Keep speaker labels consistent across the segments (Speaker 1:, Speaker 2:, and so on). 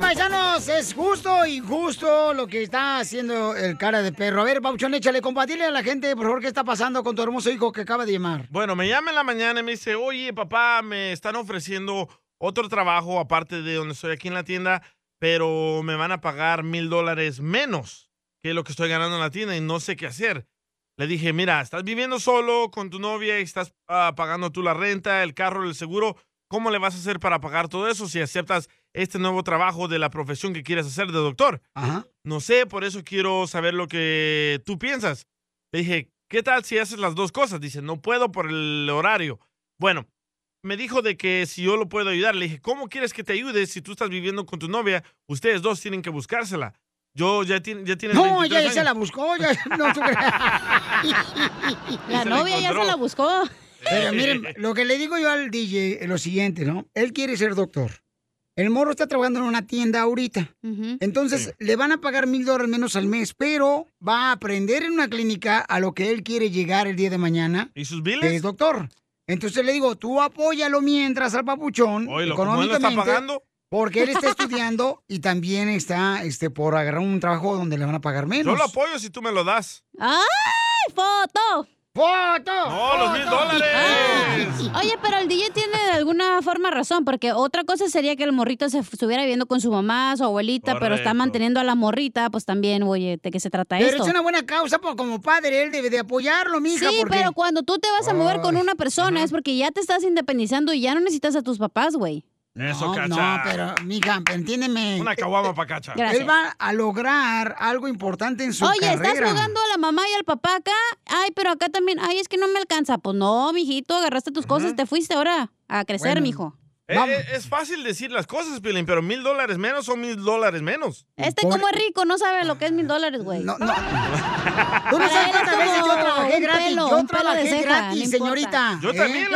Speaker 1: Entonces es justo e injusto lo que está haciendo el cara de perro. A ver, Pauchón, échale, compartirle a la gente, por favor, qué está pasando con tu hermoso hijo que acaba de llamar.
Speaker 2: Bueno, me llama en la mañana y me dice, oye, papá, me están ofreciendo otro trabajo aparte de donde estoy aquí en la tienda, pero me van a pagar mil dólares menos que lo que estoy ganando en la tienda y no sé qué hacer. Le dije, mira, estás viviendo solo con tu novia y estás ah, pagando tú la renta, el carro, el seguro. ¿Cómo le vas a hacer para pagar todo eso si aceptas este nuevo trabajo de la profesión que quieres hacer de doctor? No sé, por eso quiero saber lo que tú piensas. Le dije, ¿qué tal si haces las dos cosas? Dice, no puedo por el horario. Bueno, me dijo de que si yo lo puedo ayudar. Le dije, ¿cómo quieres que te ayude si tú estás viviendo con tu novia? Ustedes dos tienen que buscársela. Yo ya, tiene, ya tienes
Speaker 1: No,
Speaker 2: 23
Speaker 1: ella ya se
Speaker 2: años.
Speaker 1: la buscó. ya- no, tú creas.
Speaker 2: La Se la novia ya encontró. se la
Speaker 1: buscó. Pero miren, lo que le digo yo al DJ es lo siguiente, ¿no? Él quiere ser doctor. El morro está trabajando en una tienda ahorita. Entonces, le van a pagar mil dólares menos al mes, pero va a aprender en una clínica a lo que él quiere llegar el día de mañana.
Speaker 2: ¿Y sus
Speaker 1: biles? Es doctor. Entonces le digo, tú apóyalo mientras al papuchón.
Speaker 2: Oilo, como él lo está
Speaker 1: económicamente.
Speaker 2: pagando.
Speaker 1: Porque él está estudiando y también está este, por agarrar un trabajo donde le van a pagar menos.
Speaker 2: Yo lo apoyo si tú me lo das.
Speaker 3: ¡Ay, foto!
Speaker 1: ¡Foto!
Speaker 2: ¡No, los mil dólares!
Speaker 3: Ah. Oye, pero el DJ tiene de alguna forma razón, porque otra cosa sería que el morrito se estuviera viviendo con su mamá, su abuelita, pero está
Speaker 1: Correcto.
Speaker 3: manteniendo a la morrita, pues también, oye, ¿de qué se trata
Speaker 1: Pero
Speaker 3: esto?
Speaker 1: es una buena causa, por- como padre, él debe de apoyarlo, mija.
Speaker 3: Sí,
Speaker 1: porque...
Speaker 3: pero cuando tú te vas a mover con
Speaker 1: Ay,
Speaker 3: una persona es porque ya te estás independizando y ya no necesitas a tus papás, güey.
Speaker 2: Eso,
Speaker 1: no,
Speaker 2: cacha.
Speaker 1: No, pero, mija, entiéndeme.
Speaker 2: Una caguama pa' cacha.
Speaker 1: Él va a lograr algo importante en su
Speaker 3: Oye,
Speaker 1: carrera.
Speaker 3: estás jugando a la mamá y al papá acá. Ay, pero acá también. Ay, es que no me alcanza. Pues no, mijito, agarraste tus cosas, te fuiste ahora a crecer,
Speaker 2: Bueno.
Speaker 3: mijo.
Speaker 2: Eh, eh, es fácil decir las cosas, Pilín, pero mil dólares menos son mil dólares menos.
Speaker 3: Este como es rico, no sabe lo que es mil dólares, güey. No,
Speaker 1: pues no. Tú no sabes cuántas veces yo trabajé gratis. yo trabajé gratis, señorita. ¿eh?
Speaker 3: Yo también,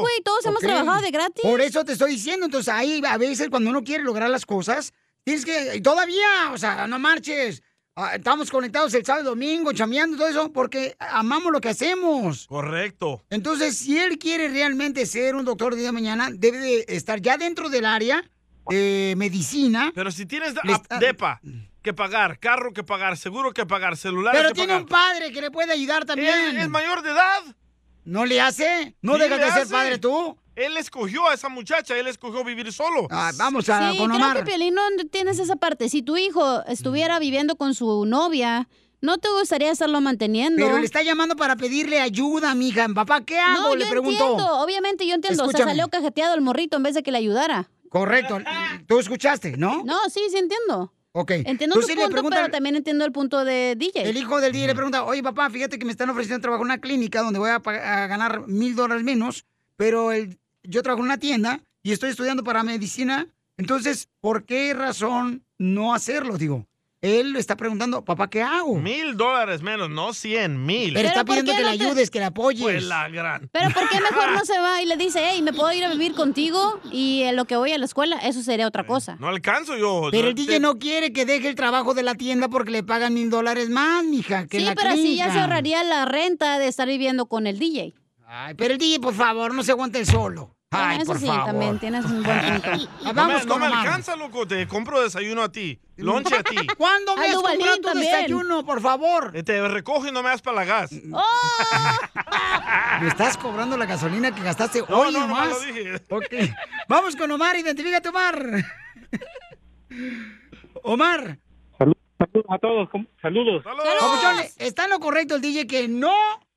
Speaker 3: güey. Todos hemos
Speaker 1: Ok.
Speaker 3: trabajado de gratis.
Speaker 1: Por eso te estoy diciendo. Entonces, ahí a veces cuando uno quiere lograr las cosas, tienes que. y Todavía, o sea, no marches. Ah, Estamos conectados el sábado y domingo, chameando y todo eso, porque amamos lo que hacemos.
Speaker 2: Correcto.
Speaker 1: Entonces, si él quiere realmente ser un doctor de día de mañana, debe de estar ya dentro del área de medicina.
Speaker 2: Pero si tienes
Speaker 1: Le
Speaker 2: a-
Speaker 1: está-
Speaker 2: depa que pagar, carro que pagar, seguro que pagar, celular
Speaker 1: Pero
Speaker 2: que
Speaker 1: tiene
Speaker 2: este pagar.
Speaker 1: un padre que le puede ayudar también.
Speaker 2: Él es mayor de edad.
Speaker 1: ¿No le hace? ¿No
Speaker 2: Sí,
Speaker 1: dejas
Speaker 2: le
Speaker 1: de ser
Speaker 2: hace.
Speaker 1: padre tú? Ah,
Speaker 2: Él escogió a esa muchacha, él escogió vivir solo.
Speaker 1: vamos
Speaker 3: sí, creo que Piolín no tienes esa parte. Si tu hijo
Speaker 1: Mm.
Speaker 3: estuviera viviendo con su novia, no te gustaría estarlo manteniendo.
Speaker 1: Pero le está llamando para pedirle ayuda, mija. Papá, ¿qué hago?
Speaker 3: No,
Speaker 1: le
Speaker 3: yo
Speaker 1: preguntó.
Speaker 3: entiendo, obviamente yo entiendo. O sea,
Speaker 1: Escúchame.
Speaker 3: salió cajeteado el morrito en vez de que le ayudara.
Speaker 1: Correcto. Tú escuchaste, ¿no?
Speaker 3: No, sí, sí entiendo.
Speaker 1: Ok.
Speaker 3: Entiendo
Speaker 1: Tú
Speaker 3: tu
Speaker 1: sí le
Speaker 3: punto,
Speaker 1: preguntas-
Speaker 3: pero también entiendo el punto de DJ.
Speaker 1: El hijo del día le pregunta, oye papá, fíjate que me están ofreciendo trabajo en una clínica donde voy a, pag- a ganar mil dólares menos, pero el- yo trabajo en una tienda y estoy estudiando para medicina, entonces, ¿por qué razón no hacerlo? Digo, él le está preguntando, papá, ¿qué hago?
Speaker 2: Mil dólares menos, no cien mil.
Speaker 1: Pero está pidiendo que le ayudes, que le apoyes.
Speaker 2: Pues la gran.
Speaker 3: Pero ¿por qué mejor no se va y le dice, hey, me puedo ir a vivir contigo y en lo que voy a la escuela? Eso sería otra cosa.
Speaker 2: No alcanzo yo.
Speaker 1: Pero
Speaker 2: Yo
Speaker 1: el DJ no quiere que deje el trabajo de la tienda porque le pagan mil dólares más, mija, que en
Speaker 3: Sí,
Speaker 1: la
Speaker 3: pero así ya
Speaker 1: clínica.
Speaker 3: se ahorraría la renta de estar viviendo con el DJ.
Speaker 1: Ay, pero el DJ, por favor, no se aguante el solo. Ay,
Speaker 3: eso
Speaker 1: por
Speaker 3: sí,
Speaker 1: favor.
Speaker 3: también tienes un buen punto.
Speaker 1: Ah,
Speaker 2: No
Speaker 1: vamos
Speaker 2: me, no
Speaker 1: con
Speaker 2: me
Speaker 1: Omar.
Speaker 2: alcanza, loco. Te compro desayuno a ti, lonche a ti.
Speaker 1: ¿Cuándo
Speaker 3: Ay,
Speaker 1: me has
Speaker 3: Duvalín
Speaker 1: comprado tu
Speaker 3: también.
Speaker 1: desayuno, por favor?
Speaker 2: Eh, Te recojo y no me das para la gas.
Speaker 1: Oh. Me estás cobrando la gasolina que gastaste
Speaker 2: No,
Speaker 1: hoy
Speaker 2: no, nomás
Speaker 1: nomás.
Speaker 2: lo dije.
Speaker 1: Ok. Vamos con Omar, identifícate, Omar. Omar.
Speaker 4: Saludos a todos, ¿cómo? saludos.
Speaker 1: Papuchón, está en lo correcto el DJ que no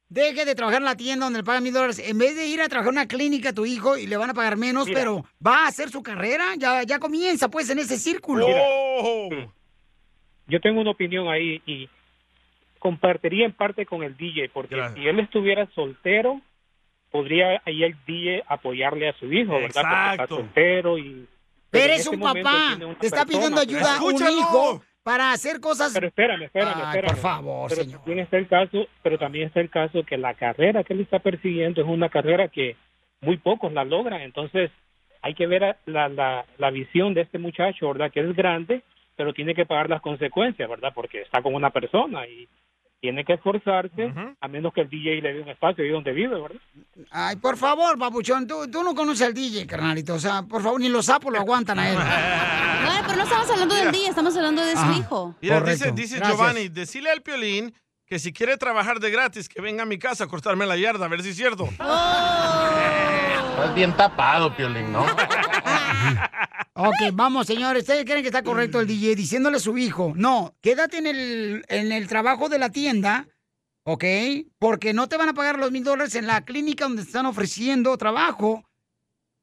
Speaker 1: deje de trabajar en la tienda donde le pagan mil dólares. En vez de ir a trabajar en una clínica a tu hijo y le van a pagar menos,
Speaker 4: Mira.
Speaker 1: pero va a hacer su carrera, ya, ya comienza pues en ese círculo.
Speaker 4: Mira. Yo tengo una opinión ahí y compartiría en parte con el DJ, porque si él estuviera soltero, podría ahí el DJ apoyarle a su hijo, ¿verdad? Porque está
Speaker 2: Exacto.
Speaker 4: soltero y...
Speaker 1: Pero
Speaker 4: en
Speaker 1: es
Speaker 4: este
Speaker 1: un
Speaker 4: momento
Speaker 1: papá,
Speaker 4: tiene una
Speaker 1: te está pidiendo
Speaker 4: persona,
Speaker 1: ayuda a un
Speaker 4: ¡Escúchalo!
Speaker 1: hijo para hacer cosas.
Speaker 4: Pero espérame, espérame,
Speaker 1: Ay,
Speaker 4: espérame.
Speaker 1: por favor,
Speaker 4: pero
Speaker 1: señor.
Speaker 4: También está el caso, pero también está el caso que la carrera que él está persiguiendo es una carrera que muy pocos la logran. Entonces, hay que ver a- la, la, la visión de este muchacho, ¿verdad? Que es grande, pero tiene que pagar las consecuencias, ¿verdad? Porque está con una persona y tiene que esforzarse, a menos que el DJ le dé un espacio ahí donde vive, ¿verdad?
Speaker 1: Ay, por favor, papuchón, tú, tú no conoces al DJ, carnalito. O sea, por favor, ni los sapos lo aguantan a él. Ah.
Speaker 3: No, pero no estamos hablando del día, estamos hablando de su
Speaker 1: Ajá.
Speaker 3: hijo.
Speaker 2: Mira,
Speaker 1: Correcto.
Speaker 2: dice, dice
Speaker 1: Gracias.
Speaker 2: Giovanni, decile al Piolín que si quiere trabajar de gratis, que venga a mi casa a cortarme la yarda, a ver si es cierto.
Speaker 1: Oh.
Speaker 5: Estás bien tapado, Piolín, ¿no?
Speaker 1: Ok, vamos, señores. ¿Ustedes creen que está correcto el DJ diciéndole a su hijo? No, quédate en el, en el trabajo de la tienda, ¿ok? Porque no te van a pagar los mil dólares en la clínica donde te están ofreciendo trabajo.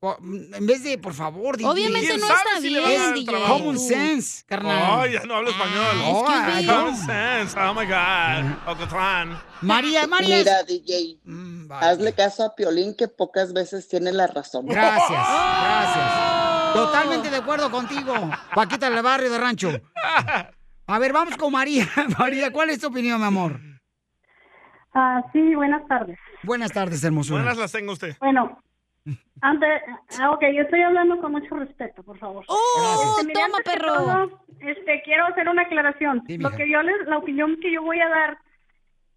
Speaker 1: O, mm, en vez de, por favor, DJ.
Speaker 3: Obviamente
Speaker 2: ¿Quién
Speaker 3: no
Speaker 2: sabe
Speaker 3: está
Speaker 2: si le van a dar
Speaker 3: bien,
Speaker 2: el
Speaker 3: DJ.
Speaker 2: trabajo?
Speaker 1: Common
Speaker 3: tú.
Speaker 1: sense, carnal. Oh,
Speaker 2: Oh, ya no hablo español.
Speaker 1: Ay,
Speaker 3: excuse me.
Speaker 2: Common sense, oh my God, Ocotlán.
Speaker 1: María, María. es-
Speaker 6: Mira, DJ,
Speaker 1: Mm, vale.
Speaker 6: hazle caso a Piolín que pocas veces tiene la razón.
Speaker 1: Gracias, gracias. Totalmente de acuerdo contigo, Paquita del barrio de rancho. A ver, vamos con María. María, ¿cuál es tu opinión, mi amor?
Speaker 7: Ah, sí, buenas tardes.
Speaker 1: Buenas tardes, hermosura.
Speaker 2: Buenas las tengo usted.
Speaker 7: Bueno, antes, ah, ok, yo estoy hablando con mucho respeto, por favor.
Speaker 3: ¡Oh,
Speaker 7: Este, mira,
Speaker 3: toma,
Speaker 7: antes que
Speaker 3: perro!
Speaker 7: todo, este, quiero hacer una aclaración.
Speaker 1: Sí,
Speaker 7: Lo
Speaker 1: mija.
Speaker 7: que yo les- la opinión que yo voy a dar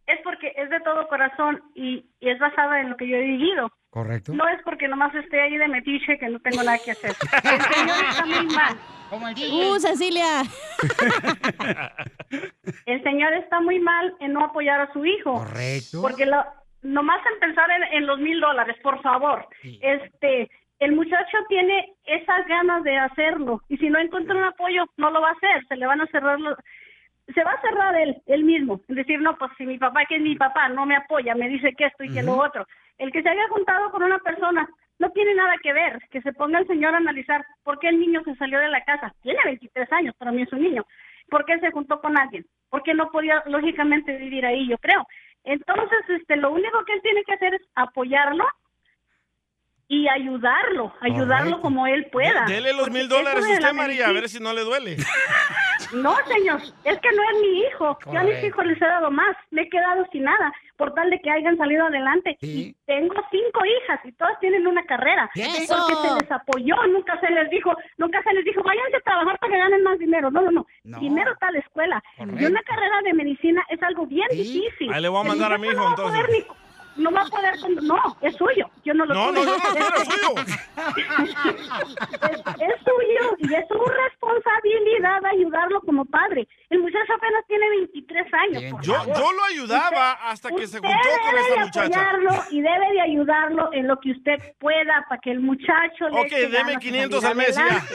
Speaker 7: es porque es de todo corazón y, y es basada en lo que yo he vivido.
Speaker 1: Correcto.
Speaker 7: No es porque nomás esté ahí de metiche que no tengo nada que hacer. El señor está muy mal.
Speaker 1: Como el
Speaker 3: ¡Uh, Cecilia!
Speaker 7: El señor está muy mal en no apoyar a su hijo.
Speaker 1: Correcto.
Speaker 7: Porque lo, nomás en pensar en, en los mil dólares, por favor. Este, el muchacho tiene esas ganas de hacerlo y si no encuentra un apoyo, no lo va a hacer. Se le van a cerrar los, se va a cerrar él, él mismo. Es decir, no, pues si mi papá, que es mi papá, no me apoya, me dice que esto y que lo otro. El que se haya juntado con una persona no tiene nada que ver. Que se ponga el señor a analizar por qué el niño se salió de la casa. Tiene 23 años, para mí es un niño. ¿Por qué se juntó con alguien? Porque no podía, lógicamente, vivir ahí, yo creo. Entonces, este, lo único que él tiene que hacer es apoyarlo y ayudarlo, ayudarlo
Speaker 1: Correcto.
Speaker 7: como él pueda.
Speaker 2: Dele los
Speaker 7: Porque
Speaker 2: mil dólares
Speaker 7: eso
Speaker 2: a
Speaker 7: de
Speaker 2: usted,
Speaker 7: la
Speaker 2: María, a
Speaker 7: medicina-
Speaker 2: ver si no le duele.
Speaker 7: no, señor, es que no es mi hijo. Yo a mis
Speaker 1: Correcto.
Speaker 7: hijos les he dado más. Me he quedado sin nada por tal de que hayan salido adelante.
Speaker 1: Sí.
Speaker 7: Y tengo cinco hijas y todas tienen una carrera. ¿eh?
Speaker 1: Fíjate.
Speaker 3: Eso.
Speaker 7: Porque se les apoyó, nunca se les dijo, nunca se les dijo, váyanse a trabajar para que ganen más dinero. No, no, no.
Speaker 1: No.
Speaker 7: Dinero está la escuela.
Speaker 1: Correcto.
Speaker 7: Y una carrera de medicina es algo bien
Speaker 1: Sí.
Speaker 7: difícil.
Speaker 2: Ahí le voy a
Speaker 7: El
Speaker 2: mandar a mi
Speaker 7: muchacho
Speaker 2: hijo,
Speaker 7: no va a poder
Speaker 2: entonces.
Speaker 7: ni- no va a poder, con- no, es suyo. Yo no lo
Speaker 2: No, no,
Speaker 7: tuve.
Speaker 2: yo no quiero es suyo.
Speaker 7: Es, es suyo y es su responsabilidad ayudarlo como padre. El muchacho apenas tiene 23 años. por
Speaker 2: Yo,
Speaker 7: favor.
Speaker 2: yo lo ayudaba hasta que se
Speaker 7: Usted
Speaker 2: juntó con
Speaker 7: debe
Speaker 2: esa
Speaker 7: de
Speaker 2: muchacha.
Speaker 7: apoyarlo y debe de ayudarlo en lo que usted pueda para que el muchacho le
Speaker 2: Ok,
Speaker 7: eche ganas
Speaker 2: deme
Speaker 7: a
Speaker 2: 500 al
Speaker 7: salir
Speaker 2: mes. ya.
Speaker 7: adelante.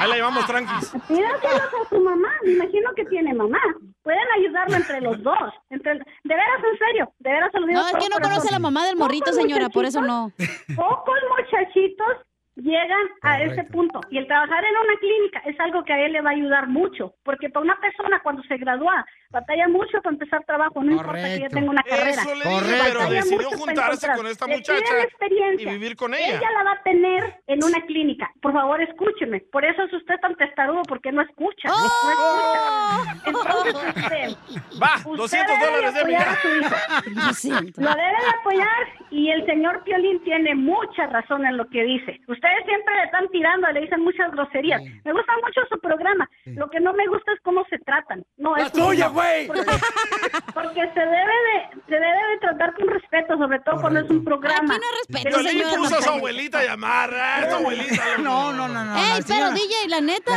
Speaker 2: ahí la llevamos tranquis.
Speaker 7: Pídaselos a su mamá, me imagino que tiene mamá. Pueden ayudarlo entre los dos. Entre, de veras, en serio, de veras se lo digo
Speaker 3: No, es
Speaker 7: por
Speaker 3: que no
Speaker 7: corazón.
Speaker 3: conoce a la mamá del morrito,
Speaker 7: Pocos
Speaker 3: señora, por eso no.
Speaker 7: Pocos muchachitos llegan a ese
Speaker 1: Correcto.
Speaker 7: punto. Y el trabajar en una clínica es algo que a él le va a ayudar mucho. Porque para una persona cuando se gradúa, batalla mucho para empezar trabajo. No importa que
Speaker 1: Correcto.
Speaker 7: yo tenga una carrera.
Speaker 2: Eso le
Speaker 1: Correcto.
Speaker 2: dije, pero
Speaker 7: Batalla
Speaker 2: decidió
Speaker 7: mucho para
Speaker 2: juntarse
Speaker 7: encontrar.
Speaker 2: con esta
Speaker 7: Le piden
Speaker 2: muchacha y
Speaker 7: experiencia.
Speaker 2: vivir con ella.
Speaker 7: Ella la va a tener en una clínica. Por favor, escúcheme. Por eso es usted tan testarudo, porque no escucha. No escucha. Entonces usted...
Speaker 2: ¡Oh! Va,
Speaker 7: usted
Speaker 2: 200
Speaker 7: debe
Speaker 2: dólares de mi
Speaker 7: apoyar a su hijo.
Speaker 3: Lo siento.
Speaker 7: Lo debe de apoyar y el señor Piolín tiene mucha razón en lo que dice. Ustedes siempre le están tirando, le dicen muchas groserías.
Speaker 1: Sí.
Speaker 7: Me gusta mucho su programa. Lo que no me gusta es cómo se tratan. No, es
Speaker 1: tuya,
Speaker 7: no.
Speaker 1: güey!
Speaker 7: Porque, porque se debe de se debe de tratar con respeto, sobre todo cuando es un
Speaker 3: Aquí no
Speaker 7: programa.
Speaker 3: hay respeto,
Speaker 7: Pero
Speaker 2: Piolín
Speaker 3: señora.
Speaker 2: puso a su
Speaker 3: tampoco.
Speaker 2: abuelita a llamar. Ah, es tu abuelita.
Speaker 1: No, no, no, no.
Speaker 3: Ey,
Speaker 1: la
Speaker 3: pero
Speaker 1: señora-
Speaker 3: DJ, la neta,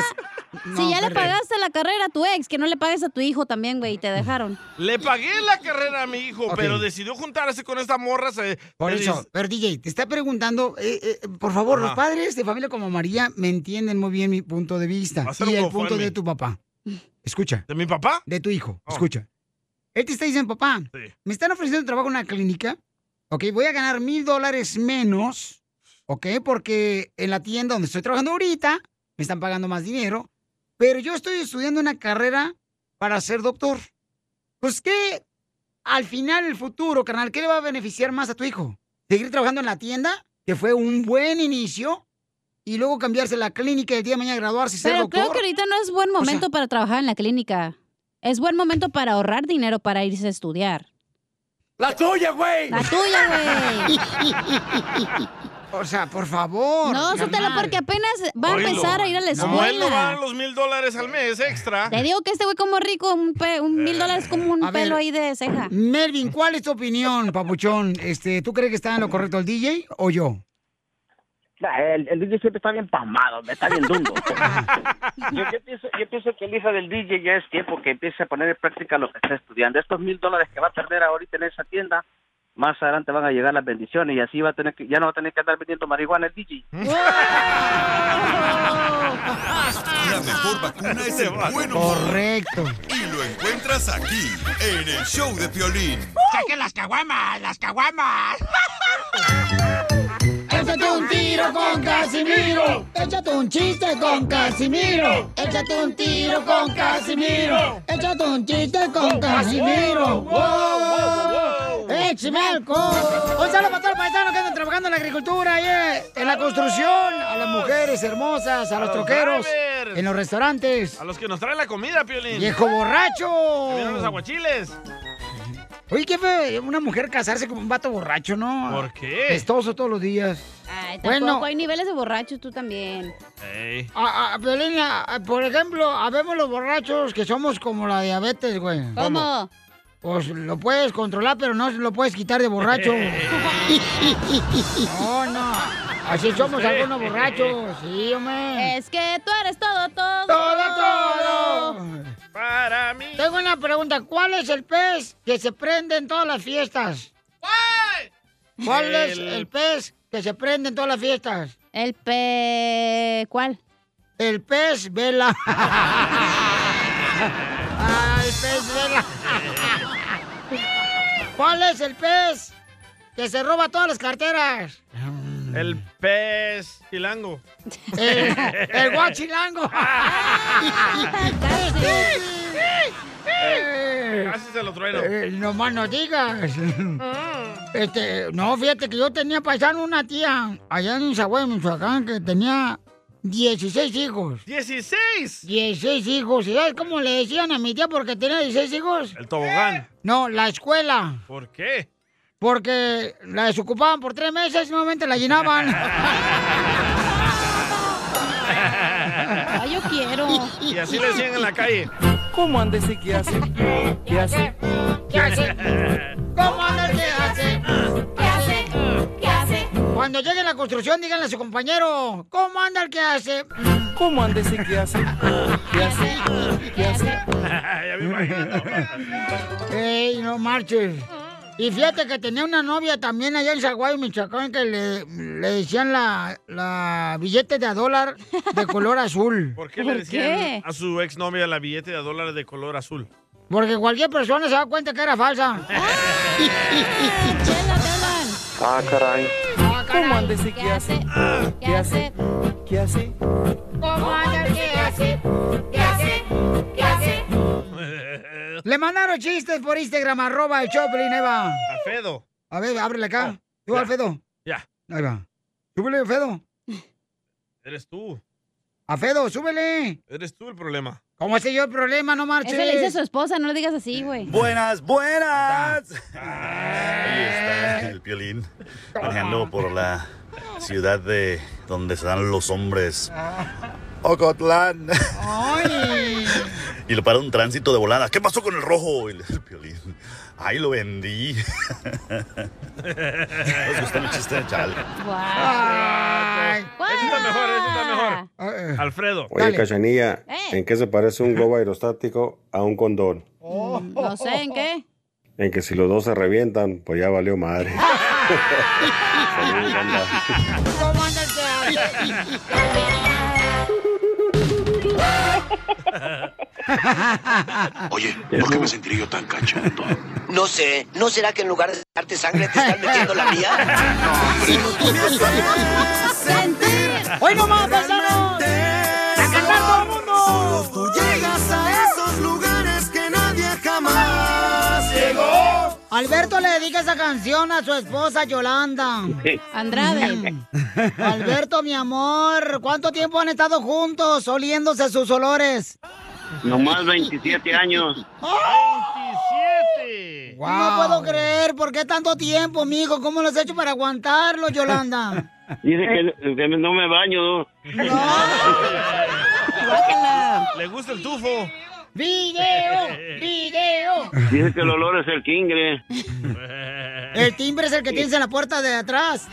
Speaker 1: No,
Speaker 3: si ya le
Speaker 1: perdón.
Speaker 3: pagaste la carrera a tu ex, que no le pagues a tu hijo también, güey, y te dejaron.
Speaker 2: Le pagué la carrera a mi hijo,
Speaker 1: Ok.
Speaker 2: pero decidió juntarse con esta morra. Se,
Speaker 1: Por
Speaker 2: se
Speaker 1: eso,
Speaker 2: dis-
Speaker 1: pero DJ, te está preguntando, eh, eh, por favor, los
Speaker 2: Ajá.
Speaker 1: padres de familia como María me entienden muy bien mi punto de vista
Speaker 2: Va a ser
Speaker 1: y
Speaker 2: un
Speaker 1: el punto
Speaker 2: GoFundMe.
Speaker 1: de tu papá. Escucha,
Speaker 2: ¿De mi papá?
Speaker 1: de tu hijo,
Speaker 2: Oh.
Speaker 1: escucha. Él te está diciendo, papá,
Speaker 2: Sí.
Speaker 1: me están ofreciendo trabajo en una clínica, ok, voy a ganar mil dólares menos, ok, porque en la tienda donde estoy trabajando ahorita me están pagando más dinero, pero yo estoy estudiando una carrera para ser doctor. Pues que al final, el futuro, carnal, ¿qué le va a beneficiar más a tu hijo? ¿Seguir trabajando en la tienda, que fue un buen inicio, y luego cambiarse a la clínica y el día de mañana graduarse y ser
Speaker 3: Pero
Speaker 1: doctor?
Speaker 3: creo que ahorita no es buen momento para trabajar en la clínica. Es buen momento para ahorrar dinero para irse a estudiar.
Speaker 1: ¡La tuya, güey!
Speaker 3: La tuya, güey.
Speaker 1: O sea, por favor.
Speaker 3: No, Sotelo, porque apenas va a
Speaker 2: Oílo.
Speaker 3: empezar a ir a la
Speaker 2: Como él no va a dar
Speaker 3: escuela.
Speaker 2: los mil dólares al mes extra.
Speaker 3: Te digo que este güey como rico, un, pe- un
Speaker 2: Eh.
Speaker 3: mil dólares es como un
Speaker 1: a ver.
Speaker 3: pelo ahí de ceja.
Speaker 1: Melvin, ¿cuál es tu opinión, papuchón? Este, ¿Tú crees que está en lo correcto el DJ o yo?
Speaker 8: El, el DJ siempre está bien pasmado, está bien duro. yo, yo pienso, yo pienso que el hijo del DJ ya es tiempo que empiece a poner en práctica lo que está estudiando. Estos mil dólares que va a perder ahorita en esa tienda, más adelante van a llegar las bendiciones y así va a tener que, ya no va a tener que andar vendiendo marihuana el DJ.
Speaker 9: La mejor vacuna es el buen humor.
Speaker 1: Correcto.
Speaker 9: Y lo encuentras aquí, en el show de Piolín.
Speaker 1: ¡Saquen las caguamas! ¡Las caguamas! Échate un tiro con Casimiro. Échate un chiste con Casimiro. Échate un tiro con Casimiro. Échate un chiste con Casimiro. ¡Wow! ¡Échame alcohol! Un saludo para todos los paisanos que andan trabajando en la agricultura, y, eh, en la construcción, a las mujeres hermosas, a los
Speaker 2: los
Speaker 1: troqueros,
Speaker 2: drivers.
Speaker 1: en los restaurantes.
Speaker 2: A los que nos traen la comida, Piolín. Que
Speaker 1: ¡Viejo
Speaker 2: vienen los
Speaker 1: borracho!
Speaker 2: aguachiles.
Speaker 1: Oye, qué fue una mujer casarse con un vato borracho, ¿no?
Speaker 2: ¿Por qué?
Speaker 1: Estoso todos los días.
Speaker 3: Ay, tampoco
Speaker 1: Bueno. Ah,
Speaker 3: hay niveles de borrachos, tú también.
Speaker 2: Ey.
Speaker 1: A, a- Piolín, a- a- por ejemplo, habemos los borrachos que somos como la diabetes, güey.
Speaker 3: ¿Cómo?
Speaker 1: Pues lo puedes controlar, pero no lo puedes quitar de borracho. no, no. Así somos algunos borrachos. Sí, hombre.
Speaker 3: Es que tú eres todo, todo.
Speaker 1: Todo, todo.
Speaker 2: Para mí.
Speaker 1: Tengo una pregunta. ¿Cuál es el pez que se prende en todas las fiestas? ¿Cuál es
Speaker 2: El-
Speaker 1: el pez que se prende en todas las fiestas?
Speaker 3: El pe... ¿Cuál?
Speaker 1: El pez vela. Ah, el pez vela. ¿Cuál es el pez que se roba todas las carteras?
Speaker 2: El pez chilango.
Speaker 1: El, Eh, el guachilango.
Speaker 2: Casi se lo trueno.
Speaker 1: Eh, nomás no digas. Este, no, fíjate que yo tenía paisano una tía allá en Zahuey, Michoacán, que tenía 16 hijos.
Speaker 2: ¡16!
Speaker 1: 16 hijos. ¿Y sabes cómo le decían a mi tía porque tenía 16 hijos?
Speaker 2: El tobogán.
Speaker 1: No, la escuela.
Speaker 2: ¿Por qué?
Speaker 1: Porque la desocupaban por tres meses y nuevamente la llenaban.
Speaker 3: Ay, yo quiero.
Speaker 2: Y así le decían en la calle.
Speaker 10: ¿Cómo anda ese que hace? ¿Qué hace?
Speaker 1: ¿Qué hace? ¿Cómo anda el que hace? ¿Qué hace? ¿Qué hace? Cuando llegue la construcción, díganle a su compañero, ¿cómo anda el que hace?
Speaker 10: ¿Cómo anda ese que hace? ¿Qué hace? ¿Qué hace?
Speaker 2: ya me imagino.
Speaker 1: ¡Ey, no marches! Y fíjate que tenía una novia también allá en Zaguay, Michoacán, que le, le decían la, la billete de a dólar de color azul.
Speaker 2: ¿Por qué le
Speaker 3: ¿Por
Speaker 2: decían
Speaker 3: qué?
Speaker 2: a su exnovia la billete de a dólares de color azul?
Speaker 1: Porque cualquier persona se da cuenta que era falsa.
Speaker 3: Chela, te hablan.
Speaker 5: Ah, caray.
Speaker 10: ¿Cómo anda ese que hace? ¿Qué hace? ¿Qué hace?
Speaker 1: ¿Cómo anda el que hace? ¿Qué hace? ¿Qué hace? Le mandaron chistes por Instagram, arroba el Choplin, ahí va.
Speaker 2: A Fedo.
Speaker 1: A ver, ábrele acá.
Speaker 2: Ah,
Speaker 1: Tú,
Speaker 2: ya.
Speaker 1: Alfredo.
Speaker 2: Ya,
Speaker 1: Ahí va. Súbele, Fedo.
Speaker 2: eres tú.
Speaker 1: A Fedo, súbele.
Speaker 2: Eres tú el problema.
Speaker 1: ¿Cómo sé yo el problema? No marches.
Speaker 3: Eso le dice a su esposa, no le digas así, güey.
Speaker 9: Buenas, buenas. Ahí está el Piolín manejando por la ciudad de donde están los hombres. Ocotlán.
Speaker 1: Ay.
Speaker 9: Y lo para un tránsito de volada. ¿Qué pasó con el rojo? Y le- el Piolín. Ay, lo vendí. Nos gustó mi chiste, chale.
Speaker 1: Ay.
Speaker 2: Eso está mejor, eso está mejor.
Speaker 1: Ah, eh.
Speaker 2: Alfredo.
Speaker 1: Dale.
Speaker 11: Oye, Cachanilla,
Speaker 3: Eh.
Speaker 11: ¿en qué se parece un globo aerostático a un condón?
Speaker 3: Mm,
Speaker 1: Oh.
Speaker 3: No sé, ¿en qué?
Speaker 11: En que si los dos se revientan, pues ya valió madre. Saludos, banda.
Speaker 1: ¿Cómo anda el que hace?
Speaker 12: Oye, ¿por qué me sentiré yo tan cachondo?
Speaker 13: No sé, ¿no será que en lugar de darte sangre te están metiendo la mía?
Speaker 1: ¡Hoy no más, paisanos! ¡A cantar todo el mundo!
Speaker 9: Tú llegas a esos lugares que nadie jamás llegó.
Speaker 1: Alberto le dedica esa canción a su esposa Yolanda.
Speaker 3: Andrade.
Speaker 1: Alberto, mi amor, ¿cuánto tiempo han estado juntos oliéndose sus olores?
Speaker 8: Nomás 27 años.
Speaker 2: 27.
Speaker 1: No puedo creer, ¿por qué tanto tiempo, mijo? ¿Cómo lo has hecho para aguantarlo, Yolanda?
Speaker 14: Dice
Speaker 1: Eh.
Speaker 14: que, que no me baño. ¿no?
Speaker 2: Le gusta el tufo.
Speaker 1: ¡Video! ¡Video!
Speaker 14: Dice que el olor es el kingre.
Speaker 1: El timbre es el que tienes en la puerta de atrás.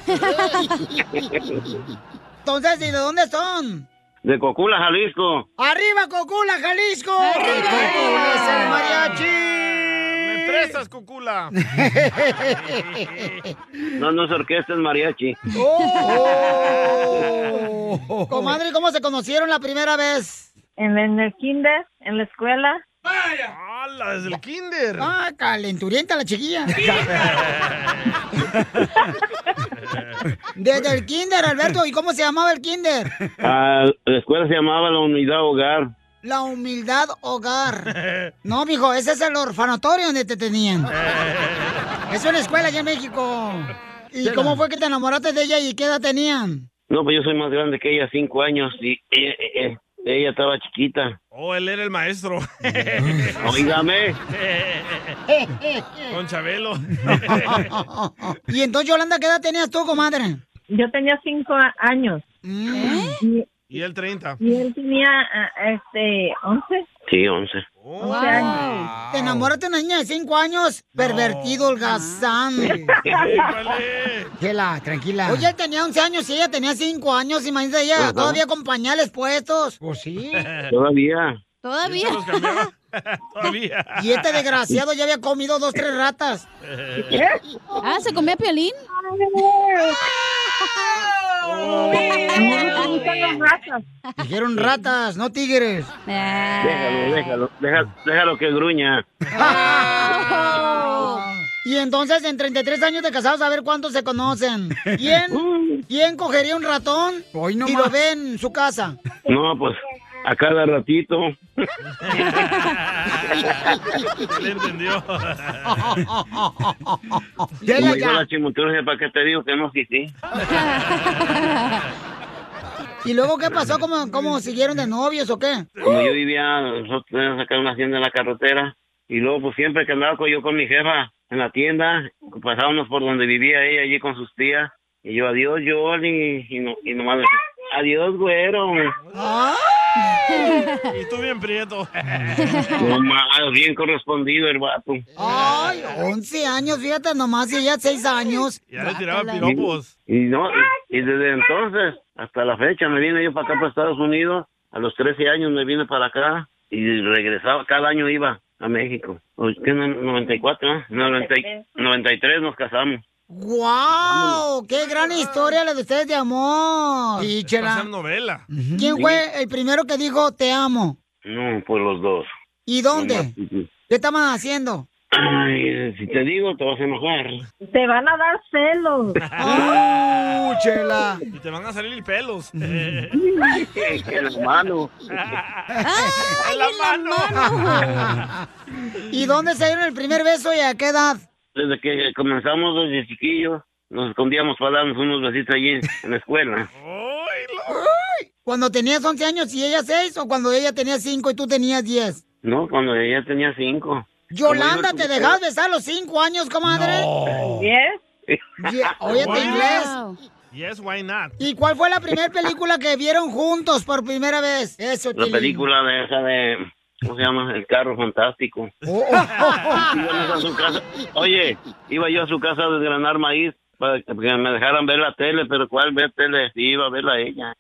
Speaker 1: Entonces, ¿y de dónde son?
Speaker 14: De Cocula, Jalisco.
Speaker 1: ¡Arriba, Cocula, Jalisco! ¡Arriba! Cocula es el mariachi!
Speaker 2: ¡Me prestas, Cocula!
Speaker 14: No, no es orquesta, es mariachi.
Speaker 1: ¡Oh! Comadre, ¿cómo se conocieron la primera vez?
Speaker 15: En, en el kinder, en la escuela.
Speaker 2: ¡Vaya! ¡Hala, desde el kinder!
Speaker 1: ¡Ah, calenturienta la chiquilla! Desde el kinder, Alberto. ¿Y cómo se llamaba el kinder?
Speaker 14: Ah, la escuela se llamaba La Unidad Hogar.
Speaker 1: La humildad hogar. No, mijo, ese es el orfanatorio donde te tenían. Es una escuela allá en México. ¿Y cómo fue que te enamoraste de ella y qué edad tenían?
Speaker 14: No, pues yo soy más grande que ella, cinco años, y ella, eh, ella estaba chiquita.
Speaker 2: Oh, él era el maestro.
Speaker 14: Oígame.
Speaker 2: Con Chabelo.
Speaker 1: ¿Y entonces, Yolanda, qué edad tenías tú, comadre? Mm.
Speaker 15: Yo tenía cinco a- años. Y,
Speaker 2: Y el 30.
Speaker 15: y él tenía, ah, este, once.
Speaker 14: Sí, once.
Speaker 1: Wow. Te enamoraste de una niña de 5 años, pervertido, holgazán. Chela,
Speaker 15: Ah.
Speaker 1: tranquila. Oye, él tenía 11 años y ella tenía 5 años, imagínate ella,
Speaker 14: Ajá.
Speaker 1: todavía con pañales puestos. Pues sí.
Speaker 14: Todavía.
Speaker 1: Todavía.
Speaker 2: Todavía.
Speaker 1: Y este desgraciado ya había comido dos, tres ratas.
Speaker 3: Ah, ¿se comía piolín?
Speaker 1: Dijeron ratas, no tigres.
Speaker 3: Ah.
Speaker 14: Déjalo, déjalo, déjalo, déjalo que gruña.
Speaker 1: Y entonces, en 33 años de casados, a ver cuántos se conocen. ¿Quién, ¿quién cogería un ratón y lo ve en su casa?
Speaker 14: No, pues a cada ratito.
Speaker 2: Le entendió.
Speaker 14: Como yo la chimoturgia, ¿para qué te digo que no? Sí, sí.
Speaker 1: ¿Y luego qué pasó? ¿Cómo, cómo siguieron de novios o qué?
Speaker 14: Como yo vivía, nosotros teníamos acá una hacienda en la carretera. Y luego, pues siempre que andaba con- yo con mi jefa en la tienda, pasábamos por donde vivía ella, allí con sus tías. Y yo, adiós, Yoli. Y, no, y nomás, decía, adiós, güero.
Speaker 2: Y tú bien prieto.
Speaker 14: Nomás, bien correspondido el vato.
Speaker 1: Ay, 11 años, fíjate nomás, y ya 6 años.
Speaker 2: Ya le tiraba
Speaker 1: Guácala.
Speaker 2: piropos.
Speaker 14: Y, no, y, y desde entonces hasta la fecha me vine yo para acá, para Estados Unidos. A los 13 años me vine para acá y regresaba, cada año iba a México. O- ¿Qué, no- 94, ah? ¿no? 90 y- 93 nos casamos.
Speaker 1: ¡Wow! ¡Qué gran historia la de ustedes de amor! Y
Speaker 2: Esa
Speaker 1: Chela,
Speaker 2: novela.
Speaker 1: ¿quién fue el primero que dijo te amo?
Speaker 14: No, pues los dos.
Speaker 1: ¿Y
Speaker 14: No
Speaker 1: dónde?
Speaker 14: más, sí, sí.
Speaker 1: ¿Qué estaban haciendo?
Speaker 14: Ay, si te digo, te vas a enojar.
Speaker 15: Te van a dar celos.
Speaker 1: ¡Uh, Chela!
Speaker 2: Y te van a salir pelos.
Speaker 14: El hermano.
Speaker 2: ¡Ay, la mano!
Speaker 1: ¿Y dónde se dieron el primer beso y a qué edad?
Speaker 14: Desde que comenzamos desde chiquillos, nos escondíamos para darnos unos besitos allí en la escuela.
Speaker 1: ¿Cuando tenías 11 años y ella 6 o cuando ella tenía 5 y tú tenías 10?
Speaker 14: No, cuando ella tenía cinco.
Speaker 1: Yolanda,
Speaker 14: Como yo-
Speaker 1: ¿te dejabas besar a los 5 años, comadre?
Speaker 15: ¿Yes?
Speaker 1: Yeah, óyete
Speaker 2: Wow.
Speaker 1: inglés.
Speaker 2: Yes, why not?
Speaker 1: ¿Y cuál fue la primera película que vieron juntos por primera vez? Eso,
Speaker 14: La
Speaker 1: Tilín.
Speaker 14: película de esa de. ¿Cómo se llama? El carro fantástico.
Speaker 1: Oh, oh, oh, oh.
Speaker 14: Íbamos a su casa. Oye, iba yo a su casa a desgranar maíz para que me dejaran ver la tele, pero ¿cuál ver tele? Sí, iba a verla ella.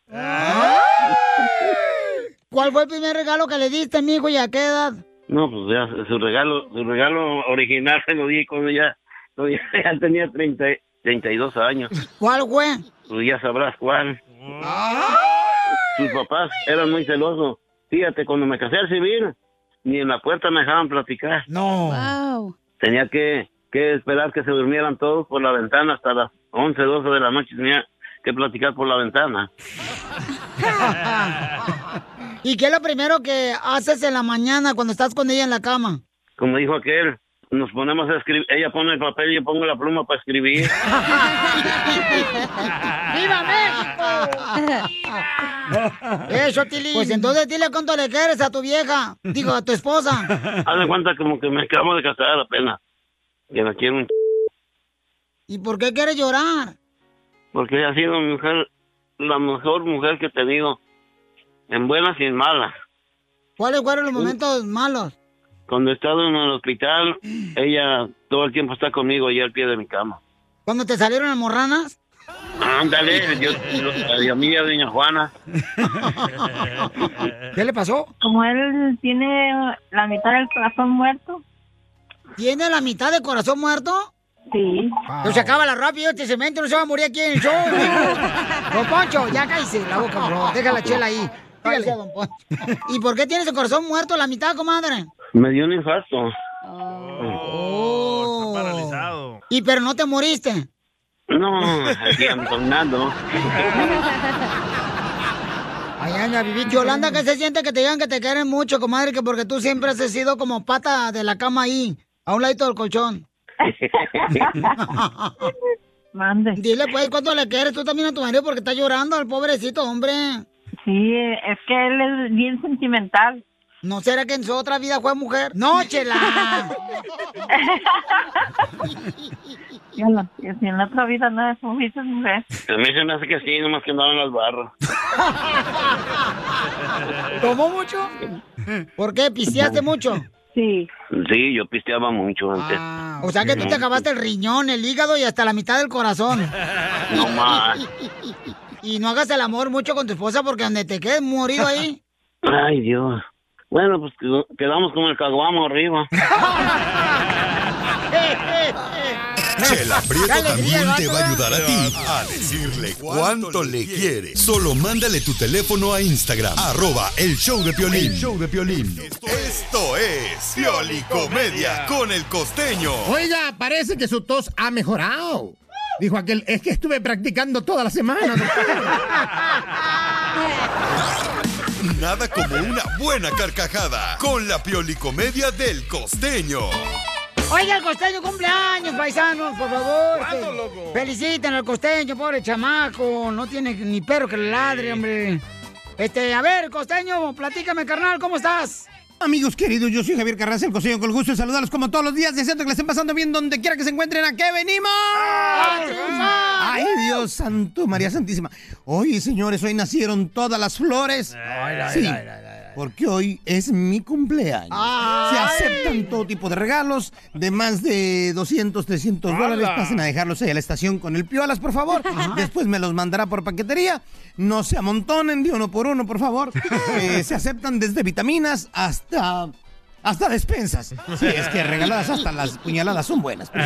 Speaker 1: ¿Cuál fue el primer regalo que le diste, mijo, y a qué edad?
Speaker 14: No, pues ya, su regalo, su regalo original se lo di cuando ya, cuando ya, ya tenía 30, y- 32 años.
Speaker 1: ¿Cuál fue?
Speaker 14: Tú ya sabrás cuál. Sus papás eran muy celosos. Fíjate, cuando me casé al civil, ni en la puerta me dejaban platicar.
Speaker 1: No.
Speaker 3: Wow.
Speaker 14: tenía que, que esperar que se durmieran todos por la ventana hasta las 11, 12 de la noche. Tenía que platicar por la ventana.
Speaker 1: ¿Y qué es lo primero que haces en la mañana cuando estás con ella en la cama?
Speaker 14: Como dijo aquel, nos ponemos a escribir. Ella pone el papel y yo pongo la pluma para escribir.
Speaker 1: ¡Viva México! Eso, Tilín. Pues entonces dile cuánto le quieres a tu vieja. Digo, a tu esposa.
Speaker 14: Haz de cuenta como que me acabo de casar apenas. Que la quiero un ch...
Speaker 1: ¿Y por qué quieres llorar?
Speaker 14: porque ella ha sido mi mujer, la mejor mujer que he tenido, en buenas y en malas.
Speaker 1: ¿Cuáles fueron los momentos malos?
Speaker 14: Cuando he estado en el hospital, ella todo el tiempo está conmigo y al pie de mi cama.
Speaker 1: ¿Cuando te salieron las morranas?
Speaker 14: Ándale, yo, yo, a mí y a doña Juana.
Speaker 1: ¿Qué le pasó?
Speaker 15: Como él tiene la mitad del corazón muerto.
Speaker 1: ¿Tiene la mitad del corazón muerto?
Speaker 15: Sí.
Speaker 1: No se acaba la rápido este cemento, no se va a morir aquí en el show. hijo. don Poncho, ya cállese la boca, bro. Deja la chela ahí. Dígale a don Poncho. ¿Y por qué tienes el corazón muerto la mitad, comadre?
Speaker 14: Me dio un infarto.
Speaker 1: Oh, está paralizado. ¿Y pero no te moriste?
Speaker 14: No, aquí andando.
Speaker 1: Ay, anda, Vivi. Yolanda, ¿qué se siente que te digan que te quieren mucho, comadre? Que porque tú siempre has sido como pata de la cama ahí, a un ladito del colchón.
Speaker 15: Mande.
Speaker 1: Dile, pues, cuánto le quieres tú también a tu marido porque está llorando al pobrecito, hombre.
Speaker 15: Sí, es que él es bien sentimental.
Speaker 1: ¿No será que en su otra vida fue mujer? ¡No, chela!
Speaker 15: Y en la- y si en la otra vida no es fuiste mujer.
Speaker 14: A mí se me hace que sí, nomás que andaba en las barras.
Speaker 1: ¿Tomó mucho? ¿Por qué? ¿Pisteaste mucho?
Speaker 15: Sí.
Speaker 14: Sí, yo pisteaba mucho antes.
Speaker 1: O sea que tú te acabaste el riñón, el hígado y hasta la mitad del corazón.
Speaker 14: No más.
Speaker 1: Y no hagas el amor mucho con tu esposa porque donde te quedes morido ahí.
Speaker 14: Ay, Dios. Bueno, pues quedó- quedamos con el caguamo arriba.
Speaker 16: Chela Prieto
Speaker 1: Dale,
Speaker 16: también
Speaker 1: dile,
Speaker 16: te va a ayudar a ti a decirle cuánto le quiere. Solo mándale tu teléfono a Instagram, arroba el show de Piolín.
Speaker 17: El
Speaker 16: show de Esto es Piolicomedia con el costeño.
Speaker 17: Oiga, parece que su tos ha mejorado. Dijo aquel, es que estuve practicando toda la semana.
Speaker 16: Nada como una buena carcajada con la Piolicomedia del costeño.
Speaker 1: Oiga, el costeño cumpleaños, paisanos, por favor.
Speaker 2: ¿Cuándo,
Speaker 1: Fe-
Speaker 2: loco?
Speaker 1: Feliciten al costeño, pobre chamaco. No tiene ni perro que le ladre, hombre. Este, a ver, costeño, platícame, carnal, ¿cómo estás?
Speaker 17: Amigos queridos, yo soy Javier Carranza, el costeño, con el gusto de saludarlos como todos los días, deseando que les estén pasando bien donde quiera que se encuentren. ¿A qué venimos? ¡Ay, Dios santo, María Santísima! Hoy, señores, hoy nacieron todas las flores.
Speaker 10: ay,
Speaker 17: Sí,
Speaker 10: ay,
Speaker 17: porque hoy es mi cumpleaños. Se aceptan todo tipo de regalos de más de 200, 300 dólares.
Speaker 10: ¡Hala!
Speaker 17: Pasen a dejarlos ahí a la estación con el Piolas, por favor. Después me los mandará por paquetería. No se amontonen de uno por uno, por favor. Eh, se aceptan desde vitaminas hasta... Hasta despensas. Sí, es que regaladas hasta las puñaladas son buenas. pues.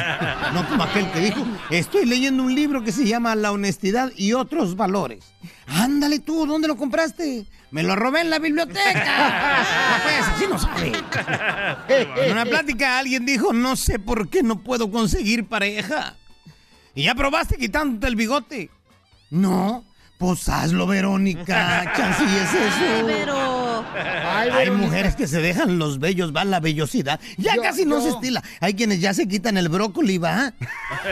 Speaker 17: No como aquel que dijo, estoy leyendo un libro que se llama La honestidad y otros valores. Ándale tú, ¿dónde lo compraste? Me lo robé en la biblioteca. No, pues, así no sabe. En una plática alguien dijo, no sé por qué no puedo conseguir pareja. Y ya probaste quitándote el bigote. No, pues hazlo, Verónica. Chansi es eso.
Speaker 10: pero- Ay,
Speaker 17: Hay
Speaker 10: Verónica.
Speaker 17: mujeres que se dejan los vellos, va la vellosidad. Ya
Speaker 10: Yo-
Speaker 17: casi no
Speaker 10: yo-
Speaker 17: se estila. Hay quienes ya se quitan el brócoli, va.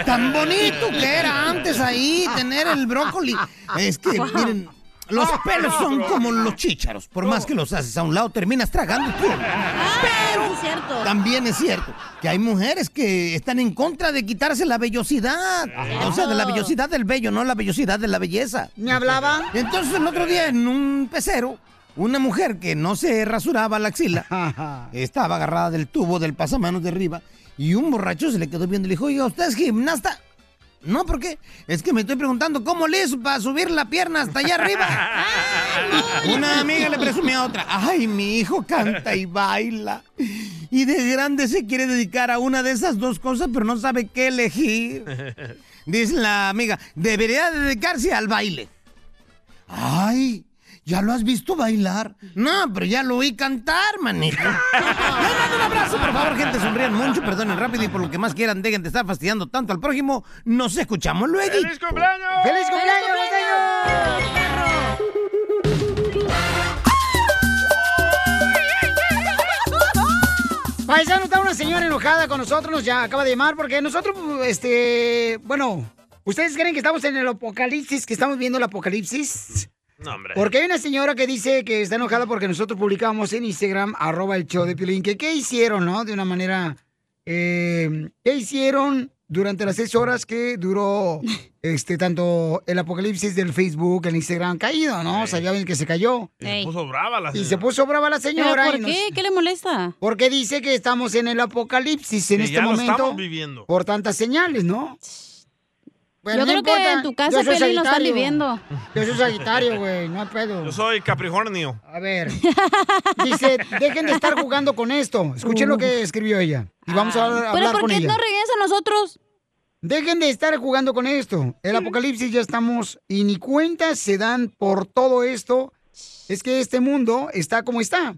Speaker 17: Tan bonito que era antes ahí tener el brócoli. Es que, miren, los pelos son como los chícharos. Por más que los haces a un lado, terminas tragando tú. Pero también es cierto que hay mujeres que están en contra de quitarse la vellosidad. O sea, de la vellosidad del vello, no la vellosidad de la belleza.
Speaker 1: ¿Me hablaban?
Speaker 17: Entonces, el otro día en un pecero, una mujer que no se rasuraba la axila estaba agarrada del tubo del pasamanos de arriba y un borracho se le quedó viendo y le dijo: Oiga, ¿usted es gimnasta? No, ¿por qué? Es que me estoy preguntando cómo le hizo para subir la pierna hasta allá arriba. Una amiga le presumía a otra, ay, mi hijo canta y baila. Y de grande se quiere dedicar a una de esas dos cosas, pero no sabe qué elegir. Dice la amiga, debería dedicarse al baile. Ay, ¿ya lo has visto bailar? No, pero ya lo oí cantar, manito. Les mando un abrazo, por favor, gente, sonrían mucho, perdonen rápido y por lo que más quieran, dejen de estar fastidiando tanto al prójimo. Nos escuchamos luego.
Speaker 10: ¡Feliz cumpleaños!
Speaker 1: ¡Feliz cumpleaños, Paisano, está una señora enojada con nosotros, nos ya acaba de llamar porque nosotros, este, bueno, ¿ustedes creen que estamos en el apocalipsis, que estamos viendo el apocalipsis?
Speaker 2: No, hombre.
Speaker 1: Porque hay una señora que dice que está enojada porque nosotros publicamos en Instagram, arroba el show de Piolín, que em, qué hicieron, ¿no? De una manera, eh, ¿qué hicieron durante las seis horas que duró este tanto el apocalipsis del Facebook, el Instagram caído, ¿no? O sea, ya ven que se cayó.
Speaker 2: Se puso brava la
Speaker 1: Y
Speaker 2: señora.
Speaker 1: se puso brava la señora.
Speaker 3: ¿Pero por
Speaker 1: y
Speaker 3: qué? ¿Qué le molesta?
Speaker 1: Porque dice que estamos en el apocalipsis en
Speaker 2: Que
Speaker 1: este
Speaker 2: ya lo
Speaker 1: momento.
Speaker 2: estamos viviendo.
Speaker 1: Por tantas señales, ¿no?
Speaker 3: Yo creo que en tu casa,
Speaker 1: soy
Speaker 3: Pelín, lo están
Speaker 1: Sagitario.
Speaker 3: viviendo.
Speaker 1: Yo soy Sagitario, güey, no hay pedo.
Speaker 2: Yo soy Capricornio.
Speaker 1: A ver. Dice, dejen de estar jugando con esto. Escuchen lo que escribió ella. Y vamos a hablar,
Speaker 3: Uh. ¿Pero
Speaker 1: hablar
Speaker 3: por
Speaker 1: con
Speaker 3: qué
Speaker 1: ella.
Speaker 3: no regresa a nosotros?
Speaker 1: Dejen de estar jugando con esto. El apocalipsis ya estamos y ni cuenta se dan por todo esto. Es que este mundo está como está.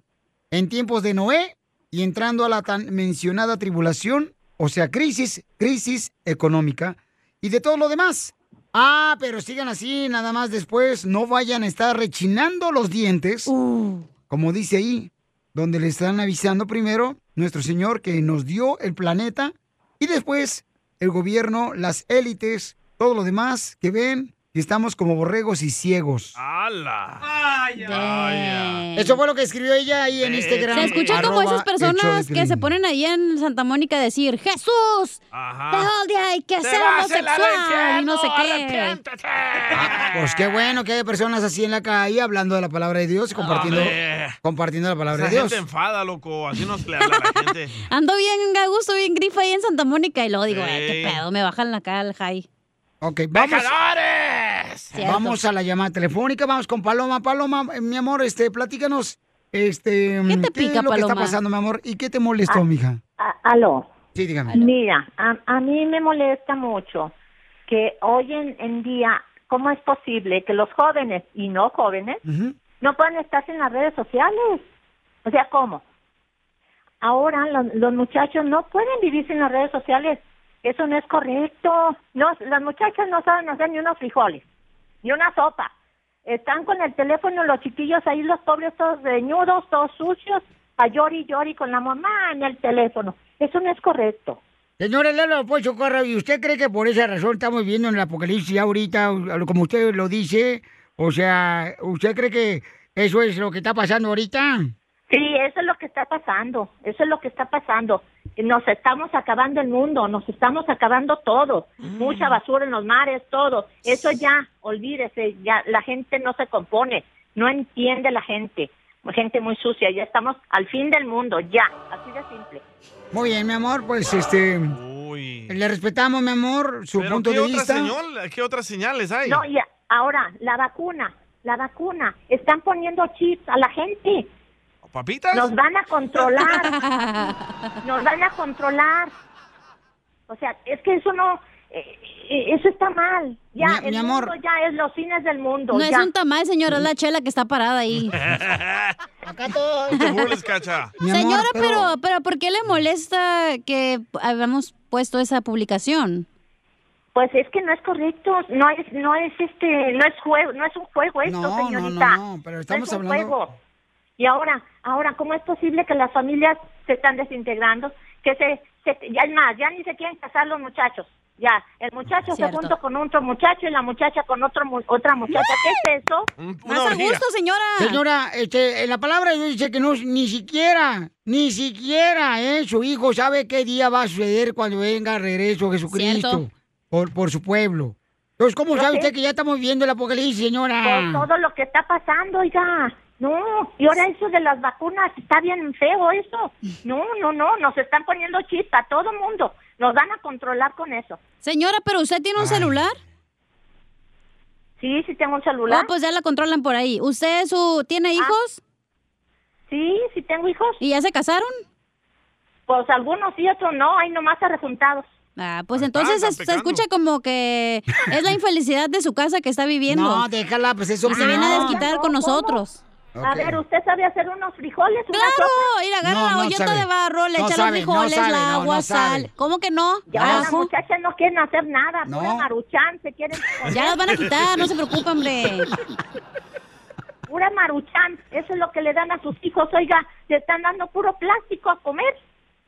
Speaker 1: En tiempos de Noé y entrando a la tan mencionada tribulación, o sea, crisis, crisis económica y de todo lo demás. Ah, pero sigan así, nada más después no vayan a estar rechinando los dientes. Como dice ahí, donde le están avisando primero nuestro Señor que nos dio el planeta y después el gobierno, las élites, todo lo demás que ven que estamos como borregos y ciegos.
Speaker 2: Ah. ¡Hala!
Speaker 1: ¡Ay,
Speaker 2: Ah, ay!
Speaker 1: Eso fue lo que escribió ella ahí en Instagram.
Speaker 3: Se escucha como esas
Speaker 1: arroba el show de
Speaker 3: personas que
Speaker 1: Piolín.
Speaker 3: se ponen ahí en Santa Mónica a decir, Jesús,
Speaker 2: Ajá.
Speaker 3: te odia y que
Speaker 2: Te
Speaker 3: ser
Speaker 2: vas al
Speaker 3: homosexual y no sé qué.
Speaker 2: arrepiéntete.
Speaker 1: Pues qué bueno que hay personas así en la calle hablando de la palabra de Dios y compartiendo,
Speaker 2: Hombre.
Speaker 1: compartiendo la palabra
Speaker 2: Esa
Speaker 1: de Dios.
Speaker 2: gente enfada, loco. Así no se le habla a la gente.
Speaker 3: Ando bien a gusto, bien grifa ahí en Santa Mónica y luego digo, "Ay, qué
Speaker 2: Sí.
Speaker 3: pedo, me bajan la cara al high.
Speaker 1: Ok, vamos.
Speaker 3: Cierto.
Speaker 1: Vamos a la llamada telefónica, vamos con Paloma. Paloma, eh, mi amor, este, platícanos, este, ¿qué
Speaker 18: te
Speaker 1: es
Speaker 18: pica,
Speaker 1: lo que está
Speaker 18: Paloma? Ah.
Speaker 1: pasando, mi amor? ¿Y qué te molestó, mija?
Speaker 18: A- aló.
Speaker 1: Sí, dígame.
Speaker 18: Mira, a, a mí me molesta mucho que hoy en, en día, ¿cómo es posible que los jóvenes y no jóvenes no puedan estar en las redes sociales? O sea, ¿cómo? Ahora lo- los muchachos no pueden vivir sin las redes sociales. Eso no es correcto. No, las muchachas no saben hacer ni unos frijoles, ni una sopa. Están con el teléfono los chiquillos ahí, los pobres todos reñudos, todos sucios, a llori y llori con la mamá en el teléfono. Eso no es correcto.
Speaker 1: Señora Lalo Pocho Corra, ¿y usted cree que por esa razón estamos viendo en el apocalipsis ya ahorita, o- como usted lo dice? O sea, ¿usted cree que eso es lo que está pasando ahorita?
Speaker 18: Sí, eso es lo que está pasando, eso es lo que está pasando. Nos estamos acabando el mundo, nos estamos acabando todo. Mucha basura en los mares, todo. Eso ya, olvídese, ya la gente no se compone, no entiende la gente. Gente muy sucia, ya estamos al fin del mundo, ya, así de simple.
Speaker 1: Muy bien, mi amor, pues este. Le respetamos, mi amor, su
Speaker 2: Pero
Speaker 1: punto
Speaker 2: ¿qué
Speaker 1: de
Speaker 2: otra
Speaker 1: vista.
Speaker 2: señal- ¿Qué otras señales hay?
Speaker 18: No, y a- ahora, la vacuna, la vacuna, están poniendo chips a la gente.
Speaker 2: ¿Papitas?
Speaker 18: Nos van a controlar. Nos van a controlar. O sea, es que eso no, eh, eh, eso está mal. Ya,
Speaker 3: Mi-
Speaker 18: el
Speaker 3: mi amor.
Speaker 18: mundo ya es los fines del mundo.
Speaker 3: No
Speaker 18: ya.
Speaker 3: es un tamal, señora, es la chela que está parada ahí.
Speaker 1: Acá todo.
Speaker 2: No te burles, cacha.
Speaker 3: Señora, pero, pero ¿por qué le molesta que habíamos puesto esa publicación?
Speaker 18: Pues es que no es correcto, no es, no es este, no es juego, no es un juego esto,
Speaker 1: No, no,
Speaker 18: señorita.
Speaker 1: no, no, pero estamos
Speaker 18: es un
Speaker 1: hablando-
Speaker 18: juego. Y ahora, ahora, ¿cómo es posible que las familias se están desintegrando? Que se, se- ya es más, ya ni se quieren casar los muchachos. Ya, el muchacho se
Speaker 3: Cierto.
Speaker 18: junta con otro muchacho y la muchacha con otro mu- otra muchacha. ¿Qué es eso?
Speaker 3: Más a gusto, señora.
Speaker 1: Señora, este, en la palabra de Dios dice que no, ni siquiera, ni siquiera, ¿eh? Su hijo sabe qué día va a suceder cuando venga el regreso Jesucristo
Speaker 18: Cierto.
Speaker 1: por, por su pueblo. Entonces, ¿cómo
Speaker 18: Yo
Speaker 1: sabe
Speaker 18: sé.
Speaker 1: usted que ya estamos viendo el apocalipsis,
Speaker 18: Por
Speaker 1: señora?
Speaker 18: todo lo que está pasando, oiga. No, y ahora eso de las vacunas, está bien feo eso. No, no, no, nos están poniendo chip a todo mundo. Nos van a controlar con eso.
Speaker 3: Señora, pero usted tiene un celular.
Speaker 18: Sí, sí tengo un celular. Ah.
Speaker 3: Ah, pues ya la controlan por ahí. ¿Usted su tiene hijos?
Speaker 18: Sí, sí tengo hijos.
Speaker 3: ¿Y ya se casaron?
Speaker 18: Pues algunos sí, otros no, hay nomás arrejuntados.
Speaker 3: Ah, pues entonces
Speaker 18: están
Speaker 3: se, se
Speaker 18: pecando.
Speaker 3: escucha como que es la infelicidad de su casa que está viviendo.
Speaker 1: No, déjala, pues eso
Speaker 3: Y se viene a
Speaker 1: opinión.
Speaker 3: desquitar con nosotros.
Speaker 18: A ver, ¿usted sabe hacer unos frijoles? Una
Speaker 3: Claro,
Speaker 18: sopa?
Speaker 3: ir a agarrar la olleta de barro, le
Speaker 18: No
Speaker 3: echa
Speaker 18: sabe,
Speaker 3: los
Speaker 18: no
Speaker 3: frijoles,
Speaker 18: sabe, no,
Speaker 3: la agua,
Speaker 18: no sabe.
Speaker 3: sal. ¿Cómo que no?
Speaker 18: Ya las
Speaker 3: Ajo.
Speaker 18: muchachas no quieren hacer nada,
Speaker 3: No.
Speaker 18: pura maruchan, se quieren...
Speaker 3: Ya las van a quitar, no se preocupe, hombre.
Speaker 18: Pura maruchan, eso es lo que le dan a sus hijos, oiga, le están dando puro plástico a comer.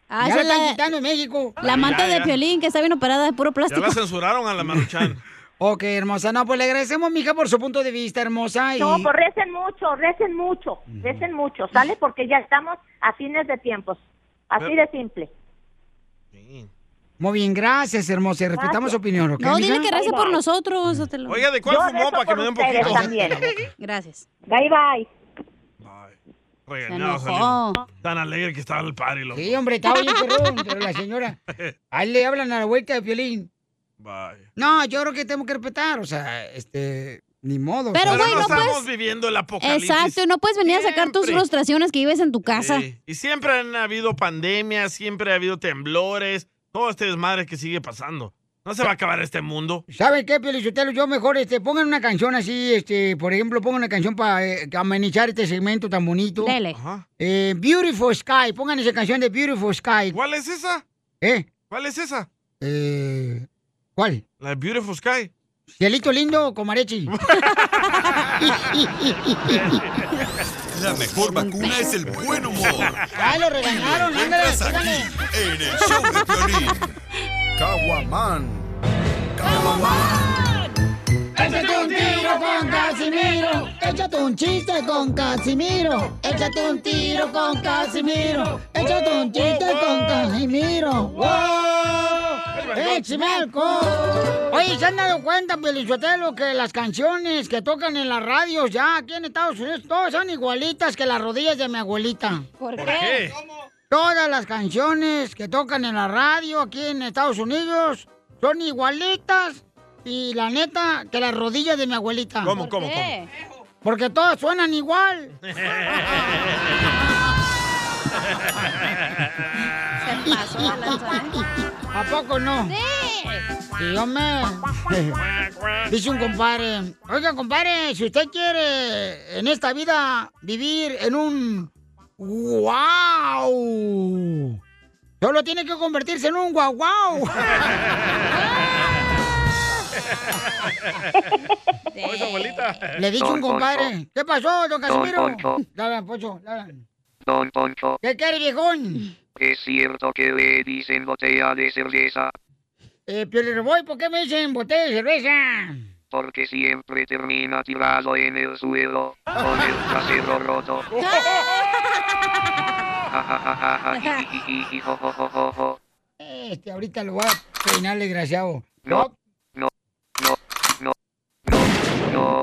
Speaker 3: Ah, Ya esa la la- están
Speaker 1: quitando en México.
Speaker 3: La manta
Speaker 2: Ya, ya.
Speaker 3: de violín que está bien operada de puro
Speaker 2: Ya
Speaker 3: plástico.
Speaker 2: la censuraron a la Maruchan.
Speaker 1: Ok, hermosa. No, pues le agradecemos, mija, por su punto de vista, hermosa. Y...
Speaker 18: No, pues recen mucho, recen mucho, recen mucho, ¿sale? Porque ya estamos a fines de tiempos, así
Speaker 2: Pero-
Speaker 18: de simple.
Speaker 1: Muy bien, gracias, hermosa. Respetamos su opinión, ¿ok?
Speaker 3: No, dile que
Speaker 1: mija?
Speaker 3: reza por nosotros. Otelo.
Speaker 2: Oiga, ¿de cuál
Speaker 1: Yo
Speaker 2: fumó
Speaker 1: rezo
Speaker 2: para que
Speaker 1: por
Speaker 2: me dé un
Speaker 1: ustedes
Speaker 2: poquito?
Speaker 1: también.
Speaker 3: Gracias.
Speaker 18: Bye, bye.
Speaker 2: Regañado,
Speaker 1: Se
Speaker 2: Salín. Tan alegre que estaba el party, loco.
Speaker 1: Sí, hombre, está bien perrón, pero la señora... Ahí le hablan a la vuelta de violín. No, yo creo que tenemos que respetar, o sea, este... Ni modo.
Speaker 3: Pero,
Speaker 1: o sea.
Speaker 3: güey, no
Speaker 2: Estamos
Speaker 3: puedes-
Speaker 2: viviendo el apocalipsis.
Speaker 3: Exacto, no puedes venir a sacar tus frustraciones que vives en tu casa.
Speaker 2: Sí. Y siempre han habido pandemias, siempre ha habido temblores, todo este desmadre que sigue pasando. No se va a acabar este mundo.
Speaker 1: ¿Saben qué, Pielichotelo? Yo mejor, este, pongan una canción así, este, por ejemplo, pongan una canción para amenizar este segmento tan bonito.
Speaker 2: Dele. Ajá.
Speaker 1: Eh, Beautiful Sky, pongan esa canción de Beautiful Sky.
Speaker 2: ¿Cuál es esa?
Speaker 1: ¿Eh?
Speaker 2: ¿Cuál es esa?
Speaker 1: Eh, ¿Cuál?
Speaker 2: La de Beautiful Sky.
Speaker 1: ¿Cielito lindo o comarechi?
Speaker 16: La mejor vacuna es el buen humor.
Speaker 1: ¡Ay, lo regañaron! ¡Ándale,
Speaker 16: Estás
Speaker 1: síganle.
Speaker 16: aquí en el show de Piolín. Caguaman.
Speaker 1: Échate un tiro con Casimiro. Échate un chiste con Casimiro. Échate un tiro con Casimiro. Échate un chiste con Casimiro. ¡Wow!
Speaker 10: Eh,
Speaker 17: Eh,
Speaker 1: ¡Échame alcohol! ¡Eh, Oye, ¿se han dado cuenta, Pelizotelo, que las canciones que tocan en las radios ya aquí en Estados Unidos todas son igualitas que las rodillas de mi abuelita?
Speaker 3: ¿Por
Speaker 2: qué?
Speaker 1: Todas las canciones que tocan en la radio aquí en Estados Unidos son igualitas y la neta que las rodillas de mi abuelita.
Speaker 2: ¿Cómo, cómo, cómo?
Speaker 1: Porque todas suenan igual. ¿A poco no?
Speaker 10: Sí.
Speaker 1: Sí, hombre. Dice un compadre, oiga compadre, si usted quiere en esta vida vivir en un wow, solo tiene que convertirse en un guau guau.
Speaker 2: Oye, abuelita.
Speaker 1: Le dice un
Speaker 10: Don
Speaker 1: compadre, ¿qué pasó, don Casimiro?
Speaker 10: Don Poncho.
Speaker 1: Dale, Pocho, dale.
Speaker 10: Don Poncho,
Speaker 1: ¿Qué quiere, viejón?
Speaker 10: ¿es cierto que le dicen botella de cerveza?
Speaker 1: Eh, Piolín voy, ¿por qué me dicen botella de cerveza?
Speaker 10: Porque siempre termina tirado en el suelo, con el trasero roto. Ja, ja, ja, ja, ja, ji, ji, ji, ji, jo, jo, jo, jo, jo.
Speaker 1: Este, ahorita lo voy a peinar, desgraciado.
Speaker 10: No, no, no, no, no, no.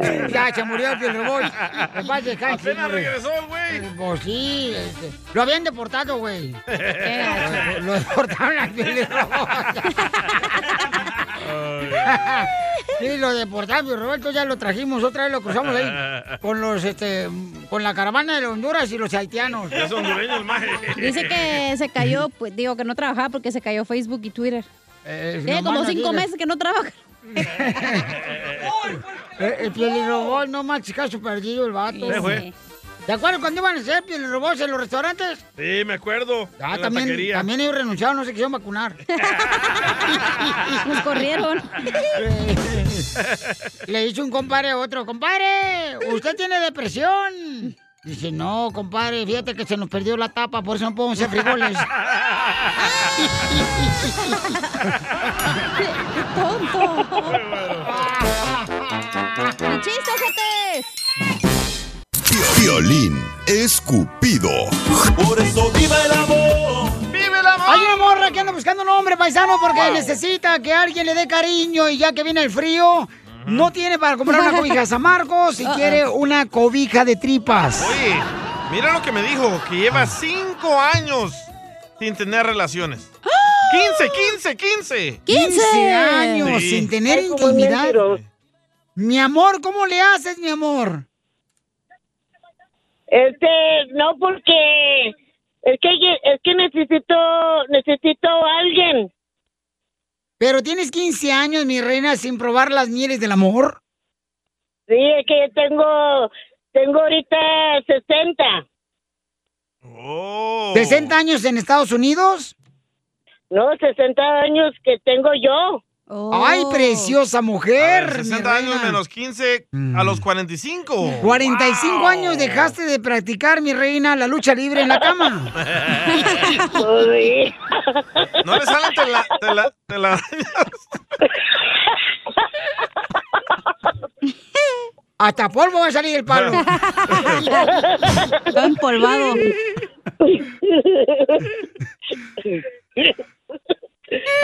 Speaker 1: Pues Ya, se murió el Roboy. En paz descanse,
Speaker 10: Apenas
Speaker 1: güey.
Speaker 10: regresó,
Speaker 1: Eh, Pues sí, este, lo habían deportado, güey.
Speaker 10: gacho.
Speaker 1: Lo, lo deportaron al Piolín Robot. Sí, lo deportaron, Piolín Roberto, ya lo trajimos otra vez, lo cruzamos ahí con los, este, con la caravana de Honduras y los haitianos.
Speaker 2: Ya son hondureños, maje.
Speaker 3: Dice que se cayó, pues, digo que no trabajaba porque se cayó Facebook y Twitter. Tiene como
Speaker 1: Eh, nomás no
Speaker 3: cinco
Speaker 1: digas.
Speaker 3: meses que no trabaja.
Speaker 1: Eh, El pielirrobot, no más chicazo perdido el vato.
Speaker 2: Sí, güey.
Speaker 1: ¿Te acuerdas cuando iban a ser pielirrobots en los restaurantes?
Speaker 2: Sí, me acuerdo.
Speaker 1: Ah,
Speaker 2: en la
Speaker 1: también,
Speaker 2: taquería.
Speaker 1: también ellos renunciaron, no se quisieron vacunar.
Speaker 3: Nos corrieron.
Speaker 1: Le dice un compadre a otro, compadre, usted tiene depresión. Dice, no, compadre, fíjate que se nos perdió la tapa, por eso no podemos hacer frijoles.
Speaker 3: ¡Tonto! ¡Chiste, ojetes!
Speaker 16: Violín escupido. Por eso viva el amor.
Speaker 2: ¡Vive el amor!
Speaker 1: Hay una morra que anda buscando un hombre paisano porque necesita que alguien le dé cariño y ya que viene el frío, no tiene para comprar una cobija de San Marcos y
Speaker 3: Ah,
Speaker 2: Uh-uh.
Speaker 1: quiere una cobija de tripas. Ah.
Speaker 2: Oye, mira lo que me dijo, que lleva cinco años sin tener relaciones. 15, 15, 15.
Speaker 1: 15 años
Speaker 2: Sí.
Speaker 1: sin tener intimidad. Mi amor, ¿cómo le haces, mi amor?
Speaker 19: Este, no porque es que es que necesito necesito a alguien.
Speaker 1: Pero tienes 15 años, mi reina, sin probar las mieles del amor.
Speaker 19: Sí, es que yo tengo tengo ahorita 60.
Speaker 2: Oh.
Speaker 1: 60 años en Estados Unidos.
Speaker 19: No, 60 años que tengo yo. Oh.
Speaker 1: Ay, preciosa mujer. mi
Speaker 2: 60 Pues, años
Speaker 1: reina.
Speaker 2: menos 15
Speaker 1: Mm.
Speaker 2: a los 45.
Speaker 1: 45 años dejaste de practicar, mi reina, la lucha libre en la cama.
Speaker 19: Oh,
Speaker 2: no le salen tela- tela- telarañas.
Speaker 1: Hasta polvo va a salir el palo.
Speaker 3: Todo empolvado.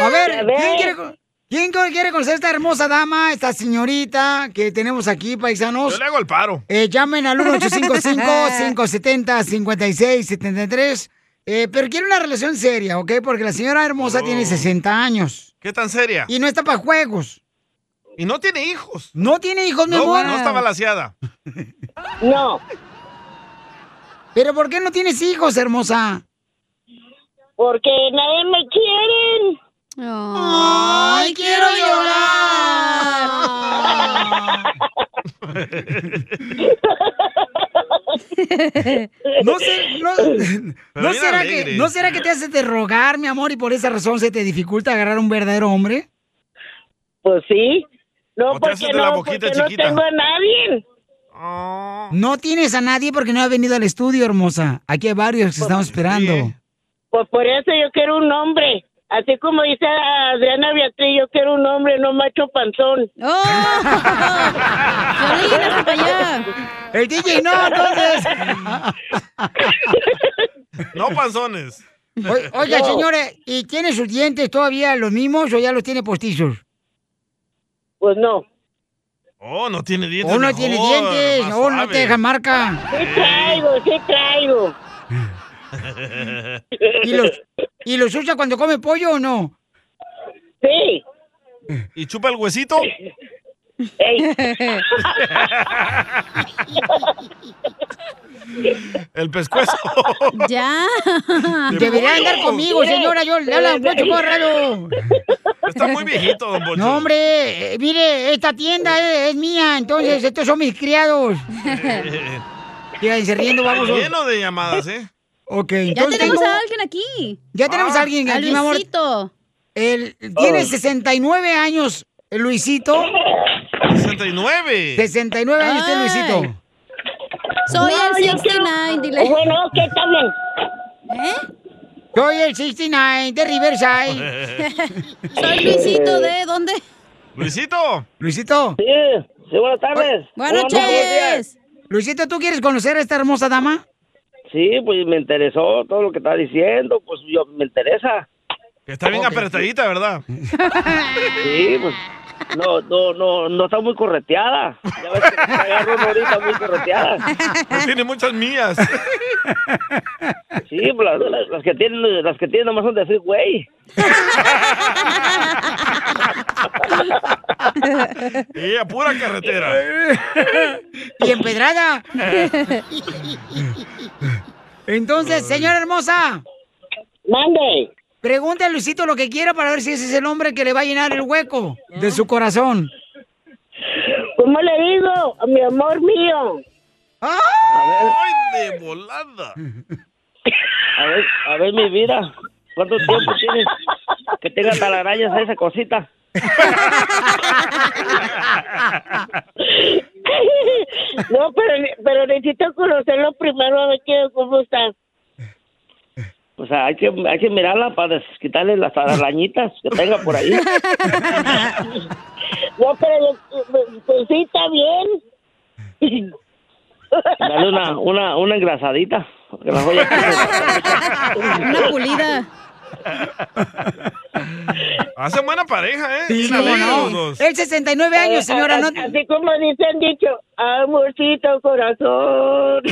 Speaker 1: A ver, ¿quién quiere, con- quién co- quiere conocer a esta hermosa dama, esta señorita que tenemos aquí, paisanos? Yo le hago el paro. llamen al 1855-570-5673. Eh, pero quiere una relación seria, ¿ok? Porque la señora hermosa tiene 60 años.
Speaker 2: ¿Qué tan seria?
Speaker 1: Y no está para juegos.
Speaker 2: Y no tiene hijos.
Speaker 1: No tiene hijos, mi
Speaker 2: No,
Speaker 1: amor.
Speaker 2: no está balaseada.
Speaker 19: No.
Speaker 1: Pero ¿por qué no tienes hijos, hermosa?
Speaker 19: Porque nadie me quiere.
Speaker 3: Ay,
Speaker 1: quiero No sé, no, ¿no
Speaker 19: bien
Speaker 1: será
Speaker 19: alegre.
Speaker 1: que, ¿no será que te haces de rogar, mi amor, y por esa razón se te dificulta agarrar un verdadero hombre?
Speaker 19: Pues sí. No,
Speaker 1: O te haces
Speaker 19: porque
Speaker 1: de la
Speaker 19: no,
Speaker 1: boquita
Speaker 19: porque no
Speaker 1: chiquita. Ah.
Speaker 19: tengo a nadie.
Speaker 1: No tienes a nadie porque no ha venido al estudio, hermosa. Aquí hay varios que estamos esperando.
Speaker 19: Pues por eso yo quiero un hombre. Así como dice Adriana Beatriz, yo quiero un hombre, no macho panzón.
Speaker 7: Oh,
Speaker 1: El DJ no, entonces.
Speaker 2: No panzones.
Speaker 1: O- oiga,
Speaker 2: No.
Speaker 1: señora, ¿y tiene sus dientes todavía los mismos o ya los tiene postizos?
Speaker 19: Pues no.
Speaker 2: Oh, no tiene dientes.
Speaker 1: O no tiene
Speaker 2: mejor,
Speaker 1: dientes,
Speaker 2: más
Speaker 1: o no
Speaker 2: suave.
Speaker 1: te deja marca.
Speaker 19: Sí traigo, sí traigo.
Speaker 1: ¿Y los, ¿Y los usa cuando come pollo o no?
Speaker 19: Sí.
Speaker 2: ¿Y chupa el huesito? El pescuezo.
Speaker 3: Ya.
Speaker 1: Debería andar conmigo, señora. Yo le hablo a Don Poncho Corralo.
Speaker 2: Está muy viejito, don Poncho.
Speaker 1: No, hombre, eh, mire, esta tienda eh, es, es mía, entonces estos son mis criados.
Speaker 2: Eh,
Speaker 1: Fíjense riendo, vamos.
Speaker 2: Lleno de llamadas, ¿eh?
Speaker 1: Ok,
Speaker 3: Ya
Speaker 1: entonces
Speaker 3: tenemos
Speaker 1: tengo-
Speaker 3: a alguien aquí.
Speaker 1: Ya tenemos
Speaker 3: Ah,
Speaker 1: a alguien aquí, mi amor. Él tiene
Speaker 2: Oh.
Speaker 1: 69 años, el Luisito.
Speaker 2: 69.
Speaker 1: 69 años tiene Luisito.
Speaker 3: Soy
Speaker 19: No,
Speaker 3: el
Speaker 19: yo
Speaker 3: 69,
Speaker 19: quiero-
Speaker 3: dile. ¿Eh?
Speaker 19: Bueno, ¿qué tal?
Speaker 1: Soy el 69 de Riverside.
Speaker 3: Soy Luisito de ¿dónde?
Speaker 2: Luisito.
Speaker 1: Luisito.
Speaker 19: Sí, buenas tardes.
Speaker 3: Buenas
Speaker 19: ¿Cómo andamos?
Speaker 3: noches.
Speaker 1: Luisito, ¿tú quieres conocer a esta hermosa dama?
Speaker 19: Sí, pues me interesó todo lo que está diciendo, pues yo me interesa.
Speaker 2: Está bien apretadita, ¿verdad?
Speaker 19: Sí, pues no, no, no, no está muy correteada. Ya ves que te agarra una ahorita muy correteada.
Speaker 2: Pues tiene muchas mías.
Speaker 19: Sí, pues las, las- las que tienen, las que tienen nomás son de freeway.
Speaker 2: Y a pura carretera.
Speaker 1: Y empedrada. Entonces, señora hermosa.
Speaker 19: Mande.
Speaker 1: Pregunta a Luisito lo que quiera para ver si ese es el hombre que le va a llenar el hueco de su corazón.
Speaker 19: ¿Cómo le digo? Mi amor mío.
Speaker 2: Ah. ¡Ay, de volada!
Speaker 19: A ver, a ver mi vida. ¿Cuánto tiempo tienes que tenga talarañas a esa cosita? No, pero, pero necesito conocerlo primero a ver qué, cómo está. Pues hay que, hay que mirarla para quitarle las arañitas que tenga por ahí. No, pero eh, pues sí, está bien. Dale una, una, una engrasadita. porque la joya-
Speaker 3: Una pulida.
Speaker 2: Hacen buena pareja, ¿eh?
Speaker 19: Sí,
Speaker 2: Bien alegres
Speaker 19: no.
Speaker 2: los dos.
Speaker 1: El 69 años, señora, no-
Speaker 19: Así, Eh, así como dicen dicho, amorcito corazón.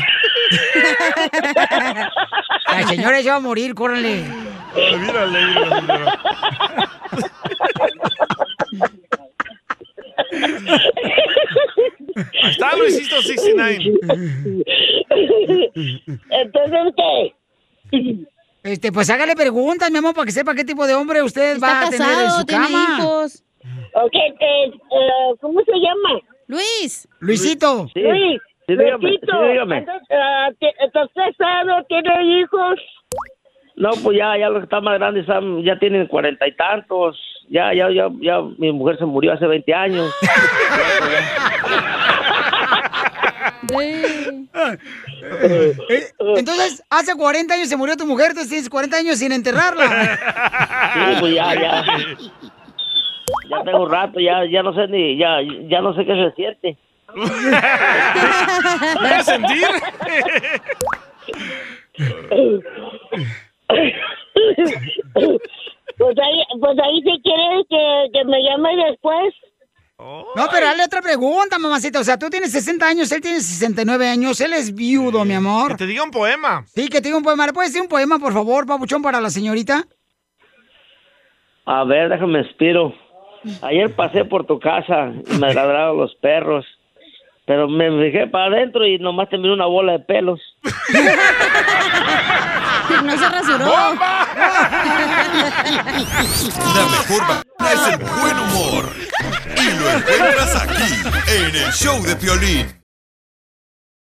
Speaker 1: La señora ya va a morir, córrele.
Speaker 2: Bien alegre la señora. Ahí Está Luisito 69.
Speaker 19: Entonces, ¿qué?
Speaker 1: Este, pues hágale preguntas, mi amor, para que sepa qué tipo de hombre usted va a tener en su cama.
Speaker 19: Ok, eh, eh, ¿cómo se llama?
Speaker 3: Luis.
Speaker 1: Luisito.
Speaker 19: Sí,
Speaker 3: Luis,
Speaker 19: sí, dígame,
Speaker 3: Luisito.
Speaker 19: sí, dígame. Entonces, ah, ti- ¿Estás casado? ¿Tiene hijos? No, pues ya, ya los que están más grandes están- ya tienen cuarenta y tantos. Ya, ya, ya, ya, mi mujer se murió hace 20 años.
Speaker 1: Eh, Entonces, hace 40 años se murió tu mujer, tú tienes 40 años sin enterrarla.
Speaker 19: Sí, pues ya, ya. Ya tengo un rato, ya, ya no sé ni, ya, ya no sé qué se siente.
Speaker 2: ¿Vas a sentir?
Speaker 20: Pues ahí, pues ahí si quieres que, que me llame después.
Speaker 1: No, pero dale otra pregunta, mamacita. O sea, tú tienes 60 años, él tiene 69 años, él es viudo, mi amor. Que
Speaker 2: te diga un poema.
Speaker 1: Sí, que te diga un poema. ¿Le puedes decir un poema, por favor, papuchón, para la señorita?
Speaker 19: A ver, déjame inspiro. Ayer pasé por tu casa y me ladraron los perros. Pero me fijé para adentro y nomás te miré una bola de pelos.
Speaker 3: No se rasuró.
Speaker 16: La mejor vacuna es el buen humor. Y lo encuentras aquí, en el show de Piolín.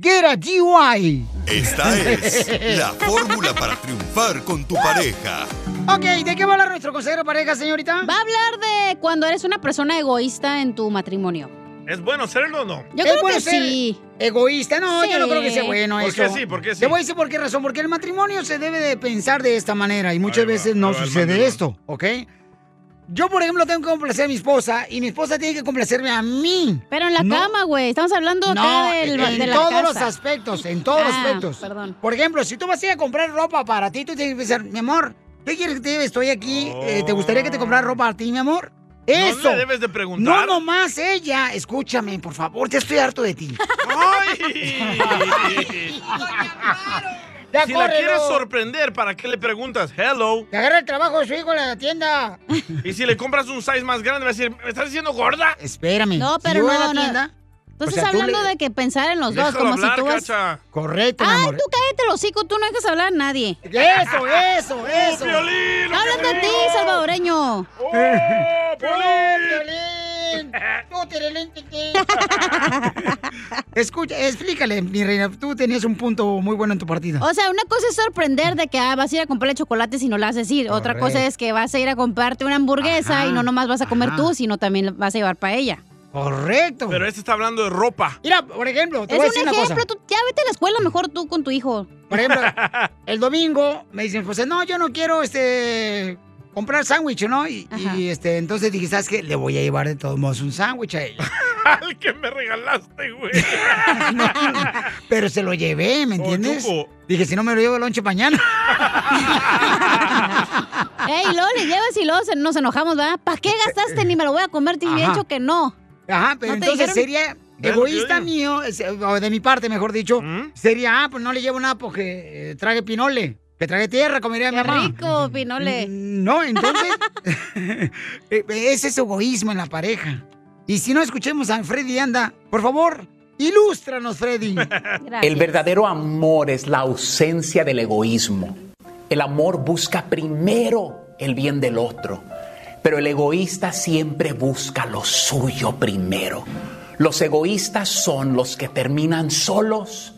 Speaker 1: Get a GY.
Speaker 16: Esta es la fórmula para triunfar con tu pareja.
Speaker 1: Ok, ¿de qué va a hablar nuestro consejero de pareja, señorita?
Speaker 3: Va a hablar de cuando eres una persona egoísta en tu matrimonio.
Speaker 2: ¿Es bueno serlo o no?
Speaker 3: Yo
Speaker 1: ¿Es
Speaker 3: creo
Speaker 1: bueno
Speaker 3: que
Speaker 1: ser
Speaker 3: sí.
Speaker 1: Egoísta, no, yo no
Speaker 3: Sí.
Speaker 1: creo que sea bueno
Speaker 2: ¿Por
Speaker 1: eso.
Speaker 2: qué sí? ¿Por qué sí?
Speaker 1: Te voy a decir por qué razón, porque el matrimonio se debe de pensar de esta manera y muchas
Speaker 2: Ahí va,
Speaker 1: veces no
Speaker 2: ahí va el
Speaker 1: sucede
Speaker 2: mandilón.
Speaker 1: esto, ¿ok? Yo, por ejemplo, tengo que complacer a mi esposa y mi esposa tiene que complacerme a mí.
Speaker 3: Pero en la cama, güey. Estamos hablando acá del,
Speaker 1: en
Speaker 3: de la
Speaker 1: todos
Speaker 3: casa.
Speaker 1: los aspectos, en todos los
Speaker 3: Ah,
Speaker 1: aspectos.
Speaker 3: perdón.
Speaker 1: Por ejemplo, si tú vas a ir a comprar ropa para ti, tú tienes que pensar, mi amor, ¿qué quieres que te lleve? Estoy aquí, eh, ¿te gustaría que te comprara ropa para ti, mi amor? Eso.
Speaker 2: Oh. No le debes de preguntar.
Speaker 1: No, nomás ella. Escúchame, por favor, ya estoy harto de ti. Ya
Speaker 2: si la
Speaker 1: córrelo.
Speaker 2: quieres sorprender, ¿para qué le preguntas? Hello.
Speaker 1: Te agarra el trabajo de su hijo en la tienda.
Speaker 2: Y si le compras un size más grande, va a decir, ¿me estás diciendo gorda?
Speaker 1: Espérame.
Speaker 3: No, pero no, no. Entonces
Speaker 2: O sea, tú
Speaker 3: hablando
Speaker 2: le-
Speaker 3: de que pensar en los dos,
Speaker 2: Déjalo
Speaker 3: como
Speaker 2: hablar,
Speaker 3: si tú vas...
Speaker 2: Cacha.
Speaker 1: Correcto, mi
Speaker 3: Ay,
Speaker 1: amor.
Speaker 3: tú cállate el hocico, tú no dejas hablar a nadie.
Speaker 1: Eso, eso,
Speaker 2: Oh,
Speaker 1: eso.
Speaker 2: Piolín,
Speaker 3: Está hablando a ti,
Speaker 2: Oh,
Speaker 3: salvadoreño.
Speaker 1: Piolín! ¡Tú, tirilinchinchín! Escucha, explícale, mi reina. Tú tenías un punto muy bueno en tu partida.
Speaker 3: O sea, una cosa es sorprender de que ah, vas a ir a comprarle chocolate si no le vas a decir. Otra cosa
Speaker 1: Correcto.
Speaker 3: es que vas a ir a comprarte una hamburguesa y no nomás vas a comer tú, sino también la vas a llevar para ella.
Speaker 1: Correcto.
Speaker 2: Pero este está hablando de ropa.
Speaker 1: Mira, por ejemplo, te
Speaker 3: Es
Speaker 1: voy a
Speaker 3: un
Speaker 1: decir una cosa.
Speaker 3: ejemplo, tú ya vete a la escuela mejor tú con tu hijo.
Speaker 1: Por ejemplo, el domingo me dicen, José, no, yo no quiero este comprar sándwich, ¿no? Y, y, este, entonces dije, ¿sabes qué? Le voy a llevar de todos modos un sándwich a ella.
Speaker 2: Al que me regalaste, güey.
Speaker 1: Pero se lo llevé,
Speaker 3: Oh,
Speaker 1: ¿me entiendes?
Speaker 2: Chuco.
Speaker 1: dije, si no me lo llevo el lonche mañana.
Speaker 3: Ey, luego le llevas y luego se- nos enojamos, ¿verdad? ¿Para qué gastaste? Ni me lo voy a comer, te he
Speaker 1: Ajá.
Speaker 3: dicho que no.
Speaker 1: Ajá, pero
Speaker 3: ¿No te dijeron?
Speaker 1: entonces sería
Speaker 3: Ve lo que
Speaker 1: egoísta
Speaker 3: yo digo. ¿Mm?
Speaker 1: mío, es- o de mi parte, mejor dicho, sería, ah, pues no le llevo nada porque eh, trague pinole, que trague tierra, como diría mi
Speaker 3: Qué
Speaker 1: mamá.
Speaker 3: rico, Pinole.
Speaker 1: Mm, No, entonces, eh, ese es egoísmo en la pareja. Y si no escuchemos a Freddy Anda, por favor, ilústranos, Freddy.
Speaker 21: El verdadero amor es la ausencia del egoísmo. El amor busca primero el bien del otro, pero el egoísta siempre busca lo suyo primero. Los egoístas son los que terminan solos,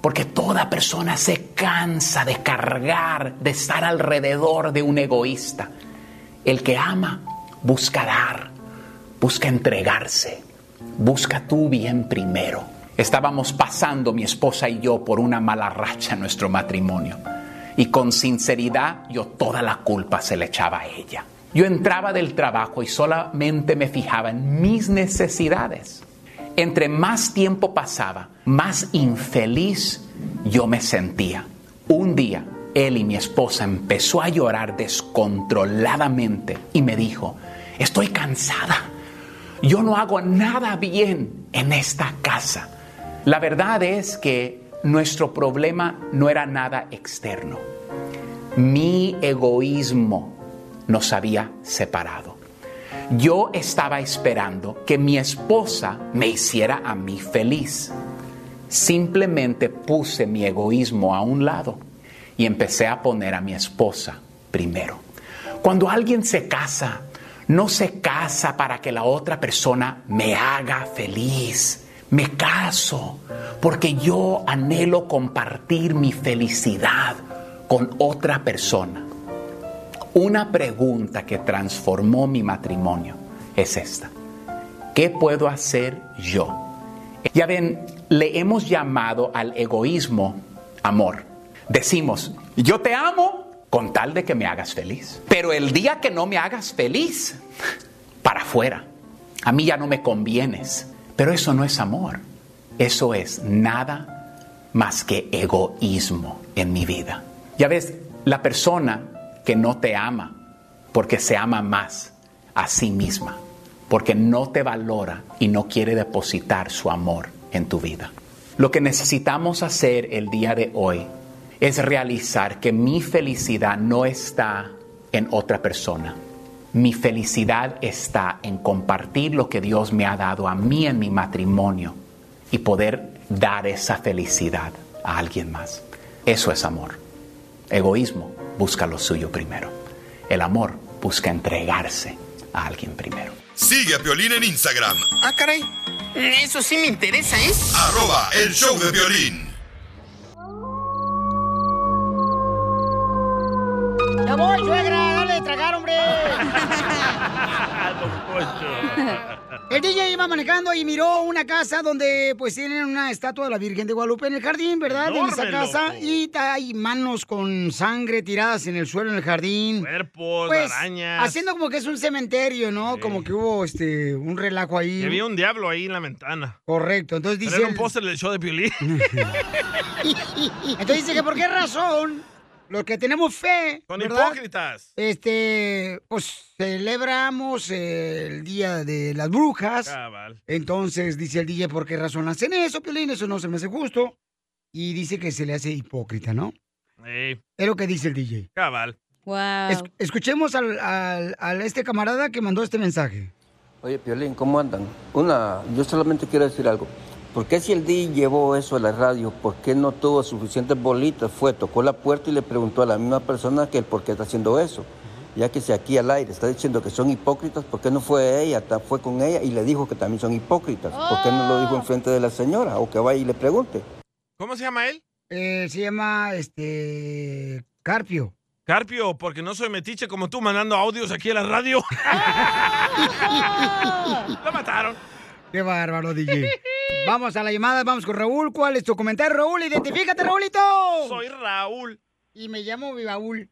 Speaker 21: porque toda persona se cansa de cargar, de estar alrededor de un egoísta. El que ama busca dar, busca entregarse, busca tu bien primero. Estábamos pasando mi esposa y yo por una mala racha en nuestro matrimonio y con sinceridad yo toda la culpa se le echaba a ella. Yo entraba del trabajo y solamente me fijaba en mis necesidades. Entre más tiempo pasaba, más infeliz yo me sentía. Un día, él y mi esposa empezó a llorar descontroladamente y me dijo, estoy cansada. Yo no hago nada bien en esta casa. La verdad es que nuestro problema no era nada externo. Mi egoísmo nos había separado. Yo estaba esperando que mi esposa me hiciera a mí feliz. Simplemente puse mi egoísmo a un lado y empecé a poner a mi esposa primero. Cuando alguien se casa, no se casa para que la otra persona me haga feliz. Me caso porque yo anhelo compartir mi felicidad con otra persona. Una pregunta que transformó mi matrimonio es esta. ¿Qué puedo hacer yo? Ya ven, le hemos llamado al egoísmo amor. Decimos, yo te amo con tal de que me hagas feliz. Pero el día que no me hagas feliz, para afuera. A mí ya no me convienes. Pero eso no es amor. Eso es nada más que egoísmo en mi vida. Ya ves, la persona que no te ama porque se ama más a sí misma, porque no te valora y no quiere depositar su amor en tu vida. Lo que necesitamos hacer el día de hoy es realizar que mi felicidad no está en otra persona. Mi felicidad está en compartir lo que Dios me ha dado a mí en mi matrimonio y poder dar esa felicidad a alguien más. Eso es amor. Egoísmo busca lo suyo primero. El amor busca entregarse a alguien primero.
Speaker 16: Sigue a Piolín en Instagram.
Speaker 4: Ah, caray. Eso sí me interesa, ¿eh?
Speaker 16: Arroba el show de violín.
Speaker 1: ¡Ya voy, suegra! ¡Dale de tragar, hombre! El DJ iba manejando y miró una casa donde pues tienen una estatua de la Virgen de Guadalupe en el jardín, ¿verdad? En esa
Speaker 2: Enorme,
Speaker 1: casa.
Speaker 2: loco.
Speaker 1: Y hay manos con sangre tiradas en el suelo en el jardín. Pues,
Speaker 2: Cuerpos, arañas.
Speaker 1: Haciendo como que es un cementerio, ¿no? Como que hubo este un relajo ahí.
Speaker 2: Y había un diablo ahí en la ventana.
Speaker 1: Correcto, entonces
Speaker 2: Pero
Speaker 1: dice...
Speaker 2: Era un
Speaker 1: él-
Speaker 2: póster del show de Piolín.
Speaker 1: Entonces dice que por qué razón los que tenemos fe.
Speaker 2: Son
Speaker 1: ¿verdad?
Speaker 2: hipócritas.
Speaker 1: Este, pues celebramos eh, el día de las brujas.
Speaker 2: Cabal.
Speaker 1: Entonces dice el DJ, ¿por qué razón hacen eso, Piolín? Eso no se me hace justo. Y dice que se le hace hipócrita, ¿no?
Speaker 2: Ey,
Speaker 1: Es lo que dice el DJ.
Speaker 2: cabal.
Speaker 3: Wow.
Speaker 1: Es- escuchemos al, al- al este camarada que mandó este mensaje.
Speaker 22: Oye, Piolín, ¿cómo andan? Una, yo solamente quiero decir algo. ¿Por qué si el DJ llevó eso a la radio, por qué no tuvo suficientes bolitas? Fue, tocó la puerta y le preguntó a la misma persona que el por qué está haciendo eso. Ya que si aquí al aire está diciendo que son hipócritas, ¿por qué no fue ella? Ta- Fue con ella y le dijo que también son hipócritas. ¿Por qué no lo dijo enfrente de la señora? O que vaya y le pregunte.
Speaker 2: ¿Cómo se llama él?
Speaker 1: Eh, se llama, este, Carpio.
Speaker 2: Carpio, porque no soy metiche como tú mandando audios aquí a la radio. Lo mataron.
Speaker 1: Qué bárbaro, DJ. Vamos a la llamada, vamos con Raúl. ¿Cuál es tu comentario, Raúl? Identifícate, Raúlito.
Speaker 2: Soy Raúl.
Speaker 1: Y me llamo Vivaúl.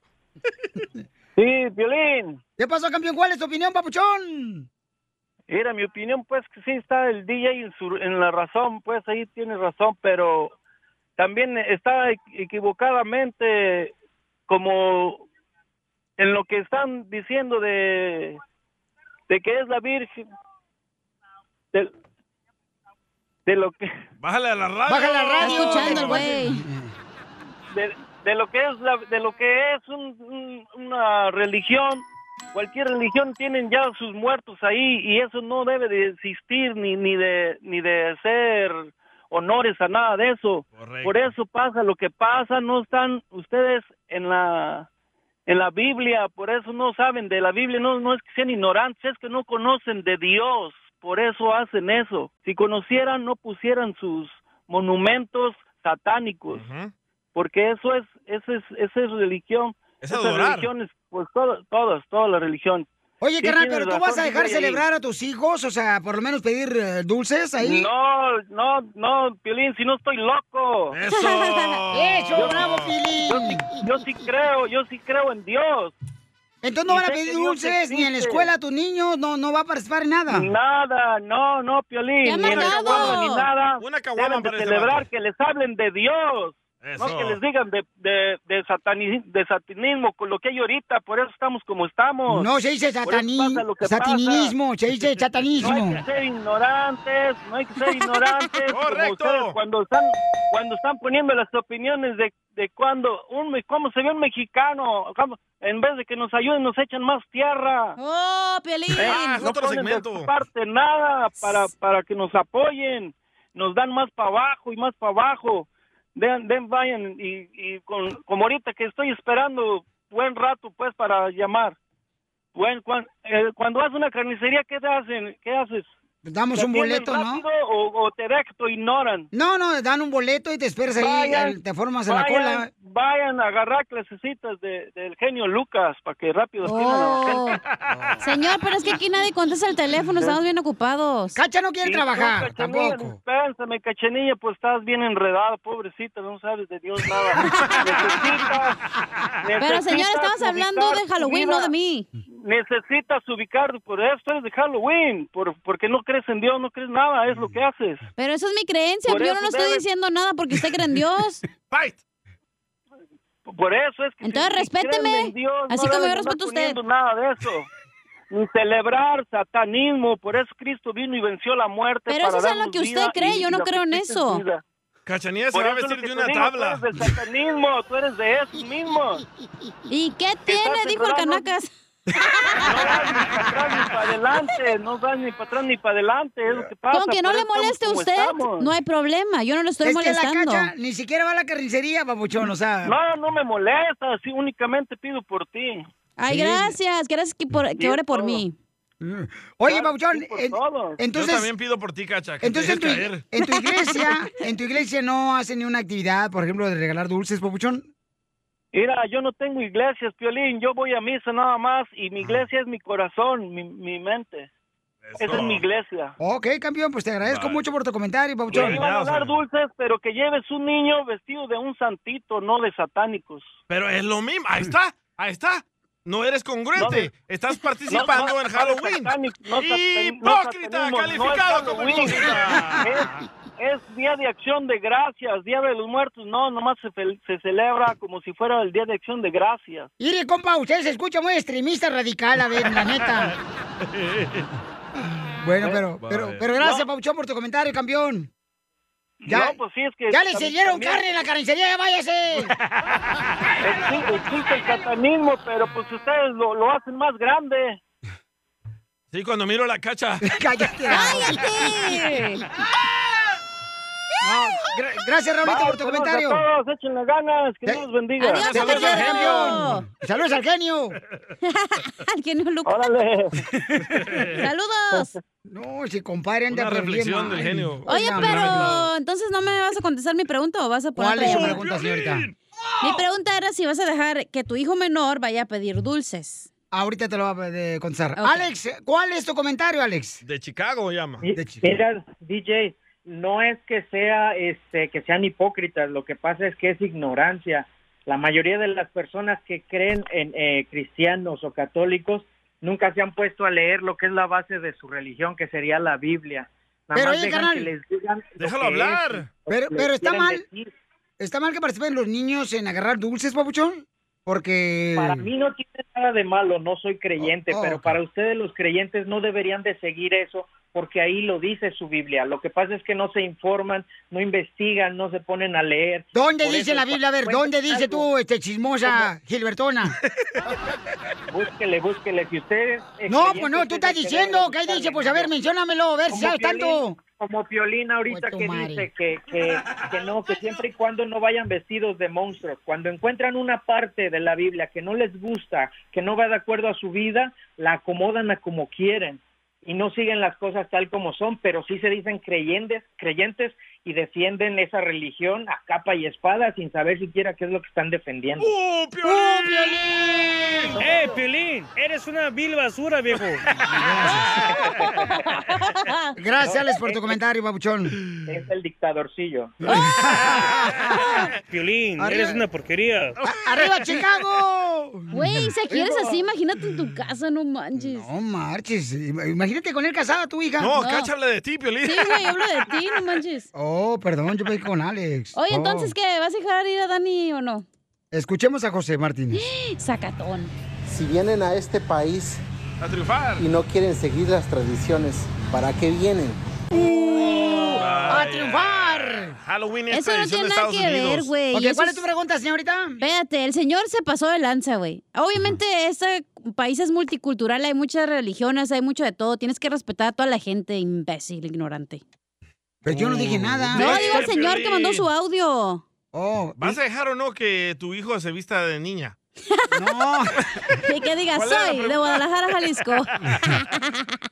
Speaker 23: Sí, Violín.
Speaker 1: ¿Qué pasó, campeón? ¿Cuál es tu opinión, papuchón?
Speaker 23: Era mi opinión, pues que sí está el DJ en, su- en la razón, pues ahí tiene razón, pero también está equ- equivocadamente como en lo que están diciendo de, de que es la Virgen, de, de lo que...
Speaker 2: Bájale a la radio.
Speaker 23: Bájale a la radio. Está escuchando
Speaker 3: el güey.
Speaker 23: de, de lo que es la- de lo que es un- un- una religión cualquier religión tienen ya sus muertos ahí y eso no debe de existir ni ni de ni de hacer honores a nada de eso por eso pasa lo que pasa no están ustedes en la en la Biblia por eso no saben de la Biblia no no es que sean ignorantes es que no conocen de Dios por eso hacen eso si conocieran no pusieran sus monumentos satánicos porque eso es, esa es, esa es religión.
Speaker 2: Es
Speaker 23: Esas
Speaker 2: adorar.
Speaker 23: religiones, pues todas, todas, todas las religiones.
Speaker 1: Oye,
Speaker 23: Sí
Speaker 1: carnal,
Speaker 23: tienes
Speaker 1: pero tú
Speaker 23: razón,
Speaker 1: vas a dejar
Speaker 23: Miguel, ahí.
Speaker 1: celebrar a tus hijos, o sea, por lo menos pedir eh, dulces ahí.
Speaker 23: No, no, no, Piolín, si no estoy loco.
Speaker 2: Eso.
Speaker 1: Eso,
Speaker 23: Yo-
Speaker 1: bravo, Piolín.
Speaker 23: Yo sí, yo sí creo, yo sí creo en Dios.
Speaker 1: Entonces no
Speaker 23: Y
Speaker 1: van a
Speaker 23: sé
Speaker 1: pedir
Speaker 23: que Dios
Speaker 1: dulces ni en la
Speaker 23: existe.
Speaker 1: escuela a tus niños, no, no va a participar en nada.
Speaker 23: Nada, no, no, Piolín,
Speaker 1: ¡Te ha
Speaker 23: ni en la
Speaker 1: amargado!
Speaker 23: caguama, ni nada.
Speaker 1: Una caguama
Speaker 23: Deben de
Speaker 1: para este
Speaker 23: celebrar
Speaker 1: vato.
Speaker 23: que les hablen de Dios.
Speaker 2: Eso.
Speaker 23: No que les digan de, de, de, satani- de satanismo, con lo que hay ahorita, por eso estamos como estamos.
Speaker 1: No se dice
Speaker 23: Por eso
Speaker 1: sataní,
Speaker 23: pasa lo que pasa.
Speaker 1: sataninismo, se dice
Speaker 23: No hay
Speaker 1: satanismo.
Speaker 23: que ser ignorantes, no hay que ser ignorantes. como
Speaker 2: Correcto.
Speaker 23: ustedes cuando están cuando están poniendo las opiniones de, de cuando un me- cómo se ve un mexicano, cómo- en vez de que nos ayuden nos echan más tierra.
Speaker 3: ¡Oh, Piolín!
Speaker 23: Eh, no ponen de su parte nada para para que nos apoyen, nos dan más para abajo y más para abajo. Den, den vayan y, y con, como ahorita que estoy esperando buen rato pues para llamar. Bueno, cuan- eh, cuando, vas a una carnicería, ¿qué te hacen? ¿Qué haces?
Speaker 1: Pues Damos
Speaker 23: ¿Te
Speaker 1: un
Speaker 23: atienden
Speaker 1: boleto, ¿no?
Speaker 23: rápido O, o te recto, ignoran.
Speaker 1: No, no, dan un boleto y te esperas ahí, al- te formas en la
Speaker 23: vayan-
Speaker 1: cola.
Speaker 23: Vayan a agarrar clasecitas de, del genio Lucas para que rápido estimen a la
Speaker 3: Oh.
Speaker 23: gente.
Speaker 3: Señor, pero es que aquí nadie contesta el teléfono, estamos bien ocupados.
Speaker 1: Cacha no
Speaker 23: Sí, no, Cachanilla, Dispénsame, cachanilla, pues estás bien enredado, pobrecita, no sabes de Dios nada. Necesitas-
Speaker 3: Pero señor,
Speaker 23: necesitas
Speaker 3: estamos hablando
Speaker 23: ubicar
Speaker 3: de
Speaker 23: tu
Speaker 3: Halloween, no
Speaker 23: vida.
Speaker 3: de mí.
Speaker 23: Necesitas ubicar, por eso es de Halloween, por, porque no crees en Dios, no crees nada, es lo que haces.
Speaker 3: Mm. Pero eso es mi creencia,
Speaker 23: Por
Speaker 3: yo
Speaker 23: eso
Speaker 3: no le estoy
Speaker 23: debes-
Speaker 3: diciendo nada porque usted cree en Dios.
Speaker 23: Por eso es que...
Speaker 3: Entonces, respéteme,
Speaker 23: creen en Dios,
Speaker 3: así
Speaker 23: no
Speaker 3: como yo
Speaker 23: debes andar
Speaker 3: respeto a usted.
Speaker 23: poniendo nada de eso. Ni celebrar satanismo, por eso Cristo vino y venció la muerte.
Speaker 3: Pero
Speaker 23: para
Speaker 3: eso es en
Speaker 23: darnos
Speaker 3: lo que usted
Speaker 23: vida
Speaker 3: cree,
Speaker 23: y-
Speaker 3: yo
Speaker 23: y
Speaker 3: no
Speaker 23: la
Speaker 3: creo en
Speaker 23: justicia
Speaker 3: eso.
Speaker 23: es vida.
Speaker 2: Cachanilla se
Speaker 23: Por
Speaker 2: va a
Speaker 23: eso es lo
Speaker 2: vestir
Speaker 23: que
Speaker 2: de
Speaker 23: te
Speaker 2: una
Speaker 23: digo,
Speaker 2: tabla.
Speaker 23: Tú eres del satanismo, tú eres de eso mismo.
Speaker 3: ¿Y qué tiene?
Speaker 23: estás
Speaker 3: Dijo el
Speaker 23: enredando.
Speaker 3: Canacas.
Speaker 23: Para adelante, no vas ni para atrás ni para adelante, es lo que pasa.
Speaker 3: Con que no
Speaker 23: por
Speaker 3: le
Speaker 23: eso estamos
Speaker 3: moleste a
Speaker 23: como
Speaker 3: usted,
Speaker 23: estamos.
Speaker 3: no hay problema, yo no le estoy
Speaker 23: Es que la
Speaker 3: molestando.
Speaker 23: Cacha
Speaker 1: Ni siquiera va a la carnicería, papuchón, o sea.
Speaker 23: No, no me molesta, sí, únicamente pido por ti.
Speaker 3: Ay,
Speaker 23: Sí.
Speaker 3: gracias, gracias que, por- que
Speaker 23: Sí,
Speaker 3: ore por
Speaker 23: todo.
Speaker 3: mí.
Speaker 1: Oye, Papuchón, en-
Speaker 2: Yo
Speaker 1: entonces,
Speaker 2: también pido por ti, Cacha. que
Speaker 1: entonces
Speaker 2: te
Speaker 1: en, tu,
Speaker 2: dejes caer.
Speaker 1: en tu iglesia, en tu iglesia no hacen ni una actividad, por ejemplo, de regalar dulces, Papuchón.
Speaker 23: Mira, yo no tengo iglesias, Piolín, yo voy a misa nada más y mi iglesia es mi corazón, mi, mi mente. Esa es mi iglesia.
Speaker 1: Ok, campeón, pues te agradezco mucho por tu comentario, Papuchón.
Speaker 23: Y van a dar dulces, pero que lleves un niño vestido de un santito, no de satánicos.
Speaker 2: Pero es lo mismo. Ahí está, ahí está. No eres congruente.
Speaker 23: No,
Speaker 2: Estás participando
Speaker 23: no, no,
Speaker 2: en
Speaker 23: no,
Speaker 2: Halloween.
Speaker 23: no, satan- no,
Speaker 2: ¡Hipócrita!
Speaker 23: satanismo, no es
Speaker 2: ¡Calificado como
Speaker 23: Halloween.
Speaker 2: hipócrita!
Speaker 23: Es, es día de acción de gracias, día de los muertos. No, nomás se, fel- se celebra como si fuera el día de acción de gracias.
Speaker 1: Mire, compa, usted se escucha muy extremista radical, a ver, la neta. Bueno,
Speaker 23: ¿Eh?
Speaker 1: pero, pero, pero gracias, Papuchón, por tu comentario, campeón.
Speaker 23: No, pues sí, es que
Speaker 1: ya le
Speaker 23: también-
Speaker 1: sirvieron
Speaker 23: también-
Speaker 1: carne en la carnicería, ya váyase.
Speaker 23: Exi- Existe el satanismo, pero pues ustedes lo, lo hacen más grande.
Speaker 2: Sí, cuando miro la cacha.
Speaker 1: ¡Cállate!
Speaker 23: ¡Cállate!
Speaker 1: No, gra- gracias, Raulito,
Speaker 23: Bye,
Speaker 1: por tu
Speaker 23: saludos
Speaker 1: comentario. Eh,
Speaker 23: a todos, échenle ganas, que Dios los bendiga.
Speaker 1: Adiós, Saludos te al quiero. campeón. Saludos al genio.
Speaker 3: al genio Lucas.
Speaker 23: Órale.
Speaker 3: Saludos.
Speaker 1: No, si compadre anda
Speaker 2: Una
Speaker 1: pero bien
Speaker 2: reflexión
Speaker 1: mal.
Speaker 2: del genio.
Speaker 3: Oye,
Speaker 1: No,
Speaker 3: pero entonces no me vas a contestar mi pregunta o vas a poner
Speaker 1: ¿Cuál
Speaker 3: otra
Speaker 1: es su
Speaker 3: llamada?
Speaker 1: pregunta, señorita?
Speaker 3: Mi pregunta era si vas a dejar que tu hijo menor vaya a pedir dulces.
Speaker 1: Ahorita te lo voy a eh, contestar.
Speaker 3: Ok.
Speaker 1: Alex, ¿cuál es tu comentario, Alex?
Speaker 2: De Chicago llama.
Speaker 5: Mira, DJ, no es que sea este que sean hipócritas, lo que pasa es que es ignorancia. La mayoría de las personas que creen en eh, cristianos o católicos nunca se han puesto a leer lo que es la base de su religión, que sería la Biblia. Nada
Speaker 1: Pero,
Speaker 5: más
Speaker 1: oye,
Speaker 5: dejan
Speaker 1: carnal,
Speaker 5: que les digan lo
Speaker 1: déjalo
Speaker 5: que
Speaker 1: hablar.
Speaker 5: es, lo
Speaker 1: Pero-
Speaker 5: que
Speaker 1: pero
Speaker 5: les
Speaker 1: está
Speaker 5: quieren
Speaker 1: mal.
Speaker 5: decir.
Speaker 1: ¿Está mal que participen los niños en agarrar dulces, papuchón? Porque...
Speaker 5: Para mí no tiene nada de malo, no soy creyente,
Speaker 1: Oh, oh,
Speaker 5: pero
Speaker 1: ok.
Speaker 5: para ustedes los creyentes no deberían de seguir eso porque ahí lo dice su Biblia. Lo que pasa es que no se informan, no investigan, no se ponen a leer.
Speaker 1: ¿Dónde
Speaker 5: Por
Speaker 1: dice
Speaker 5: eso,
Speaker 1: la Biblia? A ver,
Speaker 5: cuando
Speaker 1: ¿dónde
Speaker 5: encuentren
Speaker 1: dice tú, este chismosa Gilbertona?
Speaker 5: algo, Búsquele, búsquele. Si ustedes... eh,
Speaker 1: No,
Speaker 5: creyentes,
Speaker 1: pues no, tú estás
Speaker 5: ustedes
Speaker 1: diciendo,
Speaker 5: creen
Speaker 1: ¿qué
Speaker 5: en
Speaker 1: dice? Pues a ver, menciónamelo, a ver si
Speaker 5: Como
Speaker 1: sabes
Speaker 5: Piolín,
Speaker 1: tanto.
Speaker 5: Como Piolín ahorita
Speaker 1: Pues tu
Speaker 5: que
Speaker 1: madre.
Speaker 5: dice que, que, que no, que siempre y cuando no vayan vestidos de monstruos, cuando encuentran una parte de la Biblia que no les gusta, que no va de acuerdo a su vida, la acomodan a como quieren y no siguen las cosas tal como son, pero sí se dicen creyentes, creyentes y defienden esa religión a capa y espada sin saber siquiera qué es lo que están defendiendo.
Speaker 1: Uh.
Speaker 6: ¡Eh, Piolín! Eres una vil basura, viejo.
Speaker 1: Gracias, Alex, por tu comentario, papuchón.
Speaker 5: Es el dictadorcillo.
Speaker 6: Piolín,
Speaker 5: Arriba.
Speaker 6: eres una porquería.
Speaker 1: ¡Arriba, Chicago!
Speaker 3: Güey, si aquí eres así, imagínate en tu casa, no manches.
Speaker 1: No marches, im- imagínate con él casada tu hija.
Speaker 2: No, Cacha habla de ti, Piolín.
Speaker 3: Sí, güey, hablo de ti, no manches.
Speaker 1: Oh, perdón, yo pedí con Alex.
Speaker 3: Oye,
Speaker 1: Oh.
Speaker 3: entonces, ¿qué? ¿Vas a dejar ir a Dani o no?
Speaker 1: Escuchemos a José Martínez.
Speaker 3: Sacatón.
Speaker 7: Si vienen a este país
Speaker 2: A triunfar.
Speaker 7: y no quieren seguir las tradiciones, ¿para qué vienen?
Speaker 1: Uh.
Speaker 2: Vaya.
Speaker 1: triunfar!
Speaker 2: Halloween es
Speaker 3: Eso no
Speaker 2: tradición de
Speaker 3: tiene nada
Speaker 2: Estados
Speaker 3: que ver,
Speaker 2: Unidos.
Speaker 3: güey.
Speaker 1: Ok, ¿cuál es tu pregunta, señorita?
Speaker 3: Espérate, el señor se pasó de lanza, güey. Obviamente, este país es multicultural, hay muchas religiones, hay mucho de todo. Tienes que respetar a toda la gente, imbécil, ignorante.
Speaker 1: Pero yo no dije nada.
Speaker 3: No, digo al señor que mandó su audio.
Speaker 1: Oh,
Speaker 2: ¿Vas a dejar o no que tu hijo se vista de niña?
Speaker 1: No.
Speaker 3: Y que diga,
Speaker 2: ¿Cuál era la
Speaker 3: soy de
Speaker 2: pregunta?
Speaker 3: Guadalajara, Jalisco.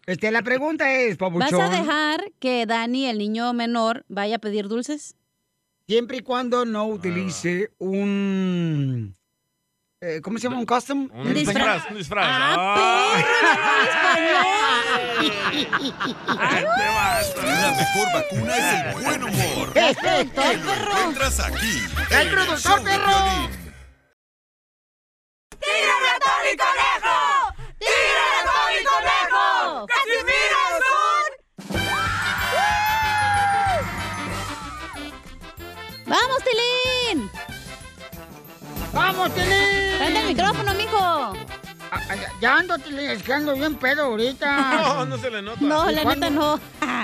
Speaker 1: Este, la pregunta es,
Speaker 3: ¿Vas
Speaker 1: Pabuchón.
Speaker 3: a dejar que Dani, el niño menor, vaya a pedir dulces?
Speaker 1: Siempre y cuando
Speaker 2: Ah.
Speaker 1: no utilice un... eh, ¿Cómo se llama? ¿Un custom? Ah,
Speaker 2: Un disfraz, un disfraz. Ah.
Speaker 16: La mejor vacuna es el buen humor.
Speaker 1: ¡Eh, eh,
Speaker 16: Que lo encuentras aquí.
Speaker 1: ¡El
Speaker 16: en
Speaker 1: productor,
Speaker 16: show de
Speaker 1: perro!
Speaker 16: Piolín.
Speaker 11: ¡Tira ratón y conejo! ¡Tira ratón y conejo! ¡Casimiro es
Speaker 3: ¡Vamos, Tilín!
Speaker 1: ¡Vamos, Tilín!
Speaker 3: ¡Prende el micrófono, mijo!
Speaker 1: Ya ando, es que ando bien pedo
Speaker 3: Ah.
Speaker 1: ahorita.
Speaker 2: No, no se le nota.
Speaker 1: Y cuando-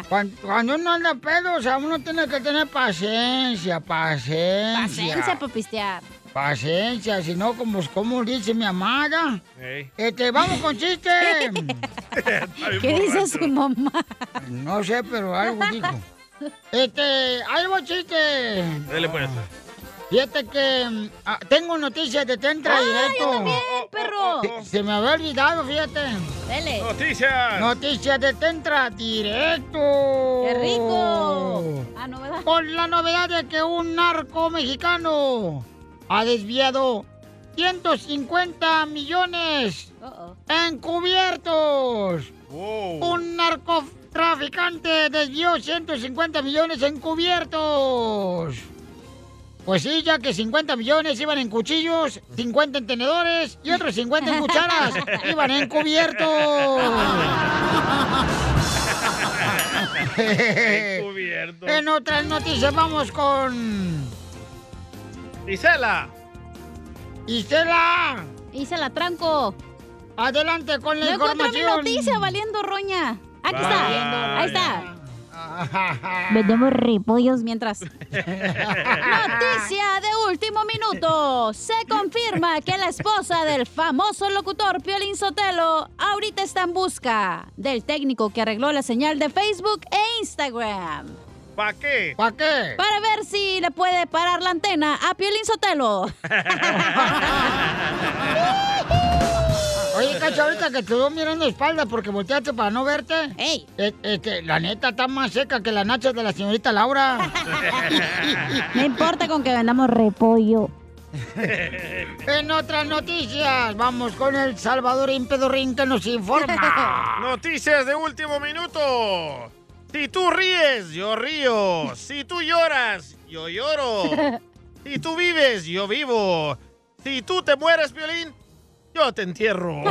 Speaker 1: Cuando, cuando uno anda pedo, o sea, uno tiene que tener paciencia, paciencia.
Speaker 3: Paciencia para pistear.
Speaker 1: Paciencia, si no, como, como dice mi amada.
Speaker 2: Ey.
Speaker 1: Este, vamos con chiste.
Speaker 3: ¿Qué dice su mamá?
Speaker 1: No sé, pero algo dijo. Este, algo chiste.
Speaker 2: Dale pues.
Speaker 1: Fíjate que mm, ah, tengo noticias de Tentra
Speaker 2: Ah, yo
Speaker 1: Directo.
Speaker 2: también,
Speaker 3: perro.
Speaker 1: Se, se me había olvidado, fíjate.
Speaker 3: Dele.
Speaker 2: Noticias.
Speaker 1: Noticias de Tentra Directo.
Speaker 3: ¡Qué rico! Ah, no, ¿verdad?
Speaker 1: Con la novedad de que un narco mexicano ha desviado 150 millones encubiertos. Un narcotraficante desvió 150 millones encubiertos. Pues sí, ya que 50 millones iban en cuchillos, 50 en tenedores y otros 50 en cucharas. iban encubiertos.
Speaker 2: Cubierto.
Speaker 1: En otras noticias vamos con...
Speaker 2: Isela.
Speaker 1: Isela.
Speaker 3: Isela Tranco.
Speaker 1: Adelante con la
Speaker 3: No encuentro mi
Speaker 1: información.
Speaker 3: noticia, valiendo roña. Aquí está.
Speaker 1: Valiendo
Speaker 3: Ahí está.
Speaker 1: Ah.
Speaker 11: Vendemos repollos.
Speaker 3: Mientras. Noticia de último minuto. Se confirma que la esposa del famoso locutor Piolín Sotelo ahorita está en busca del técnico que arregló la señal de Facebook e Instagram.
Speaker 2: ¿Para qué?
Speaker 1: ¿Para qué?
Speaker 3: Para ver si le puede parar la antena a Piolín Sotelo.
Speaker 1: Oye, Cacho, ahorita que te veo mirando espalda porque volteaste para no verte.
Speaker 3: ¡Ey!
Speaker 1: Este, la neta está más seca que las nachas de la señorita Laura.
Speaker 11: No importa con que vendamos repollo.
Speaker 1: en otras noticias, vamos con el Salvador Impedorrín que nos informa.
Speaker 2: Noticias de último minuto. Si tú ríes, yo río. Si tú lloras, yo lloro. Si tú vives, yo vivo. Si tú te mueres, Violín, yo te entierro.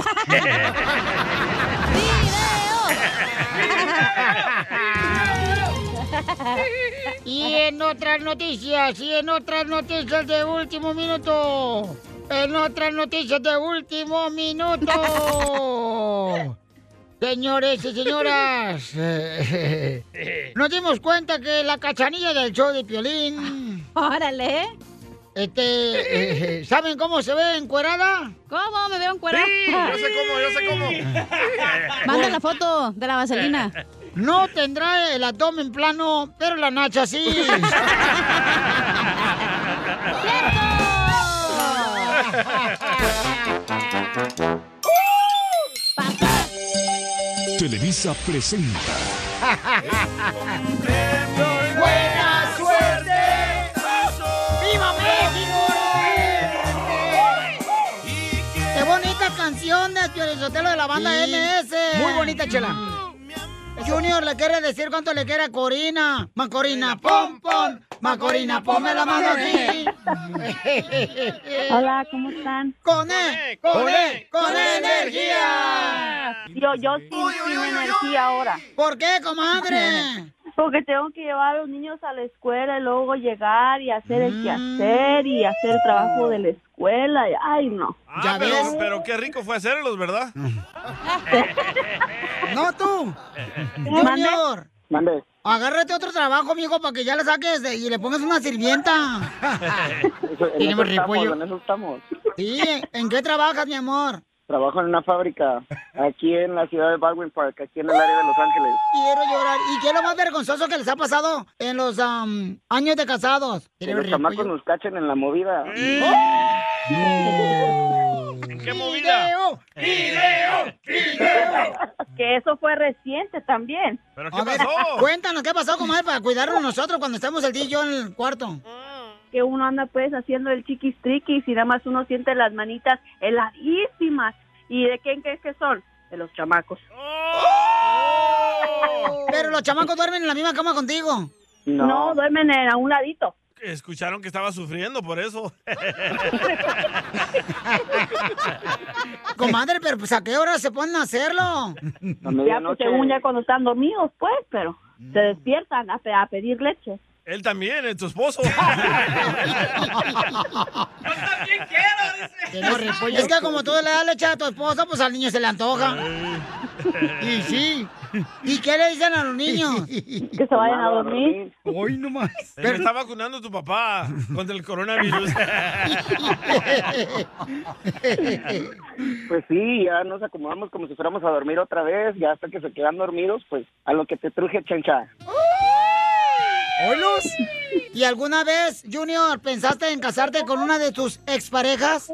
Speaker 1: Y en otras noticias, y en otras noticias de último minuto. En otras noticias de último minuto. Señores y señoras, eh, nos dimos cuenta que la cachanilla del show de Piolín...
Speaker 3: Órale.
Speaker 1: Este, eh, ¿saben cómo se ve encuerada?
Speaker 3: ¿Cómo me veo encuerada?
Speaker 1: Sí, yo sé cómo, yo sé
Speaker 3: cómo. Manda la foto de la vaselina.
Speaker 1: No tendrá el abdomen plano, pero la nacha sí.
Speaker 12: Televisa presenta
Speaker 1: ¡Buena suerte! ¡Viva México! ¡Qué bonita canción de Piorizotelo de la banda
Speaker 11: Sí.
Speaker 1: MS!
Speaker 11: Muy
Speaker 1: bonita, Chela. Junior le quiere decir cuánto le quiere a Corina. Macorina, pom, pom. Macorina, ponme la mano aquí.
Speaker 11: Hola, ¿cómo están?
Speaker 1: ¡Con E! ¡Con E! ¡Con E energía!
Speaker 11: Yo, yo sí, sin energía ahora.
Speaker 1: ¿Por qué, comadre?
Speaker 11: Porque tengo que llevar a los niños a la escuela y luego llegar y hacer el quehacer y hacer el trabajo de la escuela. y- Ay, no.
Speaker 2: Ah, pero, pero qué rico fue hacerlos, ¿verdad?
Speaker 1: ¡No tú! ¡Junior! Agárrate otro trabajo, mijo, para que ya la saques de- y le pongas una sirvienta. Tenemos repollo.
Speaker 13: en eso estamos.
Speaker 1: Sí, ¿en qué trabajas, mi amor?
Speaker 13: Trabajo en una fábrica aquí en la ciudad de Baldwin Park, aquí en el área de Los Ángeles.
Speaker 1: Quiero llorar. ¿Y qué es lo más vergonzoso que les ha pasado en los am, años de casados?
Speaker 13: Que los chamacos nos cachen en la movida.
Speaker 1: ¡Oh!
Speaker 2: ¡Qué
Speaker 7: ¡Video!
Speaker 2: ¡Video!
Speaker 7: Que eso fue reciente también.
Speaker 2: ¿Pero
Speaker 1: A ver, cuéntanos qué pasó, comadre, para cuidarnos nosotros cuando estamos el día y yo en el cuarto.
Speaker 7: Que uno anda pues haciendo el chiquis triquis y nada más uno siente las manitas heladísimas. ¿Y de quién crees que son? De los chamacos.
Speaker 1: Oh, Pero los chamacos duermen en la misma cama contigo.
Speaker 7: No, duermen en- a un ladito.
Speaker 2: Escucharon que estaba sufriendo por eso.
Speaker 1: Comadre, pero pues, ¿a qué hora se ponen a hacerlo?
Speaker 7: Ya, pues, según ya cuando están dormidos, pues, pero
Speaker 1: Mm.
Speaker 7: se despiertan a, pe- a pedir leche.
Speaker 2: Él también, es tu esposo.
Speaker 1: Que no repollo. Es que como tú le das leche a tu esposa, pues al niño se le antoja. Y sí. ¿Y qué le dicen a los niños? Que
Speaker 7: se
Speaker 2: vayan a dormir.
Speaker 1: Hoy nomás.
Speaker 2: Él está vacunando tu papá contra el coronavirus.
Speaker 13: Pues sí, ya nos acomodamos como si fuéramos a dormir otra vez, ya hasta que se quedan dormidos, pues a lo que te truje, chancha.
Speaker 1: ¡Holos! ¿Y alguna vez, Junior, pensaste en casarte con una de tus exparejas?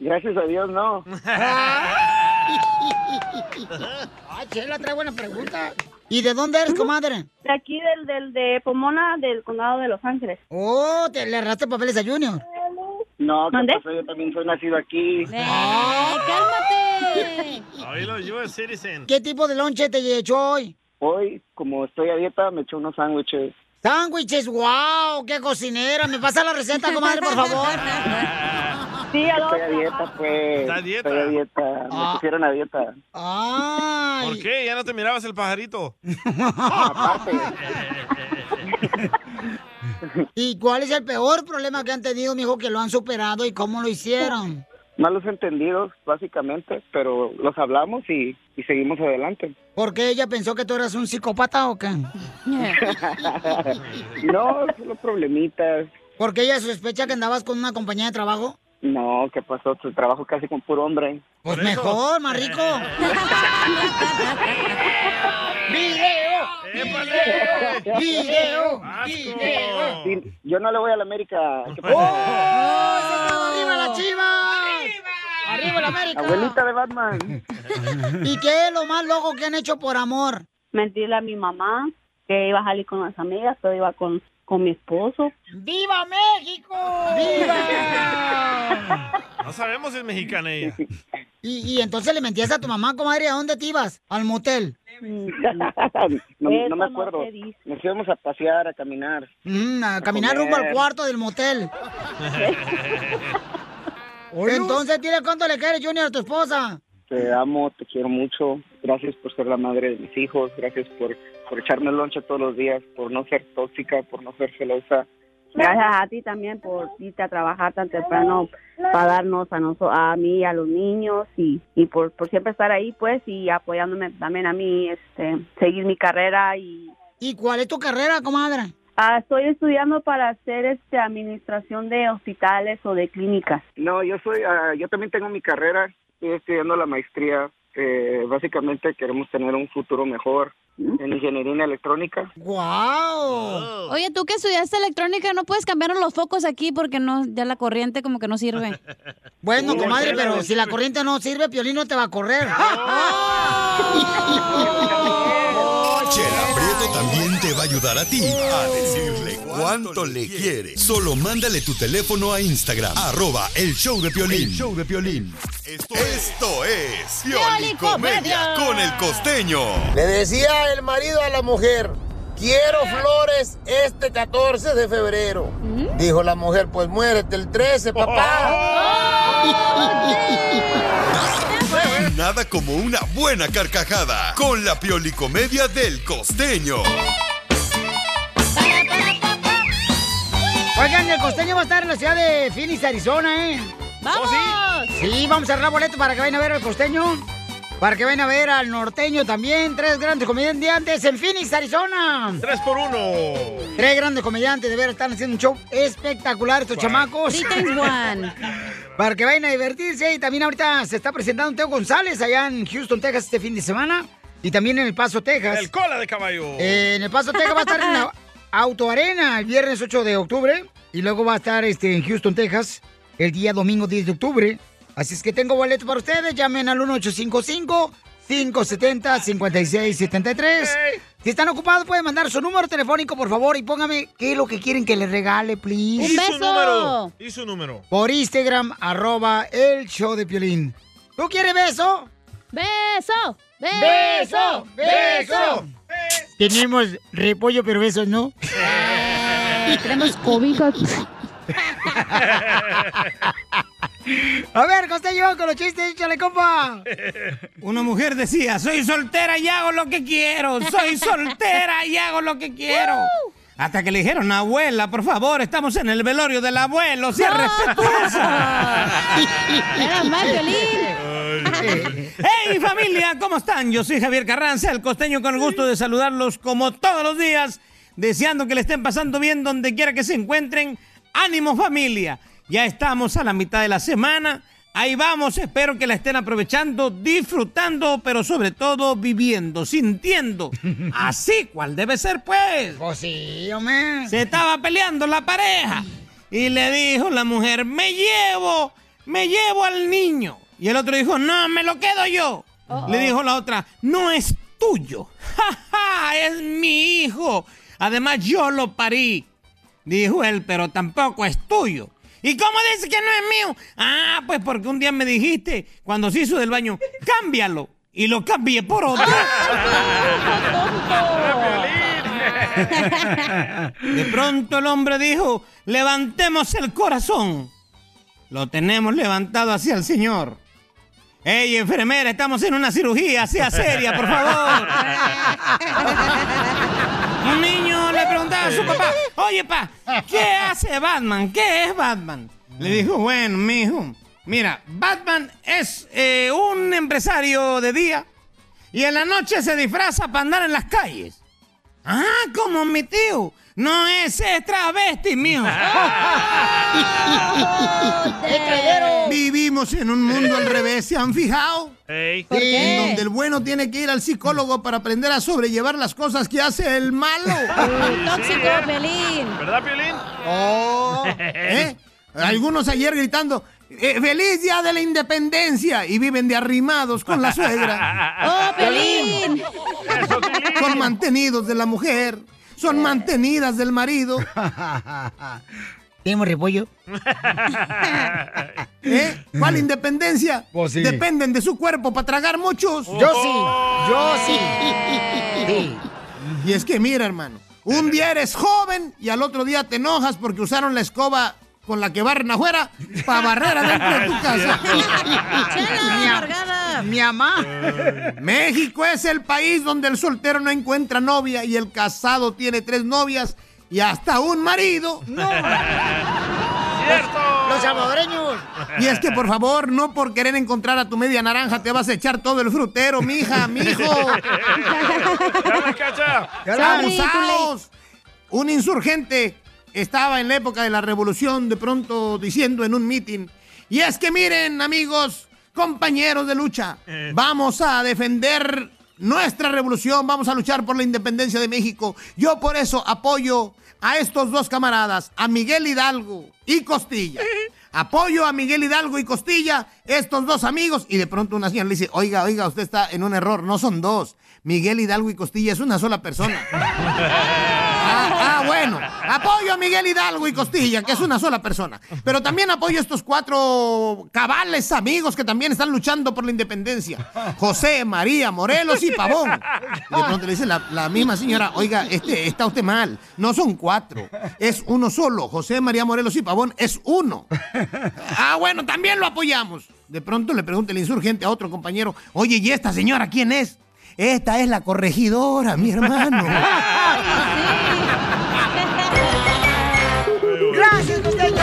Speaker 13: Gracias a Dios, no.
Speaker 1: Ah, Chela, trae buena pregunta. ¿Y de dónde eres, comadre?
Speaker 7: De aquí, del, del de Pomona, del condado de Los Ángeles.
Speaker 1: Oh, te le arraste papeles a Junior.
Speaker 13: No, ¿qué pasó? Yo también soy nacido aquí.
Speaker 1: cálmate!
Speaker 2: Oílo, US Citizen.
Speaker 1: ¿Qué tipo de lonche te echó hoy?
Speaker 13: Hoy, como estoy a dieta, me eché unos sándwiches.
Speaker 1: Sándwiches, wow, qué cocinera. Me pasa la receta, comadre, por favor.
Speaker 7: Sí,
Speaker 13: Estoy a dieta, pues.
Speaker 2: ¿Está a dieta?
Speaker 13: Estoy a dieta.
Speaker 2: Ah.
Speaker 13: Me pusieron a dieta.
Speaker 2: ¿Por qué? ¿Ya no te mirabas el pajarito?
Speaker 13: Aparte.
Speaker 1: ¿Y cuál es el peor problema que han tenido, mijo, que lo han superado y cómo lo hicieron?
Speaker 13: Malos entendidos, básicamente, pero los hablamos y, y seguimos adelante.
Speaker 1: ¿Por qué ella pensó que tú eras un psicópata o qué?
Speaker 13: no, solo problemitas.
Speaker 1: ¿Por qué ella sospecha que andabas con una compañía de trabajo?
Speaker 13: No, ¿qué pasó? Tu trabajo casi con puro hombre.
Speaker 1: Pues mejor, más rico. ¡Video!
Speaker 13: ¡Video!
Speaker 1: ¡Video!
Speaker 13: ¡Video! Sí, yo no le voy a la América. ¿Qué
Speaker 1: ¡Oh!
Speaker 13: pasó?
Speaker 17: ¡Oh!
Speaker 1: ¡Arriba la chiva! ¡Arriba la América!
Speaker 13: Abuelita de Batman.
Speaker 1: ¿Y qué es lo más loco que han hecho por amor?
Speaker 7: Mentirle a mi mamá que iba a salir con las amigas, pero iba con, con mi esposo.
Speaker 1: ¡Viva México! ¡Viva!
Speaker 2: No sabemos si es mexicana ella.
Speaker 1: Y, y entonces le mentías a tu mamá, comadre, ¿a dónde te ibas? Al motel.
Speaker 13: No,
Speaker 1: Eso
Speaker 13: no me acuerdo.
Speaker 1: no se dice.
Speaker 13: Nos íbamos a pasear, a caminar.
Speaker 1: Mm, a caminar
Speaker 13: comer.
Speaker 1: rumbo al cuarto del motel. Entonces, dile cuánto le quieres, Junior, a tu esposa.
Speaker 13: Te amo, te quiero mucho. Gracias por ser la madre de mis hijos. Gracias por, por echarme loncha todos los días, por no ser tóxica, por no ser celosa.
Speaker 7: Gracias a ti también por irte a trabajar tan temprano para darnos a, noso- a mí y a los niños y, y por, por siempre estar ahí pues y apoyándome también a mí, este, seguir mi carrera y...
Speaker 1: ¿Y cuál es tu carrera, comadre?
Speaker 7: Ah, estoy estudiando para hacer este administración de hospitales o de clínicas.
Speaker 13: No, yo soy, ah, yo también tengo mi carrera. Estoy estudiando la maestría. Eh, básicamente queremos tener un futuro mejor en ingeniería electrónica.
Speaker 1: ¡Wow!
Speaker 3: Oye, tú que estudiaste electrónica, ¿no puedes cambiarnos los focos aquí porque no, ya la corriente como que no sirve?
Speaker 1: Bueno,
Speaker 3: Sí, Ah,
Speaker 1: comadre,
Speaker 3: Chela,
Speaker 1: pero
Speaker 3: güey.
Speaker 1: si la corriente no sirve, Piolín no te va a correr.
Speaker 16: Chela Prieto también te va a ayudar a ti a decirle cuánto le quiere. Solo mándale tu teléfono a Instagram, arroba el show de Piolín.
Speaker 12: El
Speaker 16: show de Piolín. Esto es Pioli Comedia
Speaker 12: Comedia.
Speaker 16: con el costeño.
Speaker 17: Le decía el marido a la mujer, quiero flores este 14 de febrero.
Speaker 3: Mm.
Speaker 17: Dijo la mujer, pues muérete el 13, papá.
Speaker 16: Nada como una buena carcajada con la Pioli Comedia del costeño.
Speaker 1: Oigan, el costeño va a estar en la ciudad de Phoenix, Arizona, ¿eh?
Speaker 3: ¿Oh, ¡Vamos!
Speaker 1: Sí, vamos a cerrar boleto para que vayan a ver al costeño. Para que vayan a ver al norteño también. Tres grandes comediantes en Phoenix, Arizona.
Speaker 2: Tres por uno.
Speaker 1: Tres grandes comediantes, de ver, están haciendo un show espectacular estos chamacos.
Speaker 3: Three times one.
Speaker 1: Para que vayan a divertirse. Y también ahorita se está presentando Teo González allá en Houston, Texas, este fin de semana. Y también en El Paso, Texas.
Speaker 2: El cola de caballo.
Speaker 1: Eh, en El Paso, Texas va a estar en la Autoarena el viernes 8 de octubre. Y luego va a estar este, en Houston, Texas, el día domingo 10 de octubre. Así es que tengo boletos para ustedes. Llamen al 1855 570 5673 Si están ocupados, pueden mandar su número telefónico, por favor, y póngame qué es lo que quieren que les regale, please.
Speaker 2: Y su número. Y su número.
Speaker 1: Por Instagram, arroba el show de Piolín. ¿Tú quieres beso?
Speaker 3: ¡Beso!
Speaker 1: ¡Beso! ¡Beso! Tenemos repollo, pero besos no.
Speaker 3: Tenemos cobijas.
Speaker 1: A ver, Costeño, con los chistes, échale, compa.
Speaker 17: Una mujer decía, soy soltera y hago lo que quiero, soy soltera y hago lo que quiero. Hasta que le dijeron, abuela, por favor, estamos en el velorio del abuelo, sea respetuosa.
Speaker 3: pues! Era más
Speaker 17: ¡Hey familia! ¿Cómo están? Yo soy Javier Carranza, el costeño con el gusto de saludarlos como todos los días, deseando que le estén pasando bien donde quiera que se encuentren. ¡Ánimo familia! Ya estamos a la mitad de la semana. Ahí vamos, espero que la estén aprovechando, disfrutando, pero sobre todo viviendo, sintiendo. Así cual debe ser, pues.
Speaker 1: Pues sí,
Speaker 17: Se estaba peleando la pareja. Y le dijo la mujer, me llevo, me llevo al niño. Y el otro dijo, no, me lo quedo yo. Le dijo la otra, no es tuyo. ¡Ja, ja! Es mi hijo. Además, yo lo parí. Dijo él, pero tampoco es tuyo. ¿Y cómo dice que no es mío? Ah, pues porque un día me dijiste, cuando se hizo del baño, cámbialo. Y lo cambié por otro. De pronto el hombre dijo, levantemos el corazón. Lo tenemos levantado hacia el Señor. Ey, enfermera, estamos en una cirugía, sea seria, por favor. Un niño le preguntaba a su papá, oye, pa, ¿qué hace Batman? ¿Qué es Batman? Le dijo, bueno, mijo, mira, Batman es eh, un empresario de día y en la noche se disfraza para andar en las calles. Ah, como mi tío. No, ese es travesti, mío. Vivimos en un mundo al revés, ¿se han fijado?
Speaker 2: ¿Por
Speaker 17: Sí,
Speaker 2: qué?
Speaker 17: En donde el bueno tiene que ir al psicólogo para aprender a sobrellevar las cosas que hace el malo.
Speaker 2: Sí, sí, ¿eh? ¿Verdad, Piolín?
Speaker 17: Oh, ¿eh? Algunos ayer gritando, eh, ¡Feliz Día de la Independencia! Y viven de arrimados con la suegra.
Speaker 3: ¡Oh, Pelín!
Speaker 17: Son mantenidos de la mujer, son mantenidas del marido.
Speaker 1: ¿Tenemos repollo?
Speaker 17: ¿Eh? ¿Cuál independencia?
Speaker 1: Pues sí.
Speaker 17: Dependen de su cuerpo para tragar muchos.
Speaker 1: Yo sí, yo sí.
Speaker 17: Sí. Y es que mira, hermano, un día eres joven y al otro día te enojas porque usaron la escoba con la que barren afuera para barrer adentro de tu casa.
Speaker 1: Mi mamá.
Speaker 17: México es el país donde el soltero no encuentra novia y el casado tiene tres novias y hasta un marido.
Speaker 1: Los salvadoreños.
Speaker 17: Y es que, por favor, no por querer encontrar a tu media naranja te vas a echar todo el frutero, mija, mijo. ¡Abusados! Un insurgente estaba en la época de la revolución, de pronto diciendo en un mitin, y es que miren, amigos, compañeros de lucha, vamos a defender nuestra revolución, vamos a luchar por la independencia de México. Yo por eso apoyo a estos dos camaradas, a Miguel Hidalgo y Costilla. Apoyo a Miguel Hidalgo y Costilla, estos dos amigos. Y de pronto una señora le dice, oiga, oiga, usted está en un error, no son dos. Miguel Hidalgo y Costilla es una sola persona. Ah, ah, bueno. Apoyo a Miguel Hidalgo y Costilla, que es una sola persona. Pero también apoyo a estos cuatro cabales amigos que también están luchando por la independencia. José, María, Morelos y Pavón. De pronto le dice la, la misma señora, oiga, este, está usted mal. No son cuatro, es uno solo. José, María, Morelos y Pavón es uno. Ah, bueno, también lo apoyamos. De pronto le pregunta el insurgente a otro compañero, oye, ¿y esta señora quién es? Esta es la corregidora, mi hermano.
Speaker 1: ¡Gracias, costeño!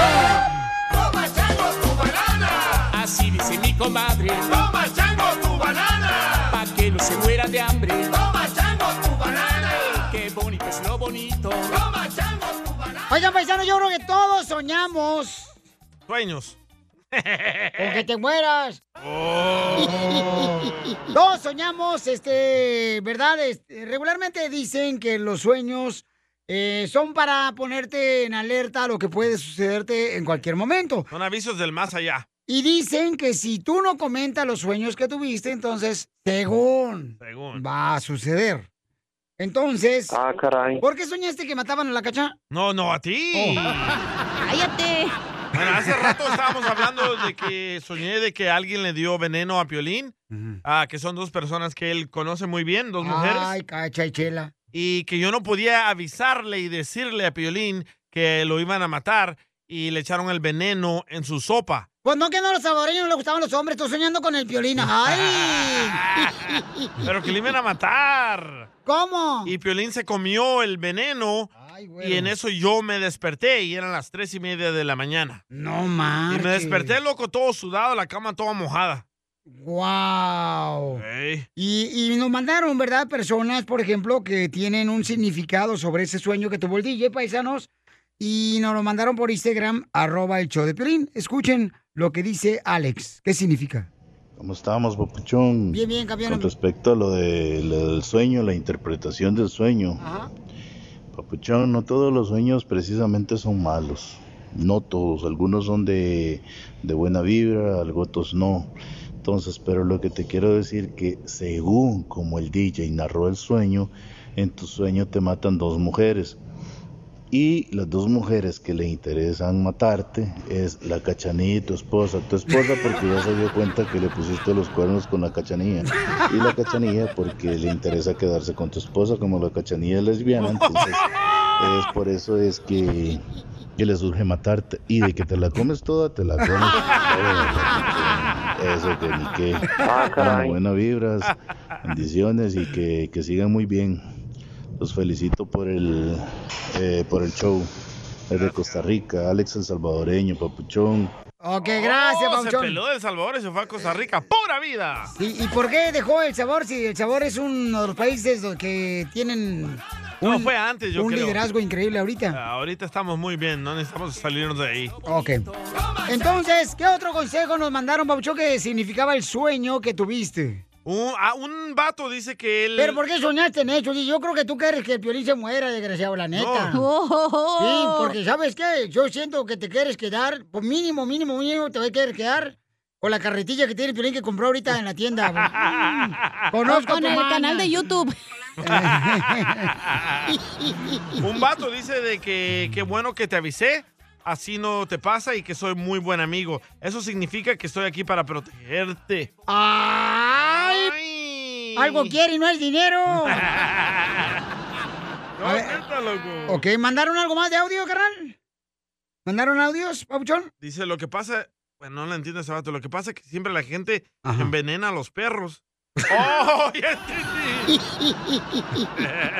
Speaker 4: ¡Toma changos tu banana! Así dice mi comadre. ¡Toma changos tu banana! Pa' que no se muera de hambre. ¡Toma changos tu banana! ¡Qué bonito es lo bonito! ¡Toma changos tu banana!
Speaker 1: Oigan, paisano, yo creo que todos soñamos
Speaker 2: Sueños.
Speaker 1: con que te mueras. Todos soñamos, este, ¿verdad? Este, regularmente dicen que los sueños eh, son para ponerte en alerta a lo que puede sucederte en cualquier momento.
Speaker 2: Son avisos del más allá.
Speaker 1: Y dicen que si tú no comentas los sueños que tuviste, entonces, según, va a suceder. Entonces,
Speaker 2: Ah, caray.
Speaker 1: ¿por qué soñaste que mataban a la cacha?
Speaker 2: No, no, a ti.
Speaker 1: ¡Cállate!
Speaker 2: Bueno, hace rato estábamos hablando de que soñé de que alguien le dio veneno a Piolín, ah, que son dos personas que él conoce muy bien, dos mujeres.
Speaker 1: Ay, cacha y chela.
Speaker 2: y que yo no podía avisarle y decirle a Piolín que lo iban a matar y le echaron el veneno en su sopa.
Speaker 1: Pues no, que no a los salvadoreños no les gustaban los hombres. Estoy soñando con el violín. ¡Ay!
Speaker 2: Pero que lo iban a matar.
Speaker 1: ¿Cómo?
Speaker 2: Y Piolín se comió el veneno y en eso yo me desperté y eran las tres y media de la mañana.
Speaker 1: No más.
Speaker 2: Y me desperté loco, todo sudado, la cama toda mojada.
Speaker 1: ¡Wow! Y, y nos mandaron, ¿verdad? Personas, por ejemplo, que tienen un significado sobre ese sueño que tuvo el DJ, paisanos. Y nos lo mandaron por Instagram, arroba el show de Piolín. Escuchen lo que dice Alex. ¿Qué significa?
Speaker 9: ¿Cómo estamos, Papuchón?
Speaker 1: Bien, bien, campeón.
Speaker 9: Con respecto a lo, de- lo del sueño, la interpretación del sueño. Papuchón, no todos los sueños precisamente son malos. No todos. Algunos son de, de buena vibra, algunos otros no. Entonces, pero lo que te quiero decir que según como el DJ narró el sueño, en tu sueño te matan dos mujeres. Y las dos mujeres que le interesan matarte es la cachanilla y tu esposa. Tu esposa porque ya se dio cuenta que le pusiste los cuernos con la cachanilla. Y la cachanilla porque le interesa quedarse con tu esposa como la cachanilla es lesbiana. Entonces es por eso es que, que le surge matarte. Y de que te la comes toda, te la comes toda. Eso que ni qué. Bueno, buenas vibras, bendiciones y que, que sigan muy bien. Los felicito por el, eh, por el show. Desde Costa Rica, Alex el Salvadoreño, Papuchón.
Speaker 1: Ok, gracias,
Speaker 2: Oh, Se
Speaker 1: Pabuchón.
Speaker 2: peló de El Salvador y se fue a Costa Rica. ¡Pura vida!
Speaker 1: ¿Y, y por qué dejó el sabor? Si el sabor es uno de los países do- que tienen un,
Speaker 2: fue antes, yo
Speaker 1: un
Speaker 2: creo.
Speaker 1: liderazgo increíble ahorita.
Speaker 2: Ah, Ahorita estamos muy bien, no necesitamos salirnos de ahí.
Speaker 1: Ok. Entonces, ¿qué otro consejo nos mandaron, Pabuchón, que significaba el sueño que tuviste?
Speaker 2: Un, ah, un vato dice que él...
Speaker 1: ¿Pero por qué soñaste en eso? Yo creo que tú quieres que el Piolín se muera, desgraciado, la neta. Sí,
Speaker 3: Oh.
Speaker 1: porque ¿sabes qué? Yo siento que te quieres quedar, por mínimo, mínimo, mínimo, te voy a querer quedar con la carretilla que tiene el Piolín que compró ahorita en la tienda. Mm, Conozco a
Speaker 3: Con
Speaker 1: tu
Speaker 3: el
Speaker 1: mana.
Speaker 3: canal de YouTube.
Speaker 2: Un vato dice de que qué bueno que te avisé, así no te pasa y que soy muy buen amigo. Eso significa que estoy aquí para protegerte.
Speaker 1: ¡Ay! Algo quiere y no es dinero.
Speaker 2: No, neta, loco.
Speaker 1: ok, ¿mandaron algo más de audio, carnal? ¿Mandaron audios, Pabuchón?
Speaker 2: Dice, lo que pasa, bueno, no lo entiendo ese vato, lo que pasa es que siempre la gente envenena a los perros. ¡Oh, ya entendí!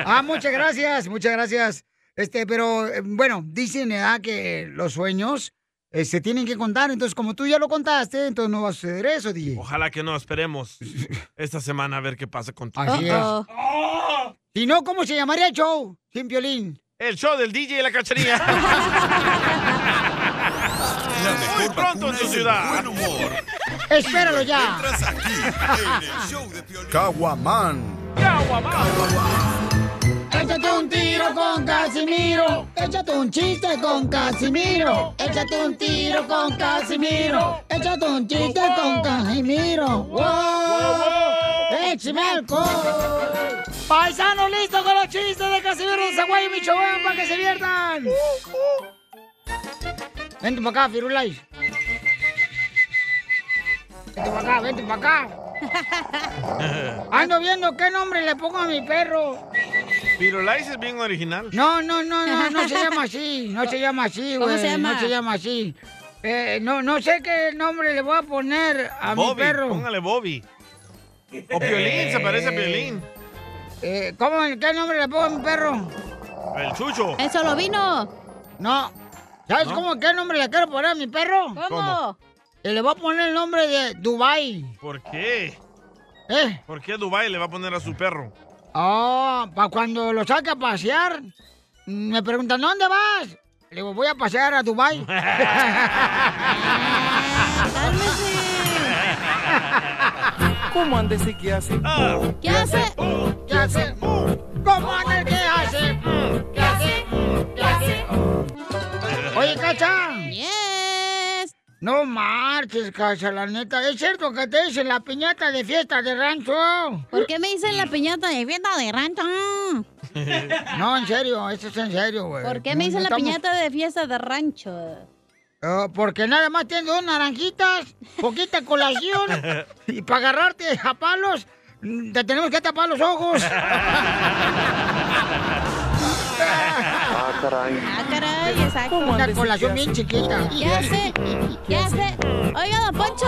Speaker 1: Ah, muchas gracias, muchas gracias. Este, pero eh, bueno, dicen ¿verdad? que los sueños eh, se tienen que contar, entonces como tú ya lo contaste, entonces no va a suceder eso, DJ.
Speaker 2: Ojalá que no, esperemos esta semana a ver qué pasa con tu
Speaker 1: Así es. Si no, ¿cómo se llamaría el show? Sin violín.
Speaker 2: El show del DJ y la cacharilla. Muy pronto en tu ciudad.
Speaker 1: Espéralo ya.
Speaker 14: Caguaman.
Speaker 1: Échate un tiro con Casimiro. Échate un chiste con Casimiro. Échate un tiro con Casimiro. Échate un chiste con Casimiro. ¡Wow! ¡Échame alcohol! ¡Paisano listo con los chistes de Casimiro de Zaguay y Michoacán para que se viertan! Vente para acá, Firulais. Vente para acá, vente para acá. Ando viendo qué nombre le pongo a mi perro.
Speaker 2: Pirulais es bien original.
Speaker 1: No, no, no, no, no se llama así, no se llama así,
Speaker 2: ¿Cómo
Speaker 1: güey.
Speaker 2: se llama?
Speaker 1: No se llama así. Eh, no, no sé qué nombre le voy a poner a mi
Speaker 2: Bobby,
Speaker 1: perro.
Speaker 2: póngale Bobby. O Piolín, se parece a Piolín.
Speaker 1: Eh, ¿Cómo? ¿Qué nombre le pongo a mi perro?
Speaker 2: El Chucho.
Speaker 1: solo vino? No. ¿Sabes
Speaker 2: ¿No?
Speaker 1: cómo qué nombre le quiero poner a mi perro?
Speaker 2: ¿Cómo?
Speaker 1: Que le voy a poner el nombre de Dubai.
Speaker 2: ¿Por qué?
Speaker 1: ¿Eh?
Speaker 2: ¿Por qué Dubai le va a poner a su perro?
Speaker 1: Ah, para cuando lo saque a pasear, mm, me preguntan, ¿dónde vas? Le digo, voy a pasear a Dubai.
Speaker 14: ¿Cómo anda ese que hace?
Speaker 1: ¿Qué hace? ¿Qué hace? ¿Cómo anda el que hace? ¿Qué hace? ¿Qué hace? Oye, Cacha. No marches, casa, la neta. Es cierto que te dicen la piñata de fiesta de rancho.
Speaker 3: ¿Por qué me dicen la
Speaker 1: Mm.
Speaker 3: piñata de fiesta de rancho?
Speaker 1: Eh, No, en serio, esto es en serio, güey.
Speaker 3: ¿Por qué me dicen la piñata de fiesta de rancho?
Speaker 1: piñata? oh, porque nada más tienes dos naranjitas, poquita colación, y para agarrarte a palos, mm, te tenemos que tapar los ojos.
Speaker 12: Ah, caray.
Speaker 3: Ah, caray, exacto.
Speaker 1: Una colación bien chiquita.
Speaker 3: Ya sé, ya sé. Oiga, don Poncho.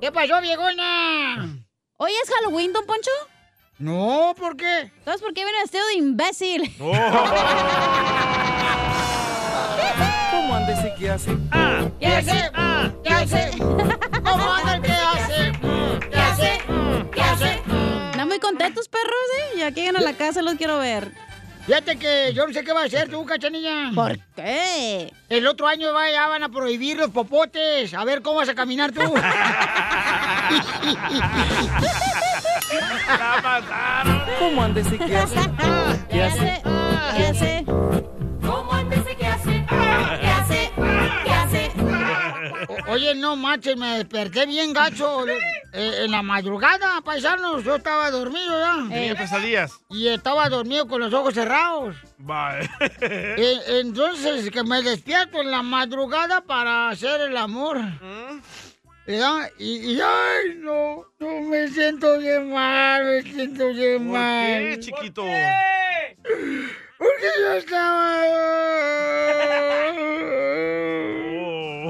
Speaker 1: ¿Qué pasó, viejona?
Speaker 3: ¿Hoy es Halloween, don Poncho?
Speaker 1: No, ¿por qué?
Speaker 3: Entonces, ¿por qué viene vestido de imbécil?
Speaker 24: ¿Cómo anda ese que hace? Ah,
Speaker 1: ¿Qué hace? ¿Qué hace? ¿Cómo anda el que hace? ¿Qué hace? ¿Qué hace?
Speaker 3: Están muy contentos, perros, ¿eh? Ya que llegan a la casa los quiero ver.
Speaker 1: Fíjate que yo no sé qué va a hacer tú, cachanilla.
Speaker 3: ¿Por qué?
Speaker 1: El otro año va- ya van a prohibir los popotes. A ver cómo vas a caminar tú.
Speaker 24: ¿Cómo anda ese que hace?
Speaker 12: ¿Qué hace?
Speaker 3: ¿Qué hace?
Speaker 12: ¿Cómo antes qué hace? ¿Qué hace? ¿Qué hace?
Speaker 1: O- Oye, no manches, me desperté bien gacho eh, en la madrugada, paisanos. Yo estaba dormido ya.
Speaker 2: Tenía pesadillas.
Speaker 1: Y estaba dormido con los ojos cerrados.
Speaker 2: Bye.
Speaker 1: Eh, entonces, que me despierto en la madrugada para hacer el amor. ¿Verdad? Y, y, ay, no, no me siento bien mal, me siento bien
Speaker 2: ¿Por
Speaker 1: mal.
Speaker 2: qué, chiquito?
Speaker 1: Porque yo estaba...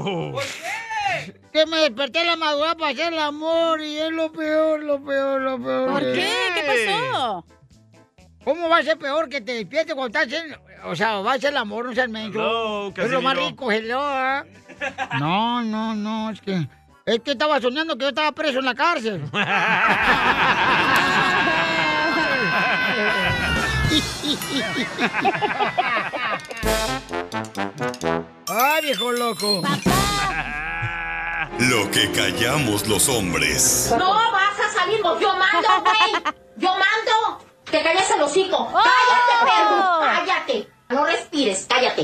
Speaker 2: Oh.
Speaker 1: Que me desperté en la madrugada para hacer el amor y es lo peor, lo peor, lo peor.
Speaker 12: ¿Por
Speaker 1: que-
Speaker 12: qué? ¿Qué pasó?
Speaker 1: ¿Cómo va a ser peor que te despiertes cuando estás en... O sea, va a ser el amor, no sea el menso.
Speaker 12: Hello,
Speaker 1: es lo más
Speaker 12: Casimiro.
Speaker 1: rico, hello, ¿ah? No, no, no, es que... Es que estaba soñando que yo estaba preso en la cárcel. ¡Ay, viejo loco!
Speaker 16: Lo que callamos los hombres.
Speaker 12: No vas a salir, vos. yo mando, güey. Yo mando. Te calles el hocico.
Speaker 3: ¡Oh!
Speaker 12: Cállate, perro. Cállate. No respires, cállate.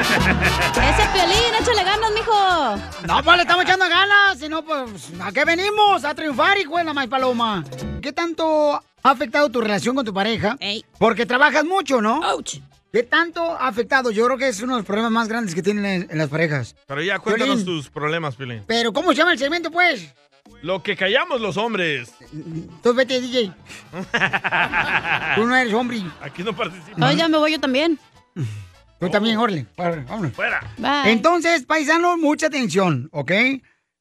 Speaker 3: Ese piolín, échale ganas, mijo.
Speaker 1: No, pues le estamos echando ganas, si no, pues, ¿a qué venimos? A triunfar, hijo de la maíz paloma. ¿Qué tanto ha afectado tu relación con tu pareja? Porque trabajas mucho, ¿no? ¿Qué tanto ha afectado? Yo creo que es uno de los problemas más grandes que tienen en, en las parejas.
Speaker 2: Pero ya, cuéntanos
Speaker 1: Piolín.
Speaker 2: tus problemas, Pilín.
Speaker 1: Pero, ¿cómo se llama el segmento, pues?
Speaker 2: Lo que callamos los hombres.
Speaker 1: Tú vete, DJ. Tú no eres hombre.
Speaker 2: Aquí no participas.
Speaker 3: No, ya me voy yo también.
Speaker 1: Tú también, Orle. Vámonos.
Speaker 2: Fuera.
Speaker 3: Bye.
Speaker 1: Entonces, paisano, mucha atención, ¿ok?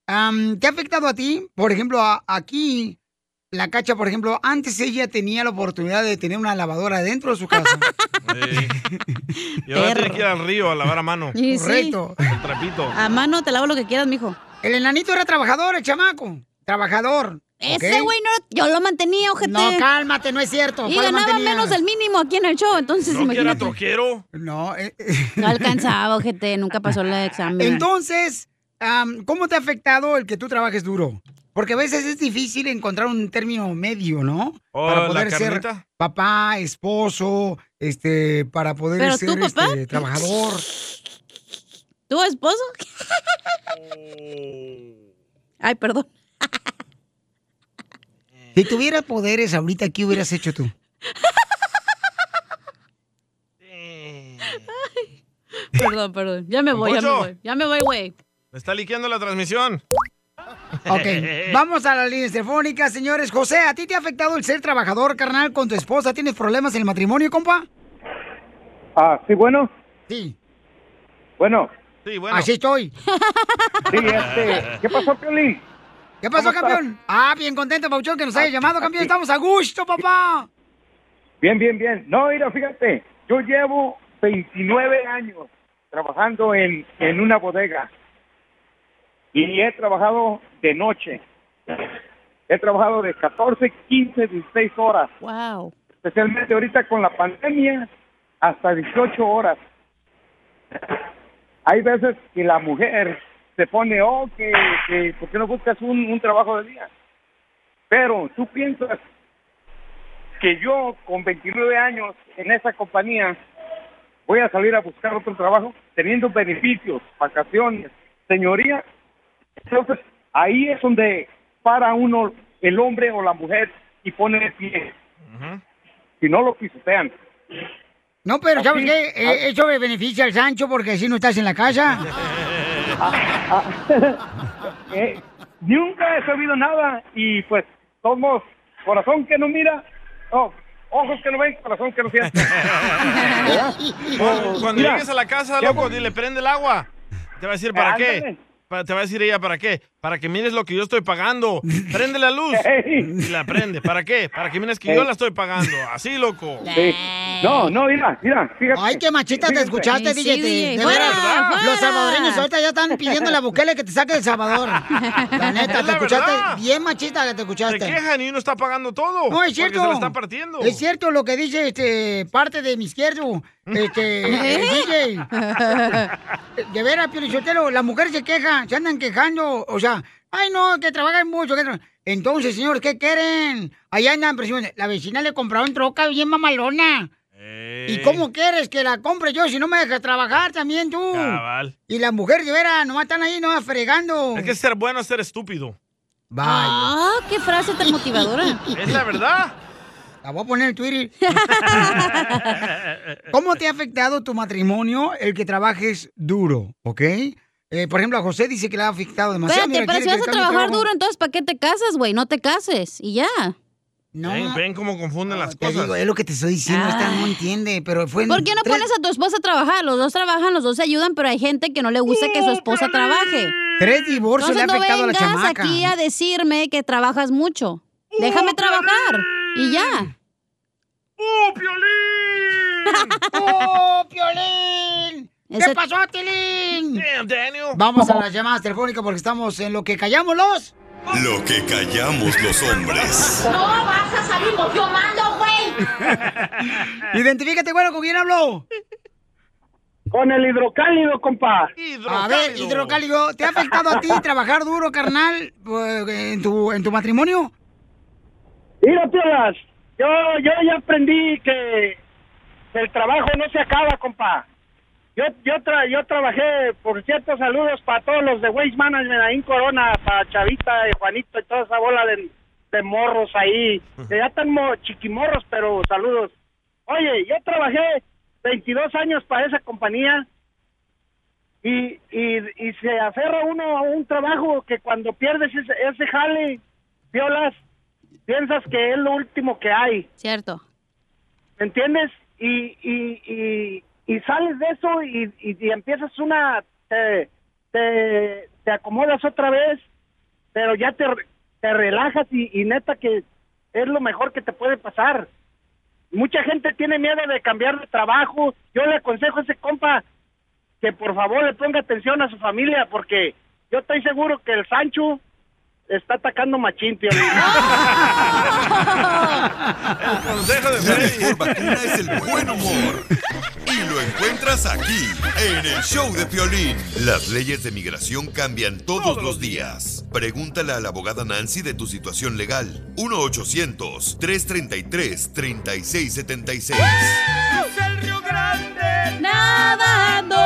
Speaker 1: Am, ¿Te ha afectado a ti? Por ejemplo, a- aquí, la cacha, por ejemplo, antes ella tenía la oportunidad de tener una lavadora dentro de su casa.
Speaker 2: Y ahora tiene que ir al río a lavar a mano.
Speaker 3: Y sí.
Speaker 1: Correcto.
Speaker 2: El trapito.
Speaker 3: A mano te lavo lo que quieras, mijo.
Speaker 1: El enanito era trabajador, el chamaco. Trabajador.
Speaker 3: Ese güey no, yo lo mantenía, ojete.
Speaker 1: No, cálmate, no es cierto.
Speaker 3: Y
Speaker 1: ¿cuál lo
Speaker 3: ganaba
Speaker 1: mantenía?
Speaker 3: menos del mínimo aquí en el show, entonces
Speaker 1: No, que era
Speaker 3: imagínate.
Speaker 2: Troquero.
Speaker 1: No, eh,
Speaker 3: No alcanzaba, ojete, nunca pasó el examen.
Speaker 1: Entonces, am, ¿cómo te ha afectado el que tú trabajes duro? Porque a veces es difícil encontrar un término medio, ¿no?
Speaker 2: Oh,
Speaker 1: para
Speaker 2: ¿la
Speaker 1: poder ser
Speaker 2: carnita?
Speaker 1: papá, esposo, este, para poder
Speaker 3: ¿Pero
Speaker 1: ser
Speaker 3: tú, papá?
Speaker 1: este, trabajador.
Speaker 3: ¿Tu esposo? Ay, perdón.
Speaker 1: Si tuvieras poderes ahorita, ¿qué hubieras hecho tú?
Speaker 3: Perdón, perdón. Ya me voy, ya me
Speaker 2: Poncho.
Speaker 3: voy. Ya me voy, güey.
Speaker 2: Me está liqueando la transmisión.
Speaker 1: Ok, vamos a las líneas telefónicas, señores. José, ¿a ti te ha afectado el ser trabajador, carnal, con tu esposa? ¿Tienes problemas en el matrimonio, compa?
Speaker 25: Ah, sí, bueno.
Speaker 1: Sí.
Speaker 25: Bueno.
Speaker 2: Sí,
Speaker 1: Así estoy.
Speaker 25: Sí, este, ¿qué pasó, Piolín?
Speaker 1: ¿Qué pasó,
Speaker 25: ¿Cómo estás? Ah,
Speaker 1: campeón? Ah, bien contento, Pauchón, que nos haya llamado, campeón. Estamos a gusto, papá.
Speaker 25: Bien, bien, bien. No, mira, fíjate, yo llevo 29 años trabajando en, en una bodega y he trabajado de noche. He trabajado de 14, 15, 16 horas.
Speaker 3: Wow.
Speaker 25: Especialmente ahorita con la pandemia, hasta 18 horas. Hay veces que la mujer se pone, oh, que, que ¿por qué no buscas un, un trabajo de día? Pero tú piensas que yo con 29 años en esa compañía voy a salir a buscar otro trabajo teniendo beneficios, vacaciones,
Speaker 10: señoría. Entonces, ahí es donde para uno el hombre o la mujer y pone el pie. Si no lo pisotean.
Speaker 1: No, pero ¿sabes
Speaker 10: Así-
Speaker 1: qué?
Speaker 25: Ah.
Speaker 1: Eh, eso me beneficia al Sancho porque así no estás en la casa.
Speaker 10: Eh, nunca he sabido nada y pues somos corazón que no mira, no, ojos que no ven, corazón que no siente. ¿Verdad?
Speaker 2: Cuando, cuando
Speaker 10: Mira,
Speaker 2: llegues a la casa,
Speaker 10: ya
Speaker 2: loco,
Speaker 10: con-
Speaker 2: dile, prende el agua. Te va a decir, ¿para qué?
Speaker 10: Ándale.
Speaker 2: Pa- Te va a decir ella, ¿para qué? Para que mires lo que yo estoy pagando. Prende la luz. Y la prende. ¿Para qué? Para que mires que yo
Speaker 10: Ey.
Speaker 2: la estoy pagando. Así, loco.
Speaker 10: Sí. No, no, mira, mira, fíjate.
Speaker 1: Ay, qué machita te
Speaker 10: Fíjate.
Speaker 1: escuchaste, DJ. de de veras. Los salvadoreños ahorita ya están pidiendo a Bukele que te saque de El Salvador. La neta,
Speaker 2: Es
Speaker 1: te
Speaker 2: la
Speaker 1: escuchaste
Speaker 2: verdad.
Speaker 1: bien machita que te escuchaste.
Speaker 2: Se quejan y uno está pagando todo.
Speaker 1: No,
Speaker 2: porque
Speaker 1: es cierto.
Speaker 2: se la está partiendo.
Speaker 1: Es cierto lo que dice este parte de mi izquierdo. Este, el DJ. De veras, Piolichotelo, la mujer se queja, se andan quejando. O sea, ay no, que trabajan mucho. que tra- Entonces, señor, ¿qué quieren? Allá andan presiones. La vecina le compraron troca bien mamalona. ¿Y cómo quieres que la compre yo si no me dejas trabajar también tú?
Speaker 2: Cabal.
Speaker 1: Y las mujeres de veras nomás están ahí, nomás fregando.
Speaker 2: Es que ser bueno es ser estúpido.
Speaker 1: Ah,
Speaker 3: qué frase tan motivadora.
Speaker 2: Es la verdad.
Speaker 1: La voy a poner en Twitter. ¿Cómo te ha afectado tu matrimonio el que trabajes duro, ok? Eh, por ejemplo, a José dice que le ha afectado demasiado.
Speaker 3: Espérate, pero si vas a trabajar duro, entonces ¿para qué te casas, güey? No te cases y ya.
Speaker 2: Ven, ven cómo confunden las
Speaker 1: Te
Speaker 2: cosas.
Speaker 1: digo, es lo que te estoy diciendo, esta no entiende, pero fue... en
Speaker 3: Ah. ¿Por qué no
Speaker 1: tres-
Speaker 3: pones a tu esposa a trabajar? Los dos trabajan, los dos se ayudan, pero hay gente que no le gusta que su esposa trabaje.
Speaker 1: Tres divorcios le ha
Speaker 3: Entonces no
Speaker 1: afectado a la
Speaker 3: vengas
Speaker 1: chamaca.
Speaker 3: aquí a decirme que trabajas mucho. Déjame trabajar y ya.
Speaker 2: ¡Oh, Piolín!
Speaker 1: ¡Oh, Piolín!
Speaker 3: Ese-
Speaker 1: ¿Qué pasó, Tilín?
Speaker 2: Daniel.
Speaker 1: Vamos a las llamadas telefónicas porque estamos en lo que callamos los...
Speaker 16: Lo que callamos los hombres.
Speaker 1: No vas a salir yo mando, güey. Identifícate, bueno, ¿con quién hablo?
Speaker 10: Con el hidrocálido, compa.
Speaker 1: A ver, hidrocálido, ¿te ha afectado a ti trabajar duro, carnal, eh, en tu, en tu matrimonio?
Speaker 10: Mira, Piolas, yo, yo ya aprendí que el trabajo no se acaba, compa. Yo, yo, tra- yo trabajé, por cierto, saludos para todos los de Waste Management ahí en Corona, para Chavita, y Juanito y toda esa bola de, de morros ahí. Que ya están mo- chiquimorros, pero saludos. Oye, yo trabajé 22 años para esa compañía y, y, y se aferra uno a un trabajo que cuando pierdes ese, ese jale, violas, piensas que es lo último que hay.
Speaker 3: Cierto.
Speaker 10: ¿Me entiendes? Y, y, y, y sales de eso y, y- y empiezas una... Te, te, te acomodas otra vez, pero ya te, re- te relajas y, y neta que es lo mejor que te puede pasar. Mucha gente tiene miedo de cambiar de trabajo. Yo le aconsejo a ese compa que por favor le ponga atención a su familia porque yo estoy seguro que el Sancho está atacando machín, Piolín.
Speaker 16: La mejor vacuna es el buen humor. Y lo encuentras aquí, en el show de Piolín. Las leyes de migración cambian todos los días. Pregúntale a la abogada Nancy de tu situación legal. 1-800-333-3676.
Speaker 3: Nadando.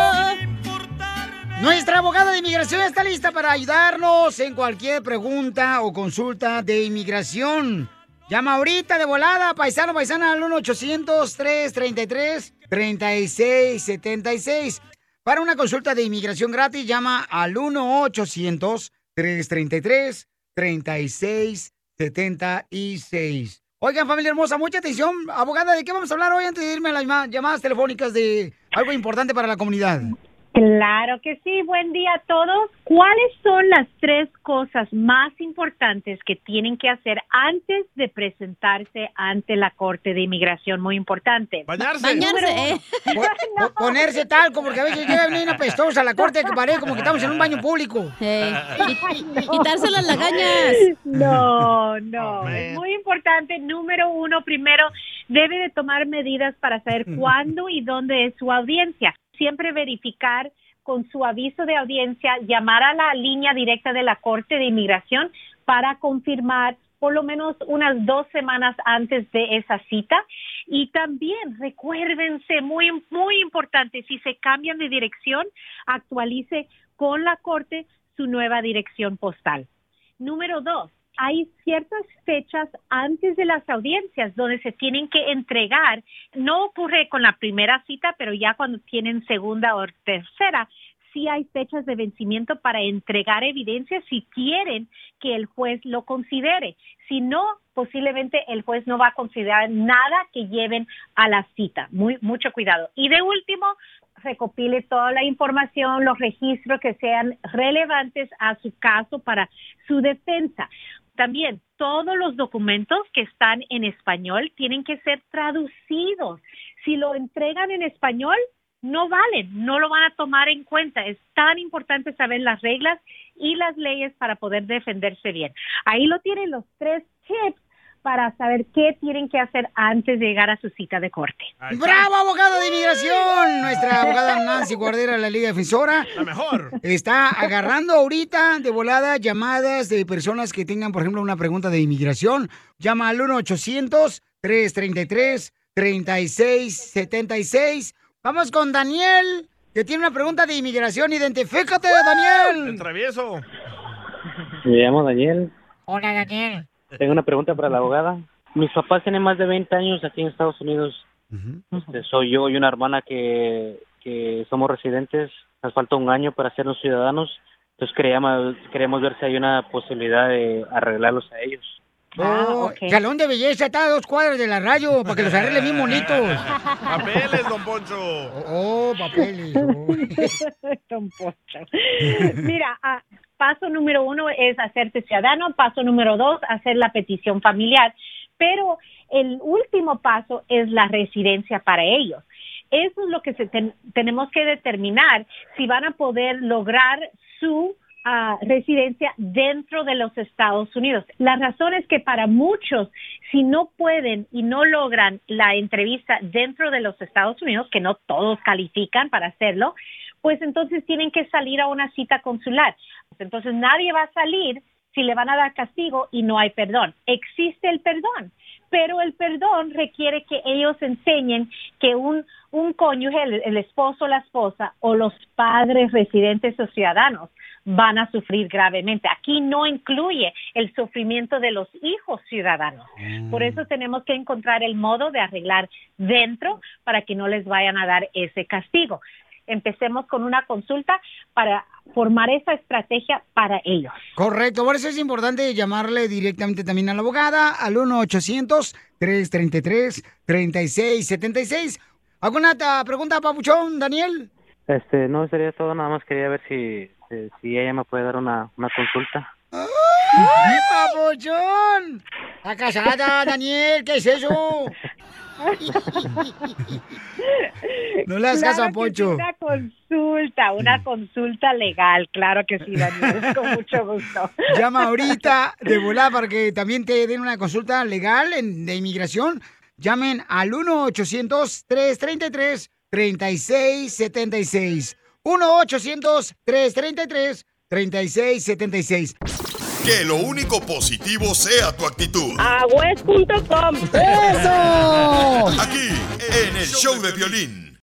Speaker 1: Nuestra abogada de inmigración está lista para ayudarnos en cualquier pregunta o consulta de inmigración. Llama ahorita de volada, paisano, paisana, al 1-800-333-3676. Para una consulta de inmigración gratis, llama al 1-800-333-3676. Oigan, familia hermosa, mucha atención. Abogada, ¿de qué vamos a hablar hoy antes de irme a las llama- llamadas telefónicas de algo importante para la comunidad?
Speaker 15: Claro que sí, buen día a todos. ¿Cuáles son las tres cosas más importantes que tienen que hacer antes de presentarse ante la Corte de Inmigración? Muy importante.
Speaker 1: eh.
Speaker 15: Número uno.
Speaker 1: Po- po- ponerse talco, porque a veces llega una apestosa a la corte que parece como que estamos en un baño público.
Speaker 15: quitarse las lagañas. No, no. es muy importante. Número uno, primero, debe de tomar medidas para saber cuándo y dónde es su audiencia. Siempre verificar con su aviso de audiencia, llamar a la línea directa de la Corte de Inmigración para confirmar por lo menos unas dos semanas antes de esa cita. Y también recuérdense, muy, muy importante, si se cambian de dirección, actualice con la corte su nueva dirección postal. Número dos, hay ciertas fechas antes de las audiencias donde se tienen que entregar. No ocurre con la primera cita, pero ya cuando tienen segunda o tercera, sí hay fechas de vencimiento para entregar evidencia si quieren que el juez lo considere. Si no, posiblemente el juez no va a considerar nada que lleven a la cita. Muy, mucho cuidado. Y de último, recopile toda la información, los registros que sean relevantes a su caso para su defensa. También todos los documentos que están en español tienen que ser traducidos. Si lo entregan en español, no valen, no lo van a tomar en cuenta. Es tan importante saber las reglas y las leyes para poder defenderse bien. Ahí lo tienen los tres tips para saber qué tienen que hacer antes de llegar a su cita de corte.
Speaker 1: ¡Bravo, abogado de inmigración! Nuestra abogada Nancy Guardera, la Liga Defensora.
Speaker 2: La mejor.
Speaker 1: Está agarrando ahorita de volada llamadas de personas que tengan, por ejemplo, una pregunta de inmigración. Llama al 1-800-333-3676. Vamos con Daniel, que tiene una pregunta de inmigración. ¡Identifícate,
Speaker 2: El
Speaker 1: Daniel!
Speaker 2: travieso.
Speaker 18: Me llamo Daniel.
Speaker 1: Hola, Daniel.
Speaker 18: Tengo una pregunta para la abogada. Mis papás tienen más de 20 años aquí en Estados Unidos. Este, soy yo y una hermana que, que somos residentes. Nos falta un año para sernos ciudadanos. Entonces queríamos, queremos ver si hay una posibilidad de arreglarlos a ellos.
Speaker 1: Oh, Salón de belleza está a dos cuadras de la radio para que los arregle bien bonitos.
Speaker 2: Papeles, don Poncho.
Speaker 1: Oh, papeles.
Speaker 15: Don Poncho. Mira, ah, paso número uno es hacerte ciudadano, paso número dos, hacer la petición familiar, pero el último paso es la residencia para ellos. Eso es lo que se ten- tenemos que determinar si van a poder lograr su ah, residencia dentro de los Estados Unidos. La razón es que para muchos, si no pueden y no logran la entrevista dentro de los Estados Unidos, que no todos califican para hacerlo, pues entonces tienen que salir a una cita consular. Entonces nadie va a salir si le van a dar castigo y no hay perdón. Existe el perdón, pero el perdón requiere que ellos enseñen que un, un cónyuge, el, el esposo, la esposa o los padres residentes o ciudadanos van a sufrir gravemente. Aquí no incluye el sufrimiento de los hijos ciudadanos. Por eso tenemos que encontrar el modo de arreglar dentro para que no les vayan a dar ese castigo. Empecemos con una consulta para formar esa estrategia para ellos.
Speaker 1: Correcto, por eso es importante llamarle directamente también a la abogada al 1-800-333-3676. ¿Alguna ta- pregunta, Papuchón, Daniel?
Speaker 18: Este, no, sería todo. Nada más quería ver si, si, si ella me puede dar una, una consulta.
Speaker 1: ¡Ay, Papuchón! ¡Está casada, Daniel! ¿Qué es eso? No le hagas
Speaker 15: Claro
Speaker 1: caso a
Speaker 15: que sí,
Speaker 1: Poncho. Mm.
Speaker 15: Una consulta, una consulta legal, claro que sí, Daniel, con mucho gusto.
Speaker 1: Llama ahorita de volada para que también te den una consulta legal en- de inmigración. Llamen al 1-800-333-3676. 1-800-333-3676.
Speaker 16: Que lo único positivo sea tu actitud.
Speaker 18: Agüez.com.
Speaker 1: ¡Eso!
Speaker 16: Aquí, en el show de violín.